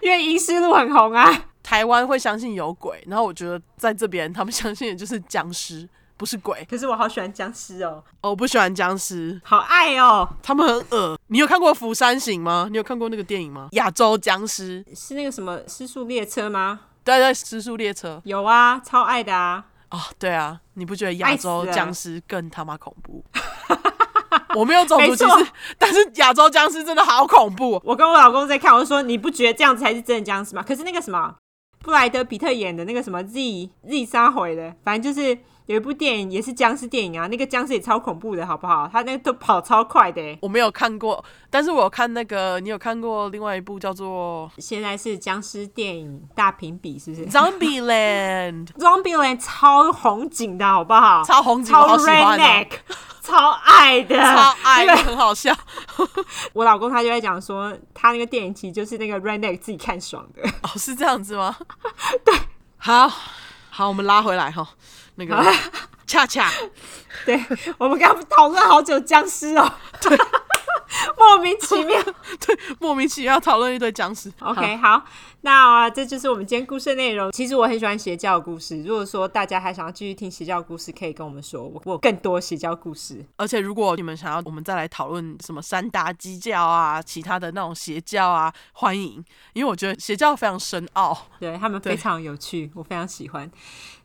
因为《英式路》很红 啊，台湾会相信有鬼，然后我觉得在这边他们相信的就是僵尸，不是鬼。可是我好喜欢僵尸哦，哦，我不喜欢僵尸，好爱哦。他们很恶。你有看过《釜山行》吗？你有看过那个电影吗？亚洲僵尸，是那个什么《失速列车》吗？对对，《时速列车有啊，超爱的啊！》啊、对啊，你不觉得亚洲爱死了僵尸更他妈恐怖？ 我没有种族歧没视，但是亚洲僵尸真的好恐怖。我跟我老公在看，我就说你不觉得这样子才是真的僵尸吗？可是那个什么，布莱德比特演的那个什么 Z Z 杀回的，反正就是有一部电影也是僵尸电影啊，那个僵尸也超恐怖的，好不好？他那个都跑超快的欸。我没有看过，但是我有看那个，你有看过另外一部叫做现在是僵尸电影大评比，是不是《Zombie Land》， ？Zombieland 超红警的好不好？超红警，我超好喜欢、哦， redneck，超爱的，超 爱，那个很好笑。我老公他就在讲说，他那个电影其实就是那个 redneck 自己看爽的。哦，是这样子吗？对，好好，我们拉回来哈，那个恰恰对，我们刚刚讨论好久僵尸哦，莫名其妙。莫名其妙讨论一堆僵尸。 OK，好，那、呃这就是我们今天故事的内容。其实我很喜欢邪教的故事，如果说大家还想要继续听邪教故事，可以跟我们说，我我有更多邪教故事。而且如果你们想要我们再来讨论什么三大基教啊，其他的那种邪教啊，欢迎，因为我觉得邪教非常深奥。对他们对非常有趣，我非常喜欢。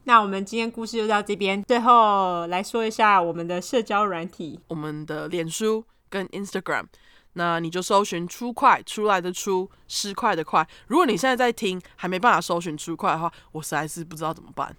那我们今天故事就到这边，最后来说一下我们的社交软体。我们的脸书跟 Instagram。那你就搜寻“出快”出来的出，失快的快。如果你现在在听还没办法搜寻“出快”的话，我实在是不知道怎么办。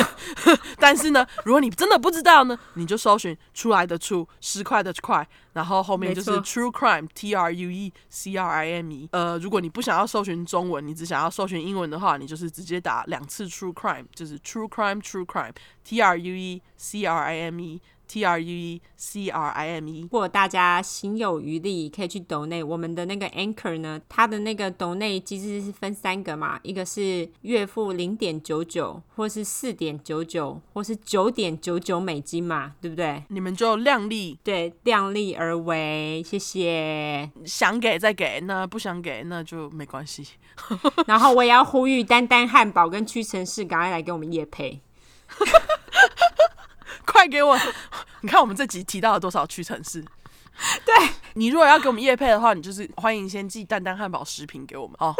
但是呢，如果你真的不知道呢，你就搜寻“出来的出，失快的快”，然后后面就是没 “true crime”（t r u e c r i m e）。呃，如果你不想要搜寻中文，你只想要搜寻英文的话，你就是直接打两次 “true crime”，就是 “true crime”（true crime）（t r u e c r i m e）。T R U E C R I M E。如果大家心有余力，可以去抖内。我们的那个 Anchor 呢，它的那个抖内机制是分三个嘛，一个是月付零点九九，或是四点九九，或是九点九九美金嘛，对不对？你们就量力，对，量力而为，谢谢。 想给再给，那不想给那就没关系。 然后我也要呼吁丹丹汉堡跟屈臣氏赶快来给我们夜配。快给我！ 你看我们这集提到了多少屈臣氏？对你如果要给我们叶配的话，你就是欢迎先寄蛋蛋汉堡食品给我们哦。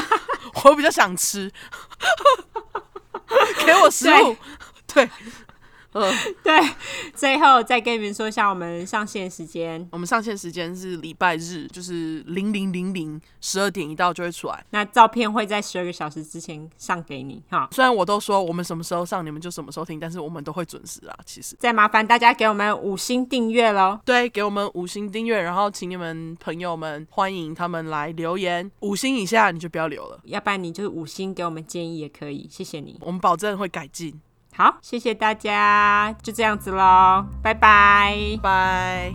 我比较想吃，给我食物。对，呃，对，最后再跟你们说一下我们上线时间。我们上线时间是礼拜日，就是零零零零十二点一到就会出来。那照片会在十二个小时之前上给你哈。虽然我都说我们什么时候上，你们就什么时候听，但是我们都会准时啊。其实，再麻烦大家给我们五星订阅喽。对，给我们五星订阅，然后请你们朋友们欢迎他们来留言，五星以下你就不要留了，要不然你就是五星给我们建议也可以，谢谢你。我们保证会改进。好，谢谢大家，就这样子喽，拜拜。拜。